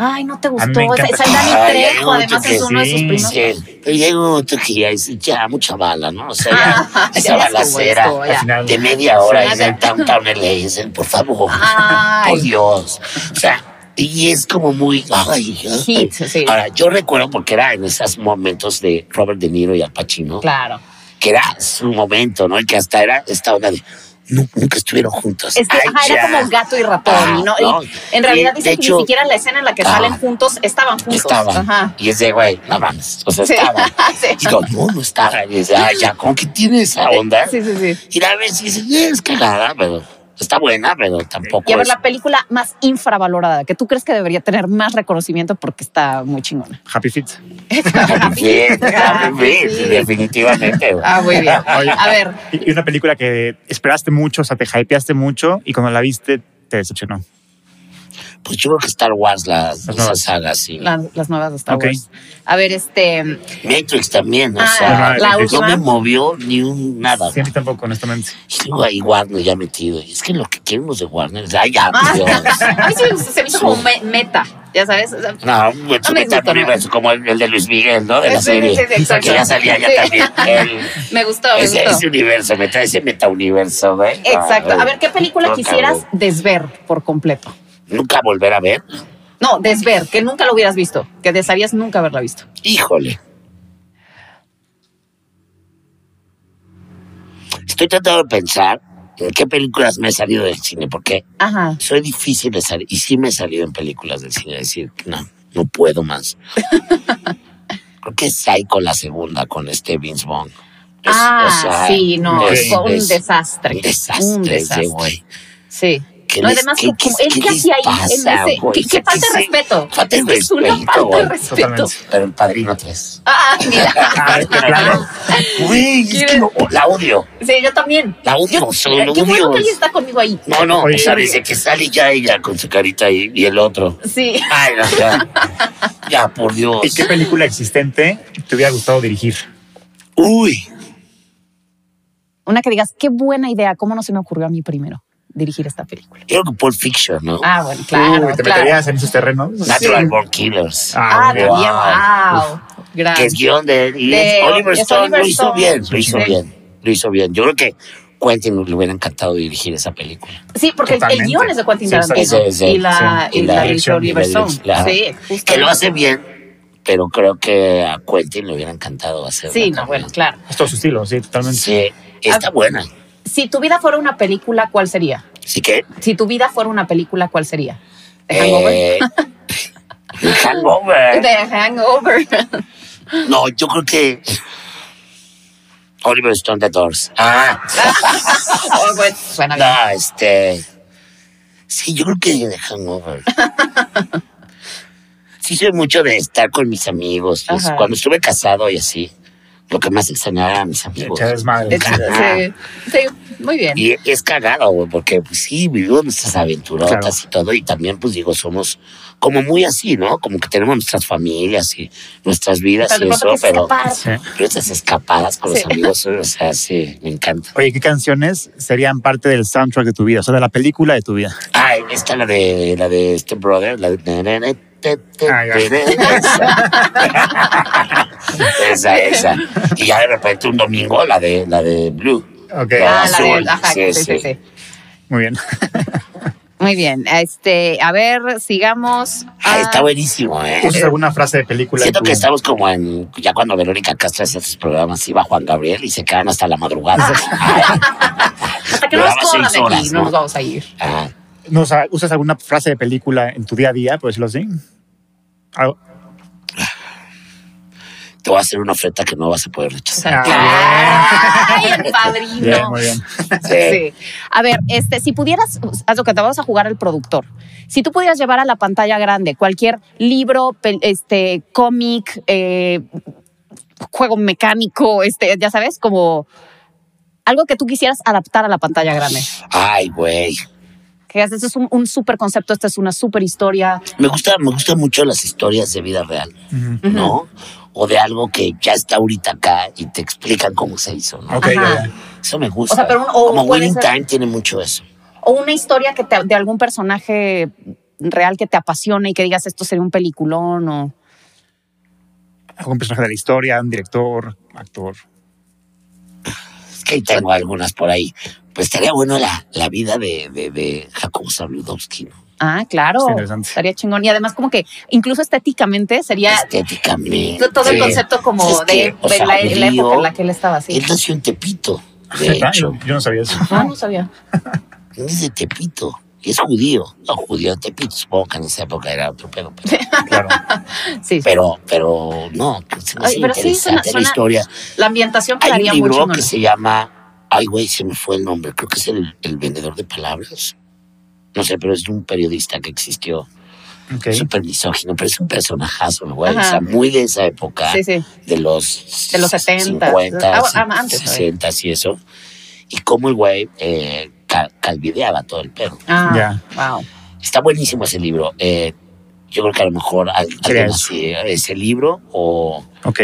[SPEAKER 1] Ay, no te
[SPEAKER 3] A mí me
[SPEAKER 1] gustó.
[SPEAKER 3] encanta.
[SPEAKER 1] Es el Dani
[SPEAKER 2] Ay, hay
[SPEAKER 1] Trejo,
[SPEAKER 2] otro
[SPEAKER 1] además
[SPEAKER 2] que
[SPEAKER 1] es uno de sus
[SPEAKER 3] sí.
[SPEAKER 1] primos.
[SPEAKER 2] Sí, pero llega un momento que ya, es- ya mucha bala, ¿no? O sea, ya,
[SPEAKER 1] Ah,
[SPEAKER 2] esa
[SPEAKER 1] ya ves cómo
[SPEAKER 2] balacera
[SPEAKER 1] esto, ya.
[SPEAKER 3] final.
[SPEAKER 2] de media hora
[SPEAKER 1] Sí.
[SPEAKER 2] es el Downtown LA, dicen, por favor. Por
[SPEAKER 1] Ay,
[SPEAKER 2] Dios. O sea, y es como muy. Ay, ay.
[SPEAKER 1] Hit, sí.
[SPEAKER 2] Ahora, yo recuerdo porque era en esos momentos de Robert De Niro y Al Pacino,
[SPEAKER 1] Claro.
[SPEAKER 2] que era su momento, ¿no? Y que hasta era esta onda de. nu- Nunca estuvieron juntos.
[SPEAKER 1] Es que
[SPEAKER 2] Ay,
[SPEAKER 1] ajá, era
[SPEAKER 2] ya.
[SPEAKER 1] como gato y ratón.
[SPEAKER 2] Ah,
[SPEAKER 1] ¿no? Y
[SPEAKER 2] no.
[SPEAKER 1] en realidad
[SPEAKER 2] Y,
[SPEAKER 1] dicen
[SPEAKER 2] de
[SPEAKER 1] que
[SPEAKER 2] hecho,
[SPEAKER 1] ni siquiera en la escena en la que
[SPEAKER 2] ah,
[SPEAKER 1] salen juntos estaban juntos.
[SPEAKER 2] Estaban.
[SPEAKER 1] Ajá.
[SPEAKER 2] Y ese güey, no mames. O sea,
[SPEAKER 1] Sí.
[SPEAKER 2] estaban.
[SPEAKER 1] Sí.
[SPEAKER 2] Y yo, no, no estaba. Y dice, ah, ya, ¿cómo que tiene esa onda?
[SPEAKER 1] Sí, sí, sí.
[SPEAKER 2] Y la ves y dices, "Eh, es cagada, pero está buena, pero tampoco
[SPEAKER 1] Y a ver,
[SPEAKER 2] es.
[SPEAKER 1] la película más infravalorada, que tú crees que debería tener más reconocimiento porque está muy chingona.
[SPEAKER 3] Happy Feet.
[SPEAKER 2] Bien, bien,
[SPEAKER 1] sí.
[SPEAKER 2] definitivamente. güey.
[SPEAKER 1] Ah, muy bien.
[SPEAKER 3] Oye.
[SPEAKER 1] A ver,
[SPEAKER 3] Y y una película que esperaste mucho, o sea, te hypeaste mucho y cuando la viste te decepcionó.
[SPEAKER 2] Pues yo creo que Star Wars, la, esa
[SPEAKER 3] nuevas.
[SPEAKER 2] saga, sí.
[SPEAKER 1] Las, las nuevas de Star
[SPEAKER 3] Ok.
[SPEAKER 1] Wars. A ver, este.
[SPEAKER 2] Matrix también, o
[SPEAKER 1] Ah,
[SPEAKER 2] sea,
[SPEAKER 3] la
[SPEAKER 2] no
[SPEAKER 1] última.
[SPEAKER 2] me movió ni un nada.
[SPEAKER 3] Sí, a mí tampoco, honestamente.
[SPEAKER 2] Y luego ahí Warner ya metido. Y Es que lo que queremos de Warner es, ay, ya,
[SPEAKER 1] Ah.
[SPEAKER 2] Dios.
[SPEAKER 1] A mí sí me- se me hizo como me- meta, ya sabes. O sea,
[SPEAKER 2] No, pues,
[SPEAKER 1] No me
[SPEAKER 2] está
[SPEAKER 1] gusta,
[SPEAKER 2] tan
[SPEAKER 1] no.
[SPEAKER 2] eso como el, el de Luis Miguel, ¿no? De la
[SPEAKER 1] Sí, sí,
[SPEAKER 2] serie.
[SPEAKER 1] sí, sí, exacto.
[SPEAKER 2] que ya salía ya
[SPEAKER 1] Sí.
[SPEAKER 2] también. El-
[SPEAKER 1] me gustó, me
[SPEAKER 2] ese,
[SPEAKER 1] gustó.
[SPEAKER 2] ese universo, meta, ese metauniverso, ¿ves?
[SPEAKER 1] Exacto.
[SPEAKER 2] Ay,
[SPEAKER 1] A ver, ¿qué película
[SPEAKER 2] no,
[SPEAKER 1] quisieras
[SPEAKER 2] cabrón.
[SPEAKER 1] desver por completo?
[SPEAKER 2] Nunca volver a ver.
[SPEAKER 1] No, desver, que nunca lo hubieras visto, que desearías nunca haberla visto.
[SPEAKER 2] Híjole. Estoy tratando de pensar en qué películas me he salido del cine, porque
[SPEAKER 1] Ajá.
[SPEAKER 2] soy difícil de salir. Y sí me he salido en películas del cine, decir, no, no puedo más. Creo que es Psycho la segunda con este Vince Vaughn. Es-
[SPEAKER 1] ah,
[SPEAKER 2] o sea,
[SPEAKER 1] sí, no,
[SPEAKER 2] es-
[SPEAKER 1] fue un
[SPEAKER 2] es
[SPEAKER 1] desastre.
[SPEAKER 2] Un desastre ese güey.
[SPEAKER 1] Sí.
[SPEAKER 2] ¿Qué
[SPEAKER 1] No,
[SPEAKER 2] les-
[SPEAKER 1] además,
[SPEAKER 2] qué-
[SPEAKER 1] como-
[SPEAKER 2] qué-
[SPEAKER 1] ¿él qué
[SPEAKER 2] qué les
[SPEAKER 1] hacía ahí? en
[SPEAKER 2] pasa,
[SPEAKER 1] ese-
[SPEAKER 2] güey?
[SPEAKER 1] ¿Qué, qué
[SPEAKER 2] ¿Qué
[SPEAKER 1] falta de
[SPEAKER 2] se-
[SPEAKER 1] respeto?
[SPEAKER 2] falta de
[SPEAKER 1] Es que es una
[SPEAKER 2] respeto,
[SPEAKER 1] falta de
[SPEAKER 2] güey.
[SPEAKER 1] respeto.
[SPEAKER 3] Totalmente.
[SPEAKER 2] Pero el padrino 3.
[SPEAKER 1] Ah, mira.
[SPEAKER 3] Ah, claro.
[SPEAKER 2] Güey, es que no- la odio.
[SPEAKER 1] Sí, yo también.
[SPEAKER 2] La odio,
[SPEAKER 1] Yo-
[SPEAKER 2] solo
[SPEAKER 1] qué bueno
[SPEAKER 2] odio.
[SPEAKER 1] que ella está conmigo ahí.
[SPEAKER 2] No, no,
[SPEAKER 3] Oye.
[SPEAKER 2] o sea, desde que sale ya ella con su carita ahí y el otro.
[SPEAKER 1] Sí.
[SPEAKER 2] Ay, no, ya. Ya, por Dios.
[SPEAKER 3] ¿Y qué película existente te hubiera gustado dirigir?
[SPEAKER 2] Uy.
[SPEAKER 1] Una que digas, qué buena idea, ¿cómo no se me ocurrió a mí primero dirigir esta película?
[SPEAKER 2] Creo que Pulp Fiction, ¿no?
[SPEAKER 1] Ah, bueno, claro.
[SPEAKER 3] Uy, ¿Te
[SPEAKER 1] claro.
[SPEAKER 3] meterías en esos terrenos?
[SPEAKER 2] Natural
[SPEAKER 3] Sí.
[SPEAKER 2] Born Killers.
[SPEAKER 1] Ah,
[SPEAKER 3] Ah,
[SPEAKER 1] también,
[SPEAKER 3] bueno.
[SPEAKER 2] Wow.
[SPEAKER 1] wow.
[SPEAKER 2] Que es
[SPEAKER 1] Gracias.
[SPEAKER 2] guión de, y
[SPEAKER 1] De-
[SPEAKER 2] es Oliver
[SPEAKER 1] es
[SPEAKER 2] Stone.
[SPEAKER 1] Oliver
[SPEAKER 2] lo hizo
[SPEAKER 1] Stone.
[SPEAKER 2] bien, lo hizo
[SPEAKER 1] Sí.
[SPEAKER 2] bien, lo hizo bien. Yo creo que Quentin le hubiera encantado dirigir esa película.
[SPEAKER 1] Sí, porque el- el
[SPEAKER 3] Totalmente.
[SPEAKER 1] guión es de Quentin
[SPEAKER 3] Sí,
[SPEAKER 1] Tarantino.
[SPEAKER 2] exacto. Sí, sí,
[SPEAKER 1] y la,
[SPEAKER 2] sí.
[SPEAKER 1] y
[SPEAKER 2] Y
[SPEAKER 1] la,
[SPEAKER 2] la
[SPEAKER 1] dirigió Oliver
[SPEAKER 2] dirección, y la
[SPEAKER 1] Stone.
[SPEAKER 2] dirección, ajá.
[SPEAKER 1] Sí, justo.
[SPEAKER 2] Que lo hace bien, pero creo que a Quentin le hubiera encantado hacerlo.
[SPEAKER 1] Sí, no,
[SPEAKER 2] también.
[SPEAKER 1] bueno, claro.
[SPEAKER 3] Es todo su estilo, sí, totalmente.
[SPEAKER 2] Sí, está
[SPEAKER 1] Ah.
[SPEAKER 2] buena.
[SPEAKER 1] Si tu vida fuera una película, ¿cuál sería?
[SPEAKER 2] Así que.
[SPEAKER 1] Si tu vida fuera una película, ¿cuál sería? ¿De Hangover?
[SPEAKER 2] eh, Hangover.
[SPEAKER 1] De Hangover.
[SPEAKER 2] No, yo creo que. Oliver Stone The Doors. Ah,
[SPEAKER 1] Oh, bueno, suena bien.
[SPEAKER 2] no, este. Sí, yo creo que de Hangover. Sí, soy mucho de estar con mis amigos. pues,
[SPEAKER 1] Ajá.
[SPEAKER 2] cuando estuve casado y así, lo que más extrañaba era a mis amigos.
[SPEAKER 3] Echar desmadre.
[SPEAKER 1] Es- Sí, sí, muy bien.
[SPEAKER 2] Y es cagado, güey, porque pues, sí, vivimos nuestras aventurotas
[SPEAKER 3] Claro.
[SPEAKER 2] y todo, y también, pues digo, somos como muy así, ¿no? Como que tenemos nuestras familias y nuestras vidas
[SPEAKER 1] Pero de
[SPEAKER 2] y eso,
[SPEAKER 1] pronto quieres
[SPEAKER 2] pero,
[SPEAKER 1] escapar.
[SPEAKER 3] Sí.
[SPEAKER 2] pero estas escapadas con
[SPEAKER 1] Sí.
[SPEAKER 2] los amigos, o sea, sí, me encanta.
[SPEAKER 3] Oye, ¿qué canciones serían parte del soundtrack de tu vida? O sea, de la película de tu vida.
[SPEAKER 2] Ah, esta la de, la de este brother, la de...
[SPEAKER 3] Ah, ya.
[SPEAKER 2] Esa. esa, esa. Y ya de repente un domingo la de, la de Blue.
[SPEAKER 3] Ok,
[SPEAKER 1] Ah, la
[SPEAKER 2] azul,
[SPEAKER 1] de- ajá,
[SPEAKER 2] sí,
[SPEAKER 1] sí, sí,
[SPEAKER 2] sí.
[SPEAKER 1] sí.
[SPEAKER 3] muy bien.
[SPEAKER 1] Muy bien. Este, a ver, sigamos.
[SPEAKER 2] Ah,
[SPEAKER 1] Ah,
[SPEAKER 2] está buenísimo, ¿eh?
[SPEAKER 3] ¿Usas alguna frase de película? en
[SPEAKER 2] Siento
[SPEAKER 3] tu-
[SPEAKER 2] que estamos como en. Ya cuando Verónica Castro hacía sus programas, iba Juan Gabriel y se quedan hasta la madrugada.
[SPEAKER 1] Ah. Hasta que no nos
[SPEAKER 2] duraba
[SPEAKER 1] corran
[SPEAKER 2] seis
[SPEAKER 1] de aquí,
[SPEAKER 2] horas,
[SPEAKER 1] no
[SPEAKER 2] ¿no?
[SPEAKER 1] nos vamos a ir.
[SPEAKER 2] Ah,
[SPEAKER 3] No, o sea, ¿usas alguna frase de película en tu día a día, por decirlo así? Algo-
[SPEAKER 2] te voy a hacer una oferta que no vas a poder rechazar.
[SPEAKER 1] Ay, el padrino.
[SPEAKER 3] Bien, muy bien.
[SPEAKER 1] Sí. A ver, este, si pudieras, haz lo que te vamos a jugar el productor. Si tú pudieras llevar a la pantalla grande cualquier libro, pel- este, cómic, eh, juego mecánico, este, ya sabes, como algo que tú quisieras adaptar a la pantalla grande.
[SPEAKER 2] Ay, güey.
[SPEAKER 1] Que digas, este es un, un súper concepto, esta es una súper historia.
[SPEAKER 2] Me gusta, me gustan mucho las historias de vida real,
[SPEAKER 3] Ujú.
[SPEAKER 2] ¿no? O de algo que ya está ahorita acá y te explican cómo se hizo, ¿no?
[SPEAKER 3] Ok,
[SPEAKER 1] Ajá.
[SPEAKER 3] ya, ya.
[SPEAKER 2] Eso me gusta.
[SPEAKER 1] O sea, pero un- o
[SPEAKER 2] como
[SPEAKER 1] puede
[SPEAKER 2] Winning
[SPEAKER 1] ser-
[SPEAKER 2] Time tiene mucho eso.
[SPEAKER 1] O una historia que te- de algún personaje real que te apasione y que digas, esto sería un peliculón o...
[SPEAKER 3] ¿Algún personaje de la historia, un director, actor?
[SPEAKER 2] Es que ahí tengo algunas por ahí. Pues estaría bueno la, la vida de, de, de Jacobo Zabludowski, ¿no?
[SPEAKER 1] Ah, claro.
[SPEAKER 3] Está interesante.
[SPEAKER 1] Estaría chingón. Y además, como que incluso estéticamente sería
[SPEAKER 2] Estéticamente.
[SPEAKER 1] to- todo el concepto como
[SPEAKER 2] Es que,
[SPEAKER 1] de,
[SPEAKER 2] o
[SPEAKER 1] de
[SPEAKER 2] sea,
[SPEAKER 1] la,
[SPEAKER 2] un
[SPEAKER 1] la época en
[SPEAKER 2] lío.
[SPEAKER 1] la que él estaba así.
[SPEAKER 2] Él nació en Tepito, de
[SPEAKER 3] ¿Neta?
[SPEAKER 2] hecho.
[SPEAKER 3] Yo, yo no sabía eso.
[SPEAKER 1] Ah, no sabía.
[SPEAKER 2] Él es de Tepito. y Es judío. No, judío de Tepito. Supongo que en esa época era otro pedo. Pero,
[SPEAKER 3] Claro.
[SPEAKER 1] Sí.
[SPEAKER 2] pero, pero no, que se me hace
[SPEAKER 1] Ay, pero sí, suena-
[SPEAKER 2] interesante
[SPEAKER 1] suena-
[SPEAKER 2] la historia.
[SPEAKER 1] la ambientación
[SPEAKER 2] Hay
[SPEAKER 1] quedaría
[SPEAKER 2] un
[SPEAKER 1] muy
[SPEAKER 2] libro
[SPEAKER 1] chingona.
[SPEAKER 2] que se llama... Ay, güey, se me fue el nombre. Creo que es el, el Vendedor de Palabras. No sé, pero es de un periodista que existió.
[SPEAKER 3] Ok.
[SPEAKER 2] Súper misógino, pero es un personajazo, el güey.
[SPEAKER 1] Ajá.
[SPEAKER 2] O sea, muy de esa época.
[SPEAKER 1] Sí, sí.
[SPEAKER 2] de los,
[SPEAKER 1] De los 70.
[SPEAKER 2] 50,
[SPEAKER 1] Ah, bueno, ah, antes,
[SPEAKER 2] 60 y eso. Y cómo el güey eh, ca- calvideaba todo el perro.
[SPEAKER 1] Ah,
[SPEAKER 3] Ya.
[SPEAKER 1] wow.
[SPEAKER 2] Está buenísimo ese libro. Eh, yo creo que a lo mejor al-
[SPEAKER 3] Sería
[SPEAKER 2] alguien
[SPEAKER 3] eso.
[SPEAKER 2] así, ese libro o,
[SPEAKER 3] Ok.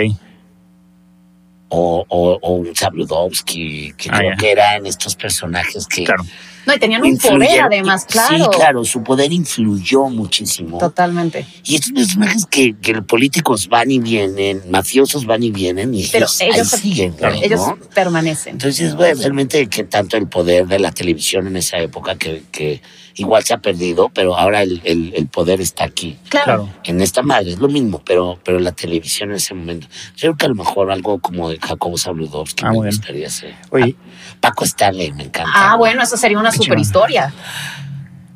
[SPEAKER 2] o, o, o un Sabludowski, que
[SPEAKER 3] Ah,
[SPEAKER 2] creo
[SPEAKER 3] ya.
[SPEAKER 2] que eran estos personajes que.
[SPEAKER 3] Claro.
[SPEAKER 1] No, y tenían un
[SPEAKER 2] influyeron.
[SPEAKER 1] poder además, claro.
[SPEAKER 2] Sí, claro, su poder influyó muchísimo.
[SPEAKER 1] Totalmente.
[SPEAKER 2] Y estos personajes que, que los políticos van y vienen, mafiosos van y vienen, y
[SPEAKER 1] Pero
[SPEAKER 2] ellos,
[SPEAKER 1] ellos-
[SPEAKER 2] ahí siguen,
[SPEAKER 3] claro,
[SPEAKER 2] güey,
[SPEAKER 1] Ellos
[SPEAKER 2] ¿no?
[SPEAKER 1] permanecen.
[SPEAKER 2] Entonces, bueno, realmente que tanto el poder de la televisión en esa época que, que igual se ha perdido, pero ahora el, el- el poder está aquí.
[SPEAKER 1] Claro.
[SPEAKER 3] Claro.
[SPEAKER 2] En esta madre es lo mismo, pero, pero la televisión en ese momento. Yo creo que a lo mejor algo como de Jacobo Zabludovsky
[SPEAKER 3] Ah,
[SPEAKER 2] me
[SPEAKER 3] muy bien.
[SPEAKER 2] gustaría hacer.
[SPEAKER 3] Oye,
[SPEAKER 2] Paco Stanley me encanta.
[SPEAKER 1] Ah, bueno, esa sería una
[SPEAKER 3] Qué
[SPEAKER 1] super historia.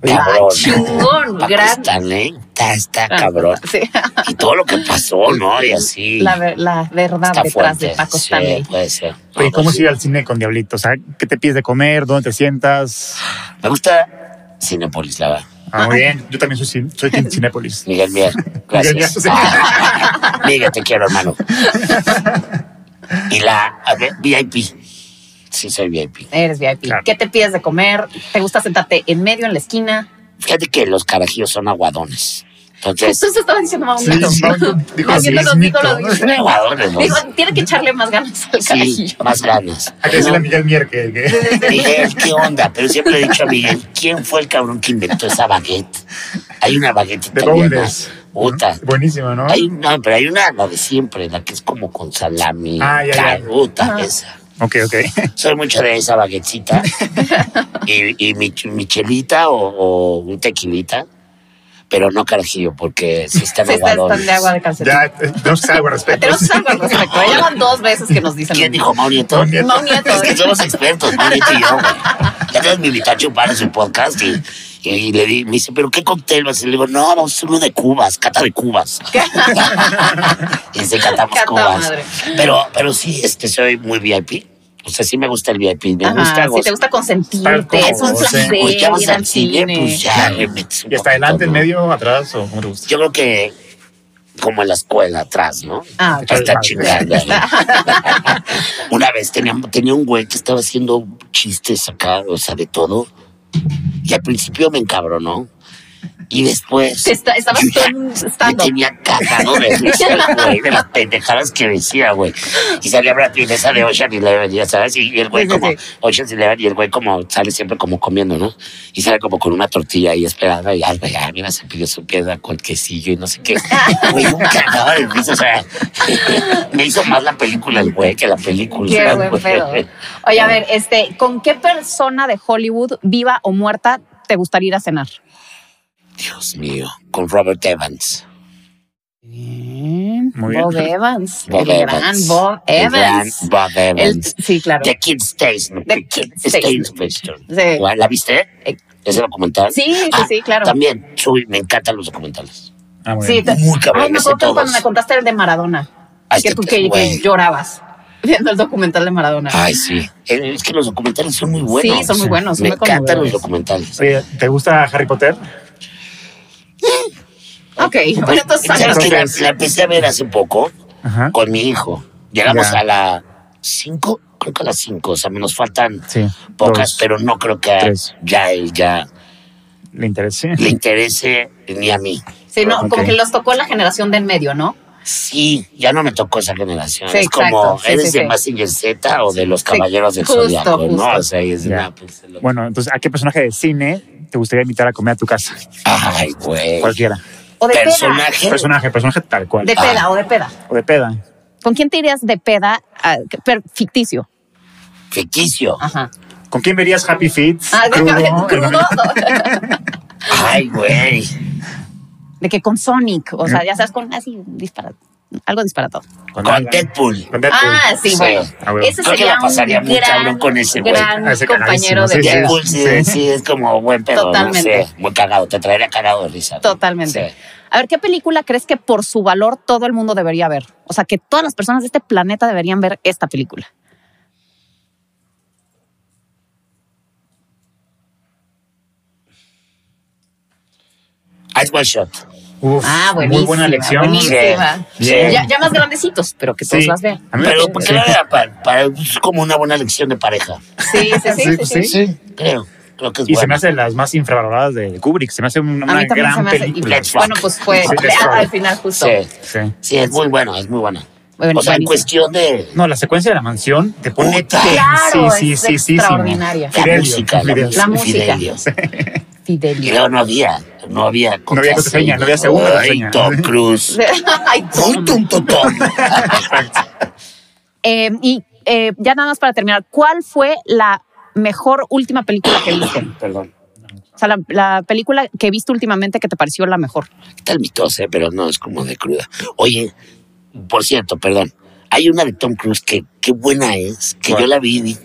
[SPEAKER 3] oye,
[SPEAKER 2] Ah, Cabrón.
[SPEAKER 1] Chingón,
[SPEAKER 2] Paco
[SPEAKER 1] gran.
[SPEAKER 2] Stanley está, está cabrón.
[SPEAKER 1] Sí,
[SPEAKER 2] Y todo lo que pasó, ¿no? Y así.
[SPEAKER 1] la, ver- la verdad
[SPEAKER 2] está
[SPEAKER 1] detrás
[SPEAKER 2] fuerte.
[SPEAKER 1] de Paco
[SPEAKER 2] Sí,
[SPEAKER 1] Stanley.
[SPEAKER 2] puede ser.
[SPEAKER 3] oye,
[SPEAKER 2] No,
[SPEAKER 3] ¿cómo
[SPEAKER 2] pues sí.
[SPEAKER 3] se ir al cine con Diablito? O sea, ¿qué te pides de comer? ¿Dónde te sientas?
[SPEAKER 2] Me gusta Cinepolis, la verdad.
[SPEAKER 3] Ah, muy bien. Yo también soy, cin- soy team Cinépolis.
[SPEAKER 2] Miguel Mier, gracias.
[SPEAKER 3] Miguel Mier.
[SPEAKER 2] Ah, Miguel, te quiero, hermano. Y la a ver, VIP. Sí, soy VIP.
[SPEAKER 1] Eres VIP.
[SPEAKER 3] Claro.
[SPEAKER 1] ¿Qué te pides de comer? ¿Te gusta sentarte en medio, en la esquina?
[SPEAKER 2] Fíjate que los carajillos son aguadones. Entonces,
[SPEAKER 1] Justo se estaba diciendo más
[SPEAKER 3] Sí, no, dijo así,
[SPEAKER 1] Haciéndolo,
[SPEAKER 3] es mito.
[SPEAKER 1] dígalo,
[SPEAKER 3] ¿no?
[SPEAKER 1] dígalo.
[SPEAKER 2] son aguadones, ¿no?
[SPEAKER 1] Digo, tiene que echarle más ganas al
[SPEAKER 2] Sí,
[SPEAKER 1] carajillo.
[SPEAKER 2] más ganas.
[SPEAKER 3] Hay que decirle a Miguel Mier que... que-
[SPEAKER 2] Miguel, ¿qué onda? Pero siempre he dicho a Miguel, ¿quién fue el cabrón que inventó esa baguette? Hay una baguette
[SPEAKER 3] De
[SPEAKER 2] italiana.
[SPEAKER 3] Bowles.
[SPEAKER 2] Puta.
[SPEAKER 3] Buenísimo, ¿no?
[SPEAKER 2] Hay, no, pero hay una, la de siempre, la que es como con salami.
[SPEAKER 3] Ah, ya, ya.
[SPEAKER 2] tal, puta,
[SPEAKER 1] Ajá.
[SPEAKER 2] esa.
[SPEAKER 3] Ok, ok.
[SPEAKER 2] Soy mucho de esa baguetcita. y y mi, mi chelita o, o un tequilita. Pero no carajillo, porque si están
[SPEAKER 1] Sí, está
[SPEAKER 2] aguadones.
[SPEAKER 1] están de agua de calcetín.
[SPEAKER 3] Ya, eh, tenemos que saber algo al respecto.
[SPEAKER 1] Tenemos algo al respecto. ¿eh? Ya van dos veces que nos dicen.
[SPEAKER 2] ¿Quién dijo Mau Nieto?
[SPEAKER 3] Mau Nieto.
[SPEAKER 1] Mau Nieto.
[SPEAKER 2] Es que somos expertos, Mau Nieto y yo, güey. Ya nos me invitó a chupar en su podcast y, y le di, me dice, ¿pero qué cóctel vas? Y le digo, no, vamos a hacer uno de cubas, cata de cubas. y se catamos
[SPEAKER 1] Cata
[SPEAKER 2] cubas.
[SPEAKER 1] madre.
[SPEAKER 2] Pero, pero sí, este, soy muy VIP. O sea, sí me gusta el VIP. Me
[SPEAKER 1] Ajá,
[SPEAKER 2] gusta
[SPEAKER 1] si te
[SPEAKER 2] gozar.
[SPEAKER 1] gusta
[SPEAKER 3] Estar
[SPEAKER 1] consentirte,
[SPEAKER 3] cómodo,
[SPEAKER 1] es un
[SPEAKER 3] sí.
[SPEAKER 2] Pues ya
[SPEAKER 1] placer
[SPEAKER 2] vas
[SPEAKER 1] ir al
[SPEAKER 2] al cine,
[SPEAKER 1] cine.
[SPEAKER 2] pues ya le metes un
[SPEAKER 3] ¿Y
[SPEAKER 2] poquito,
[SPEAKER 3] hasta adelante, en
[SPEAKER 2] ¿no?
[SPEAKER 3] medio, atrás o cómo te gusta?
[SPEAKER 2] Yo creo que como en la escuela, atrás, ¿no?
[SPEAKER 1] Ah,
[SPEAKER 3] Está
[SPEAKER 2] Hasta
[SPEAKER 3] padre.
[SPEAKER 2] chingando. Una vez tenía, tenía un güey que estaba haciendo chistes acá, o sea, de todo. Y al principio me encabronó. Y después...
[SPEAKER 1] Te está- estabas
[SPEAKER 2] yo ya
[SPEAKER 1] tan-
[SPEAKER 2] me
[SPEAKER 1] estando.
[SPEAKER 2] tenía cagado de risa, el güey, de las pendejadas que decía, güey. Y salía Brad Pitt, esa de Ocean Eleven, ya sabes, y y el güey
[SPEAKER 1] Sí, sí,
[SPEAKER 2] como...
[SPEAKER 1] sí.
[SPEAKER 2] Ocean's Eleven, y el güey como sale siempre como comiendo, ¿no? Y sale como con una tortilla ahí esperando y algo, ya, mira, se pidió su piedra con quesillo y no sé qué. Güey, un cagado de risa, o sea, me hizo más la película el güey que la película.
[SPEAKER 1] Qué buen
[SPEAKER 2] güey.
[SPEAKER 1] pedo. Oye, a ver, este, ¿con qué persona de Hollywood, viva o muerta, te gustaría ir a cenar?
[SPEAKER 2] Dios mío, con Robert Evans.
[SPEAKER 3] Muy bien.
[SPEAKER 1] Bob Evans.
[SPEAKER 2] Bob
[SPEAKER 1] el gran
[SPEAKER 2] Evans.
[SPEAKER 1] Bob
[SPEAKER 2] El gran
[SPEAKER 1] Evans.
[SPEAKER 2] Bob
[SPEAKER 1] El-
[SPEAKER 2] Evans.
[SPEAKER 1] sí, claro.
[SPEAKER 2] The Kid Stays. no,
[SPEAKER 1] The Kid Stays.
[SPEAKER 2] Question.
[SPEAKER 1] Sí.
[SPEAKER 2] ¿La viste?
[SPEAKER 1] Eh.
[SPEAKER 2] ¿Ese documental?
[SPEAKER 1] Sí, sí,
[SPEAKER 2] Ah,
[SPEAKER 1] sí, claro.
[SPEAKER 2] También, soy, me encantan los documentales.
[SPEAKER 3] Ah, muy
[SPEAKER 1] Sí,
[SPEAKER 3] bien.
[SPEAKER 1] te-
[SPEAKER 2] Muy cabrón,
[SPEAKER 1] Ay, me
[SPEAKER 2] ese
[SPEAKER 1] acuerdo
[SPEAKER 2] todos.
[SPEAKER 1] cuando me contaste el de Maradona.
[SPEAKER 2] Ay,
[SPEAKER 1] que
[SPEAKER 2] este
[SPEAKER 1] tú que- que
[SPEAKER 2] güey.
[SPEAKER 1] llorabas viendo el documental de Maradona.
[SPEAKER 2] Ay, sí. Eh, Es que los documentales son muy buenos.
[SPEAKER 1] Sí, son muy
[SPEAKER 3] sí.
[SPEAKER 1] buenos. son
[SPEAKER 2] Me
[SPEAKER 1] muy
[SPEAKER 2] encantan los
[SPEAKER 1] conmovedores.
[SPEAKER 2] documentales.
[SPEAKER 3] Oye, ¿te gusta Harry Potter?
[SPEAKER 1] Ok, bueno, entonces
[SPEAKER 2] ¿Sabes
[SPEAKER 1] algo-
[SPEAKER 2] que la, la empecé a ver hace poco
[SPEAKER 1] ¿Ah?
[SPEAKER 3] Ajá.
[SPEAKER 2] con mi hijo. Llegamos
[SPEAKER 3] Ya.
[SPEAKER 2] a la 5, creo que a las 5. O sea, nos faltan
[SPEAKER 3] Sí.
[SPEAKER 2] pocas,
[SPEAKER 3] dos.
[SPEAKER 2] pero no creo que
[SPEAKER 3] Tres.
[SPEAKER 2] ya él ya
[SPEAKER 3] ¿Le interesa?
[SPEAKER 2] le interese ni a mí.
[SPEAKER 1] Sí, no, como
[SPEAKER 3] Ok.
[SPEAKER 1] que los tocó la generación de en medio, ¿no?
[SPEAKER 2] Sí, ya no me tocó esa generación.
[SPEAKER 1] Sí,
[SPEAKER 2] es
[SPEAKER 1] exacto.
[SPEAKER 2] como,
[SPEAKER 1] Sí,
[SPEAKER 2] ¿eres
[SPEAKER 1] sí,
[SPEAKER 2] de
[SPEAKER 1] sí.
[SPEAKER 2] Mazinger Z o de los Caballeros del
[SPEAKER 1] justo,
[SPEAKER 2] Zodiaco? No,
[SPEAKER 1] justo.
[SPEAKER 2] o sea, es de
[SPEAKER 3] Ya.
[SPEAKER 2] una- pues, lo-
[SPEAKER 3] Bueno, entonces, ¿a qué personaje de cine te gustaría invitar a comer a tu casa?
[SPEAKER 2] Eh, Ay, güey.
[SPEAKER 3] Cualquiera.
[SPEAKER 1] O de peda.
[SPEAKER 2] Personaje. Ah.
[SPEAKER 3] Personaje, personaje tal cual.
[SPEAKER 1] De peda, o de peda.
[SPEAKER 3] O de peda.
[SPEAKER 1] ¿Con quién te irías de peda? ah, que- pero ficticio.
[SPEAKER 2] Ficticio.
[SPEAKER 1] Ajá.
[SPEAKER 3] ¿Con quién verías Happy Feet?
[SPEAKER 1] Ah, de,
[SPEAKER 3] Crudo,
[SPEAKER 1] crudo,
[SPEAKER 3] en-
[SPEAKER 1] no.
[SPEAKER 2] Ay, güey.
[SPEAKER 1] De que con Sonic, o sea, ya sabes, con así disparado, algo disparatado.
[SPEAKER 3] Con,
[SPEAKER 2] Con
[SPEAKER 3] Alan,
[SPEAKER 2] Deadpool.
[SPEAKER 3] Con Deadpool.
[SPEAKER 1] Ah, sí,
[SPEAKER 2] Sí.
[SPEAKER 1] bueno.
[SPEAKER 3] Ah, bueno.
[SPEAKER 1] Ese
[SPEAKER 2] Creo que
[SPEAKER 1] sería
[SPEAKER 2] la pasaría
[SPEAKER 1] un
[SPEAKER 2] muy
[SPEAKER 1] gran,
[SPEAKER 2] cabrón con ese güey.
[SPEAKER 1] gran
[SPEAKER 3] Ah, ese
[SPEAKER 1] compañero
[SPEAKER 3] cagadísimo,
[SPEAKER 1] de
[SPEAKER 3] sí, sí.
[SPEAKER 1] peda.
[SPEAKER 2] Deadpool sí, sí. es como buen pedo.
[SPEAKER 1] Totalmente.
[SPEAKER 2] No sé, muy cagado, te traería cagado de risa. ¿no?
[SPEAKER 1] Totalmente.
[SPEAKER 2] Sí.
[SPEAKER 1] A ver, ¿qué película crees que por su valor todo el mundo debería ver? O sea, que todas las personas de este planeta deberían ver esta película.
[SPEAKER 2] Ice Ah, One Shot.
[SPEAKER 3] Uf,
[SPEAKER 1] Ah, buenísima.
[SPEAKER 3] Muy buena elección.
[SPEAKER 1] Buenísima.
[SPEAKER 2] Sí.
[SPEAKER 1] Ya, ya más grandecitos, pero que todos
[SPEAKER 3] Sí.
[SPEAKER 1] las vean.
[SPEAKER 3] A mí me
[SPEAKER 2] Pero
[SPEAKER 3] parece-
[SPEAKER 2] porque era para, para- es como una buena elección de pareja.
[SPEAKER 1] Sí, sí, sí. sí, sí.
[SPEAKER 3] Sí, sí.
[SPEAKER 2] Creo. creo que es
[SPEAKER 3] Y se me
[SPEAKER 2] buena.
[SPEAKER 3] hace de las más infravaloradas de Kubrick. Se me hace una,
[SPEAKER 1] A mí también
[SPEAKER 3] gran
[SPEAKER 1] se me hace. y-
[SPEAKER 3] película.
[SPEAKER 2] Let's
[SPEAKER 1] bueno,
[SPEAKER 2] fuck.
[SPEAKER 1] pues fue
[SPEAKER 3] Sí, let's fuck.
[SPEAKER 1] al final justo.
[SPEAKER 2] Sí,
[SPEAKER 3] Sí.
[SPEAKER 2] sí, es muy buena, es muy buena.
[SPEAKER 1] Bueno,
[SPEAKER 2] o sea, pues, en
[SPEAKER 1] buenísimo.
[SPEAKER 2] cuestión de
[SPEAKER 3] No, la secuencia de la mansión te pone
[SPEAKER 2] Puta.
[SPEAKER 1] Claro,
[SPEAKER 3] sí,
[SPEAKER 1] es
[SPEAKER 3] sí, sí, sí,
[SPEAKER 1] extraordinaria.
[SPEAKER 2] la
[SPEAKER 3] Fidelio,
[SPEAKER 2] música,
[SPEAKER 3] Fidelio.
[SPEAKER 2] la,
[SPEAKER 1] La música.
[SPEAKER 2] música. Fidelio. Y
[SPEAKER 1] Fidelio.
[SPEAKER 2] luego no había, no había
[SPEAKER 3] No había contraseña, no había segunda
[SPEAKER 2] Ay,
[SPEAKER 3] contraseña.
[SPEAKER 2] Tom Cruise.
[SPEAKER 1] Ay,
[SPEAKER 2] Uy, tum, tum, tum.
[SPEAKER 1] Eh, y eh, ya nada más para terminar, ¿cuál fue la mejor última película que viste?
[SPEAKER 2] Perdón.
[SPEAKER 1] O sea, la, la película que viste últimamente que te pareció la mejor.
[SPEAKER 2] Está el mitos, eh, pero no, es como de cruda. Oye, por cierto, perdón. Hay una de Tom Cruise que qué buena es, que
[SPEAKER 3] ¿Cuál?
[SPEAKER 2] yo la vi. vi.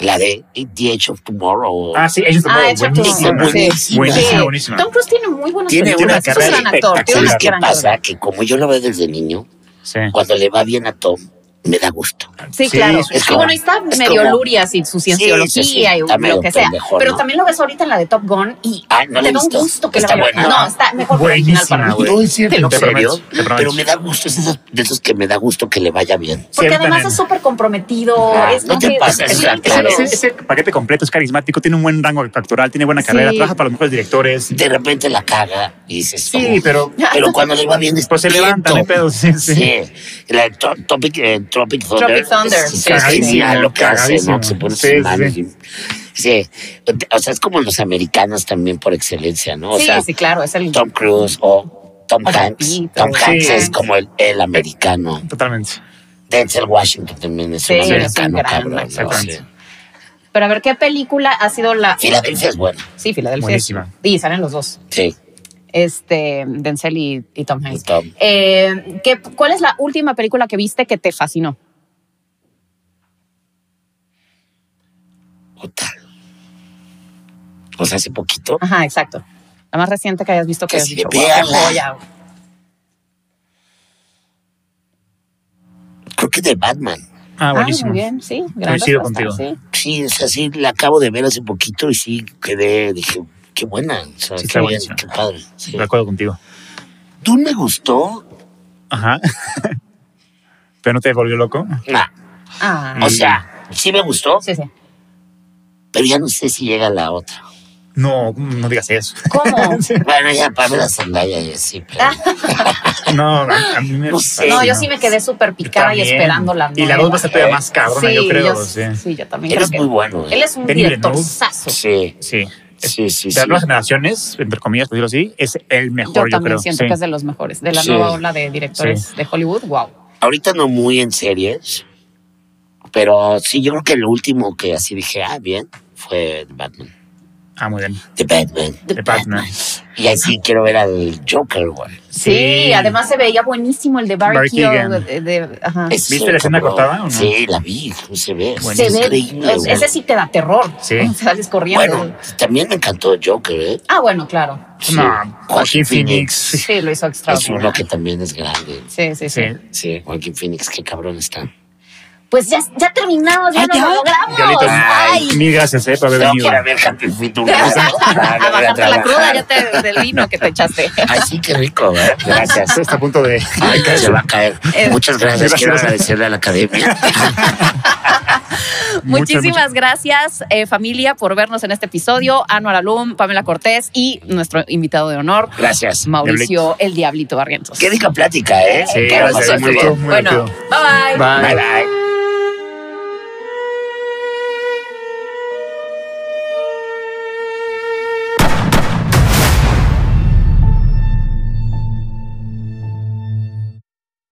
[SPEAKER 2] La de The Edge of Tomorrow.
[SPEAKER 3] Ah, sí, ellos
[SPEAKER 1] Ah, Edge of
[SPEAKER 3] buenísima.
[SPEAKER 1] Tomorrow,
[SPEAKER 2] sí.
[SPEAKER 3] Buenísima,
[SPEAKER 1] Sí.
[SPEAKER 3] buenísima.
[SPEAKER 1] Tom Cruise tiene muy buenas
[SPEAKER 2] Tiene
[SPEAKER 1] películas.
[SPEAKER 2] una
[SPEAKER 1] Es un
[SPEAKER 2] carrera
[SPEAKER 1] gran actor. Tiene
[SPEAKER 2] ¿Sabes
[SPEAKER 1] una
[SPEAKER 2] qué
[SPEAKER 1] gran
[SPEAKER 2] pasa?
[SPEAKER 1] carrera.
[SPEAKER 2] Que como yo lo veo desde niño,
[SPEAKER 3] Sí.
[SPEAKER 2] cuando le va bien a Tom, me da gusto.
[SPEAKER 1] Sí,
[SPEAKER 3] Sí,
[SPEAKER 1] claro.
[SPEAKER 3] es
[SPEAKER 1] Es que
[SPEAKER 2] como-
[SPEAKER 1] bueno, ahí está
[SPEAKER 2] es
[SPEAKER 1] medio
[SPEAKER 2] como-
[SPEAKER 1] lurias y su cienciología
[SPEAKER 2] Sí, sí, sí,
[SPEAKER 1] y
[SPEAKER 2] está medio
[SPEAKER 1] lo que sea.
[SPEAKER 2] pendejo,
[SPEAKER 1] Pero
[SPEAKER 2] ¿no?
[SPEAKER 1] también lo ves ahorita en la de Top Gun y
[SPEAKER 2] Ah, no la
[SPEAKER 1] te
[SPEAKER 2] he
[SPEAKER 1] da un
[SPEAKER 2] visto.
[SPEAKER 1] gusto que
[SPEAKER 2] Está
[SPEAKER 1] la veas.
[SPEAKER 2] buena.
[SPEAKER 1] No, está mejor que la original para mí.
[SPEAKER 3] Buenísima,
[SPEAKER 2] No
[SPEAKER 3] güey.
[SPEAKER 2] es cierto,
[SPEAKER 1] Te lo
[SPEAKER 2] ¿en serio?
[SPEAKER 3] prometo, te prometo.
[SPEAKER 2] Pero me da gusto, es de esos, de esos que me da gusto que le vaya bien.
[SPEAKER 1] Porque
[SPEAKER 3] Siempre
[SPEAKER 1] además
[SPEAKER 3] en-
[SPEAKER 1] es súper comprometido.
[SPEAKER 2] Ah,
[SPEAKER 1] es
[SPEAKER 2] no te
[SPEAKER 1] que-
[SPEAKER 2] pases,
[SPEAKER 1] es-
[SPEAKER 2] o sea,
[SPEAKER 1] es-
[SPEAKER 2] claro.
[SPEAKER 1] es-
[SPEAKER 3] Ese, ese paquete completo es carismático, tiene un buen rango actoral, tiene buena
[SPEAKER 1] Sí.
[SPEAKER 3] carrera, trabaja para los mejores directores.
[SPEAKER 2] De repente la caga y dices,
[SPEAKER 3] Sí,
[SPEAKER 2] "Oh".
[SPEAKER 3] pero
[SPEAKER 2] pero cuando le va bien es
[SPEAKER 3] pues se levanta, no hay
[SPEAKER 2] lento.
[SPEAKER 3] pedo. Sí, sí.
[SPEAKER 2] Sí, la de Tro- Tropic, eh, Tropic Thunder.
[SPEAKER 1] Tropic Thunder,
[SPEAKER 2] Sí,
[SPEAKER 1] sí,
[SPEAKER 2] sí,
[SPEAKER 3] sí.
[SPEAKER 2] sí, a lo que hace, ¿no?
[SPEAKER 3] Cagadísimo.
[SPEAKER 2] Que se pone
[SPEAKER 3] Sí,
[SPEAKER 2] sus
[SPEAKER 3] sí,
[SPEAKER 2] manos
[SPEAKER 3] sí.
[SPEAKER 2] y- Sí, o sea, es como los americanos también por excelencia, ¿no? O
[SPEAKER 1] sí,
[SPEAKER 2] sea,
[SPEAKER 1] sí, claro, es el
[SPEAKER 2] Tom Cruise o Tom
[SPEAKER 1] O sea,
[SPEAKER 2] Hanks.
[SPEAKER 1] sí,
[SPEAKER 2] Tom
[SPEAKER 1] pero-
[SPEAKER 2] Hanks
[SPEAKER 3] Sí.
[SPEAKER 2] es como el, el americano.
[SPEAKER 3] Totalmente.
[SPEAKER 2] Denzel Washington también es
[SPEAKER 1] Sí,
[SPEAKER 2] un
[SPEAKER 1] es un
[SPEAKER 2] americano,
[SPEAKER 1] gran actor.
[SPEAKER 2] cabrón. ¿no?
[SPEAKER 3] Exactamente.
[SPEAKER 2] Sí.
[SPEAKER 1] Pero a ver, ¿qué película ha sido la.
[SPEAKER 2] Filadelfia es bueno,
[SPEAKER 1] Sí, Filadelfia.
[SPEAKER 3] Buenísima.
[SPEAKER 1] Y salen los dos.
[SPEAKER 2] sí.
[SPEAKER 1] Este, Denzel y, y Tom
[SPEAKER 2] y
[SPEAKER 1] Hanks.
[SPEAKER 2] Tom.
[SPEAKER 1] Eh, ¿qué- ¿Cuál es la última película que viste que te fascinó?
[SPEAKER 2] Puta. O sea, hace poquito.
[SPEAKER 1] Ajá, exacto. La más reciente que hayas visto que
[SPEAKER 2] Que
[SPEAKER 1] has
[SPEAKER 2] sí,
[SPEAKER 1] dicho, "Guau, qué
[SPEAKER 2] véanla".
[SPEAKER 1] joya.
[SPEAKER 2] Creo que de Batman.
[SPEAKER 3] Ah,
[SPEAKER 1] Ah,
[SPEAKER 3] buenísimo.
[SPEAKER 1] muy bien, sí. gran
[SPEAKER 3] Coincido
[SPEAKER 1] respuesta,
[SPEAKER 3] contigo.
[SPEAKER 1] sí.
[SPEAKER 2] Sí, es así, la acabo de ver hace poquito y sí quedé, dije, qué buena. O sea,
[SPEAKER 3] Sí,
[SPEAKER 2] qué,
[SPEAKER 3] está
[SPEAKER 2] bien,
[SPEAKER 3] buenísima.
[SPEAKER 2] qué padre. Sí.
[SPEAKER 3] De acuerdo contigo.
[SPEAKER 2] ¿Tú me gustó?
[SPEAKER 3] Ajá. ¿Pero no te volvió loco?
[SPEAKER 2] Nah.
[SPEAKER 1] Ah,
[SPEAKER 3] Mm.
[SPEAKER 2] O sea, sí me gustó,
[SPEAKER 1] sí, sí.
[SPEAKER 2] pero ya no sé si llega la otra.
[SPEAKER 3] No, no digas eso.
[SPEAKER 1] ¿Cómo?
[SPEAKER 2] Bueno, ya Pamela Zendaya y así, pero...
[SPEAKER 1] Ah,
[SPEAKER 3] No, a, a mí me.
[SPEAKER 2] No sé.
[SPEAKER 1] no, yo
[SPEAKER 3] fascina.
[SPEAKER 1] sí me quedé súper picada
[SPEAKER 3] Yo
[SPEAKER 1] y
[SPEAKER 3] también.
[SPEAKER 1] esperando la nueva.
[SPEAKER 3] Y la dos va a ser todavía más cabrona,
[SPEAKER 1] Sí,
[SPEAKER 3] yo creo. sí.
[SPEAKER 1] sí. sí, yo también
[SPEAKER 2] Él
[SPEAKER 1] creo
[SPEAKER 2] es
[SPEAKER 1] que-
[SPEAKER 2] muy bueno. eh.
[SPEAKER 1] Él es un
[SPEAKER 3] Denis Villeneuve.
[SPEAKER 1] directorzazo.
[SPEAKER 2] Sí,
[SPEAKER 3] Sí.
[SPEAKER 2] sí, sí.
[SPEAKER 3] De las
[SPEAKER 2] sí.
[SPEAKER 3] nuevas generaciones, entre comillas, por decirlo así, es el
[SPEAKER 1] Yo
[SPEAKER 3] mejor, yo,
[SPEAKER 1] también
[SPEAKER 3] creo.
[SPEAKER 1] siento
[SPEAKER 3] sí.
[SPEAKER 1] que es de los mejores. De la
[SPEAKER 2] Sí.
[SPEAKER 1] nueva ola de directores de Hollywood, wow.
[SPEAKER 2] Ahorita no muy en series, pero sí, yo creo que lo último que así dije, ah, bien, fue Batman.
[SPEAKER 3] Ah, muy bien.
[SPEAKER 2] The Batman.
[SPEAKER 3] De Batman.
[SPEAKER 2] Y así quiero ver al Joker, güey.
[SPEAKER 1] Sí, además se veía buenísimo el de Barry,
[SPEAKER 3] Barry
[SPEAKER 1] Keoghan.
[SPEAKER 3] Keoghan.
[SPEAKER 1] de- de- ajá.
[SPEAKER 2] Es
[SPEAKER 3] ¿Viste
[SPEAKER 2] un
[SPEAKER 3] la escena
[SPEAKER 2] cabrón.
[SPEAKER 3] cortada o no?
[SPEAKER 2] Sí, la vi, no se ve.
[SPEAKER 1] Se
[SPEAKER 2] es
[SPEAKER 1] ve-
[SPEAKER 2] increíble,
[SPEAKER 1] es-
[SPEAKER 2] güey.
[SPEAKER 1] ese sí te da terror.
[SPEAKER 3] Sí.
[SPEAKER 1] Sales corriendo.
[SPEAKER 2] Bueno, también me encantó Joker, ¿eh?
[SPEAKER 1] Ah, bueno, claro.
[SPEAKER 2] Sí.
[SPEAKER 3] No, Joaquín Phoenix. ah, Sí.
[SPEAKER 1] Sí, lo hizo
[SPEAKER 2] Es uno
[SPEAKER 1] extraordinario.
[SPEAKER 2] que también es grande.
[SPEAKER 1] Sí, sí, sí.
[SPEAKER 3] Sí.
[SPEAKER 2] Sí, Joaquín Phoenix, qué cabrón está.
[SPEAKER 1] Pues ya, ya terminamos, ya
[SPEAKER 2] Ah,
[SPEAKER 1] nos
[SPEAKER 2] ya.
[SPEAKER 1] lo logramos.
[SPEAKER 3] Diablito,
[SPEAKER 1] Ay,
[SPEAKER 3] mil gracias eh, por haber
[SPEAKER 2] No
[SPEAKER 3] venido.
[SPEAKER 2] quiero ver Happy Feet un rato.
[SPEAKER 1] a
[SPEAKER 2] Para ver a
[SPEAKER 1] bajarte la cruda
[SPEAKER 2] trabajar.
[SPEAKER 1] ya te, del vino que te echaste.
[SPEAKER 2] Ay, sí, qué rico, ¿eh? Gracias.
[SPEAKER 3] Esto Está a punto de.
[SPEAKER 2] Ay, que se va a caer.
[SPEAKER 1] Eh,
[SPEAKER 2] Muchas gracias.
[SPEAKER 3] gracias.
[SPEAKER 2] Quiero agradecerle a la academia.
[SPEAKER 1] Muchísimas
[SPEAKER 3] Muchas,
[SPEAKER 1] gracias, eh, familia, por vernos en este episodio. Anuar Alum, Pamela Cortés y nuestro invitado de honor,
[SPEAKER 2] Gracias.
[SPEAKER 1] Mauricio el Diablito Barrientos.
[SPEAKER 2] Qué rica plática, ¿eh?
[SPEAKER 3] Sí,
[SPEAKER 2] Qué
[SPEAKER 3] gracias.
[SPEAKER 2] pasé muy
[SPEAKER 3] Estuvo
[SPEAKER 2] bien.
[SPEAKER 3] muy
[SPEAKER 1] bueno,
[SPEAKER 3] divertido.
[SPEAKER 1] bye bye.
[SPEAKER 2] Bye, bye.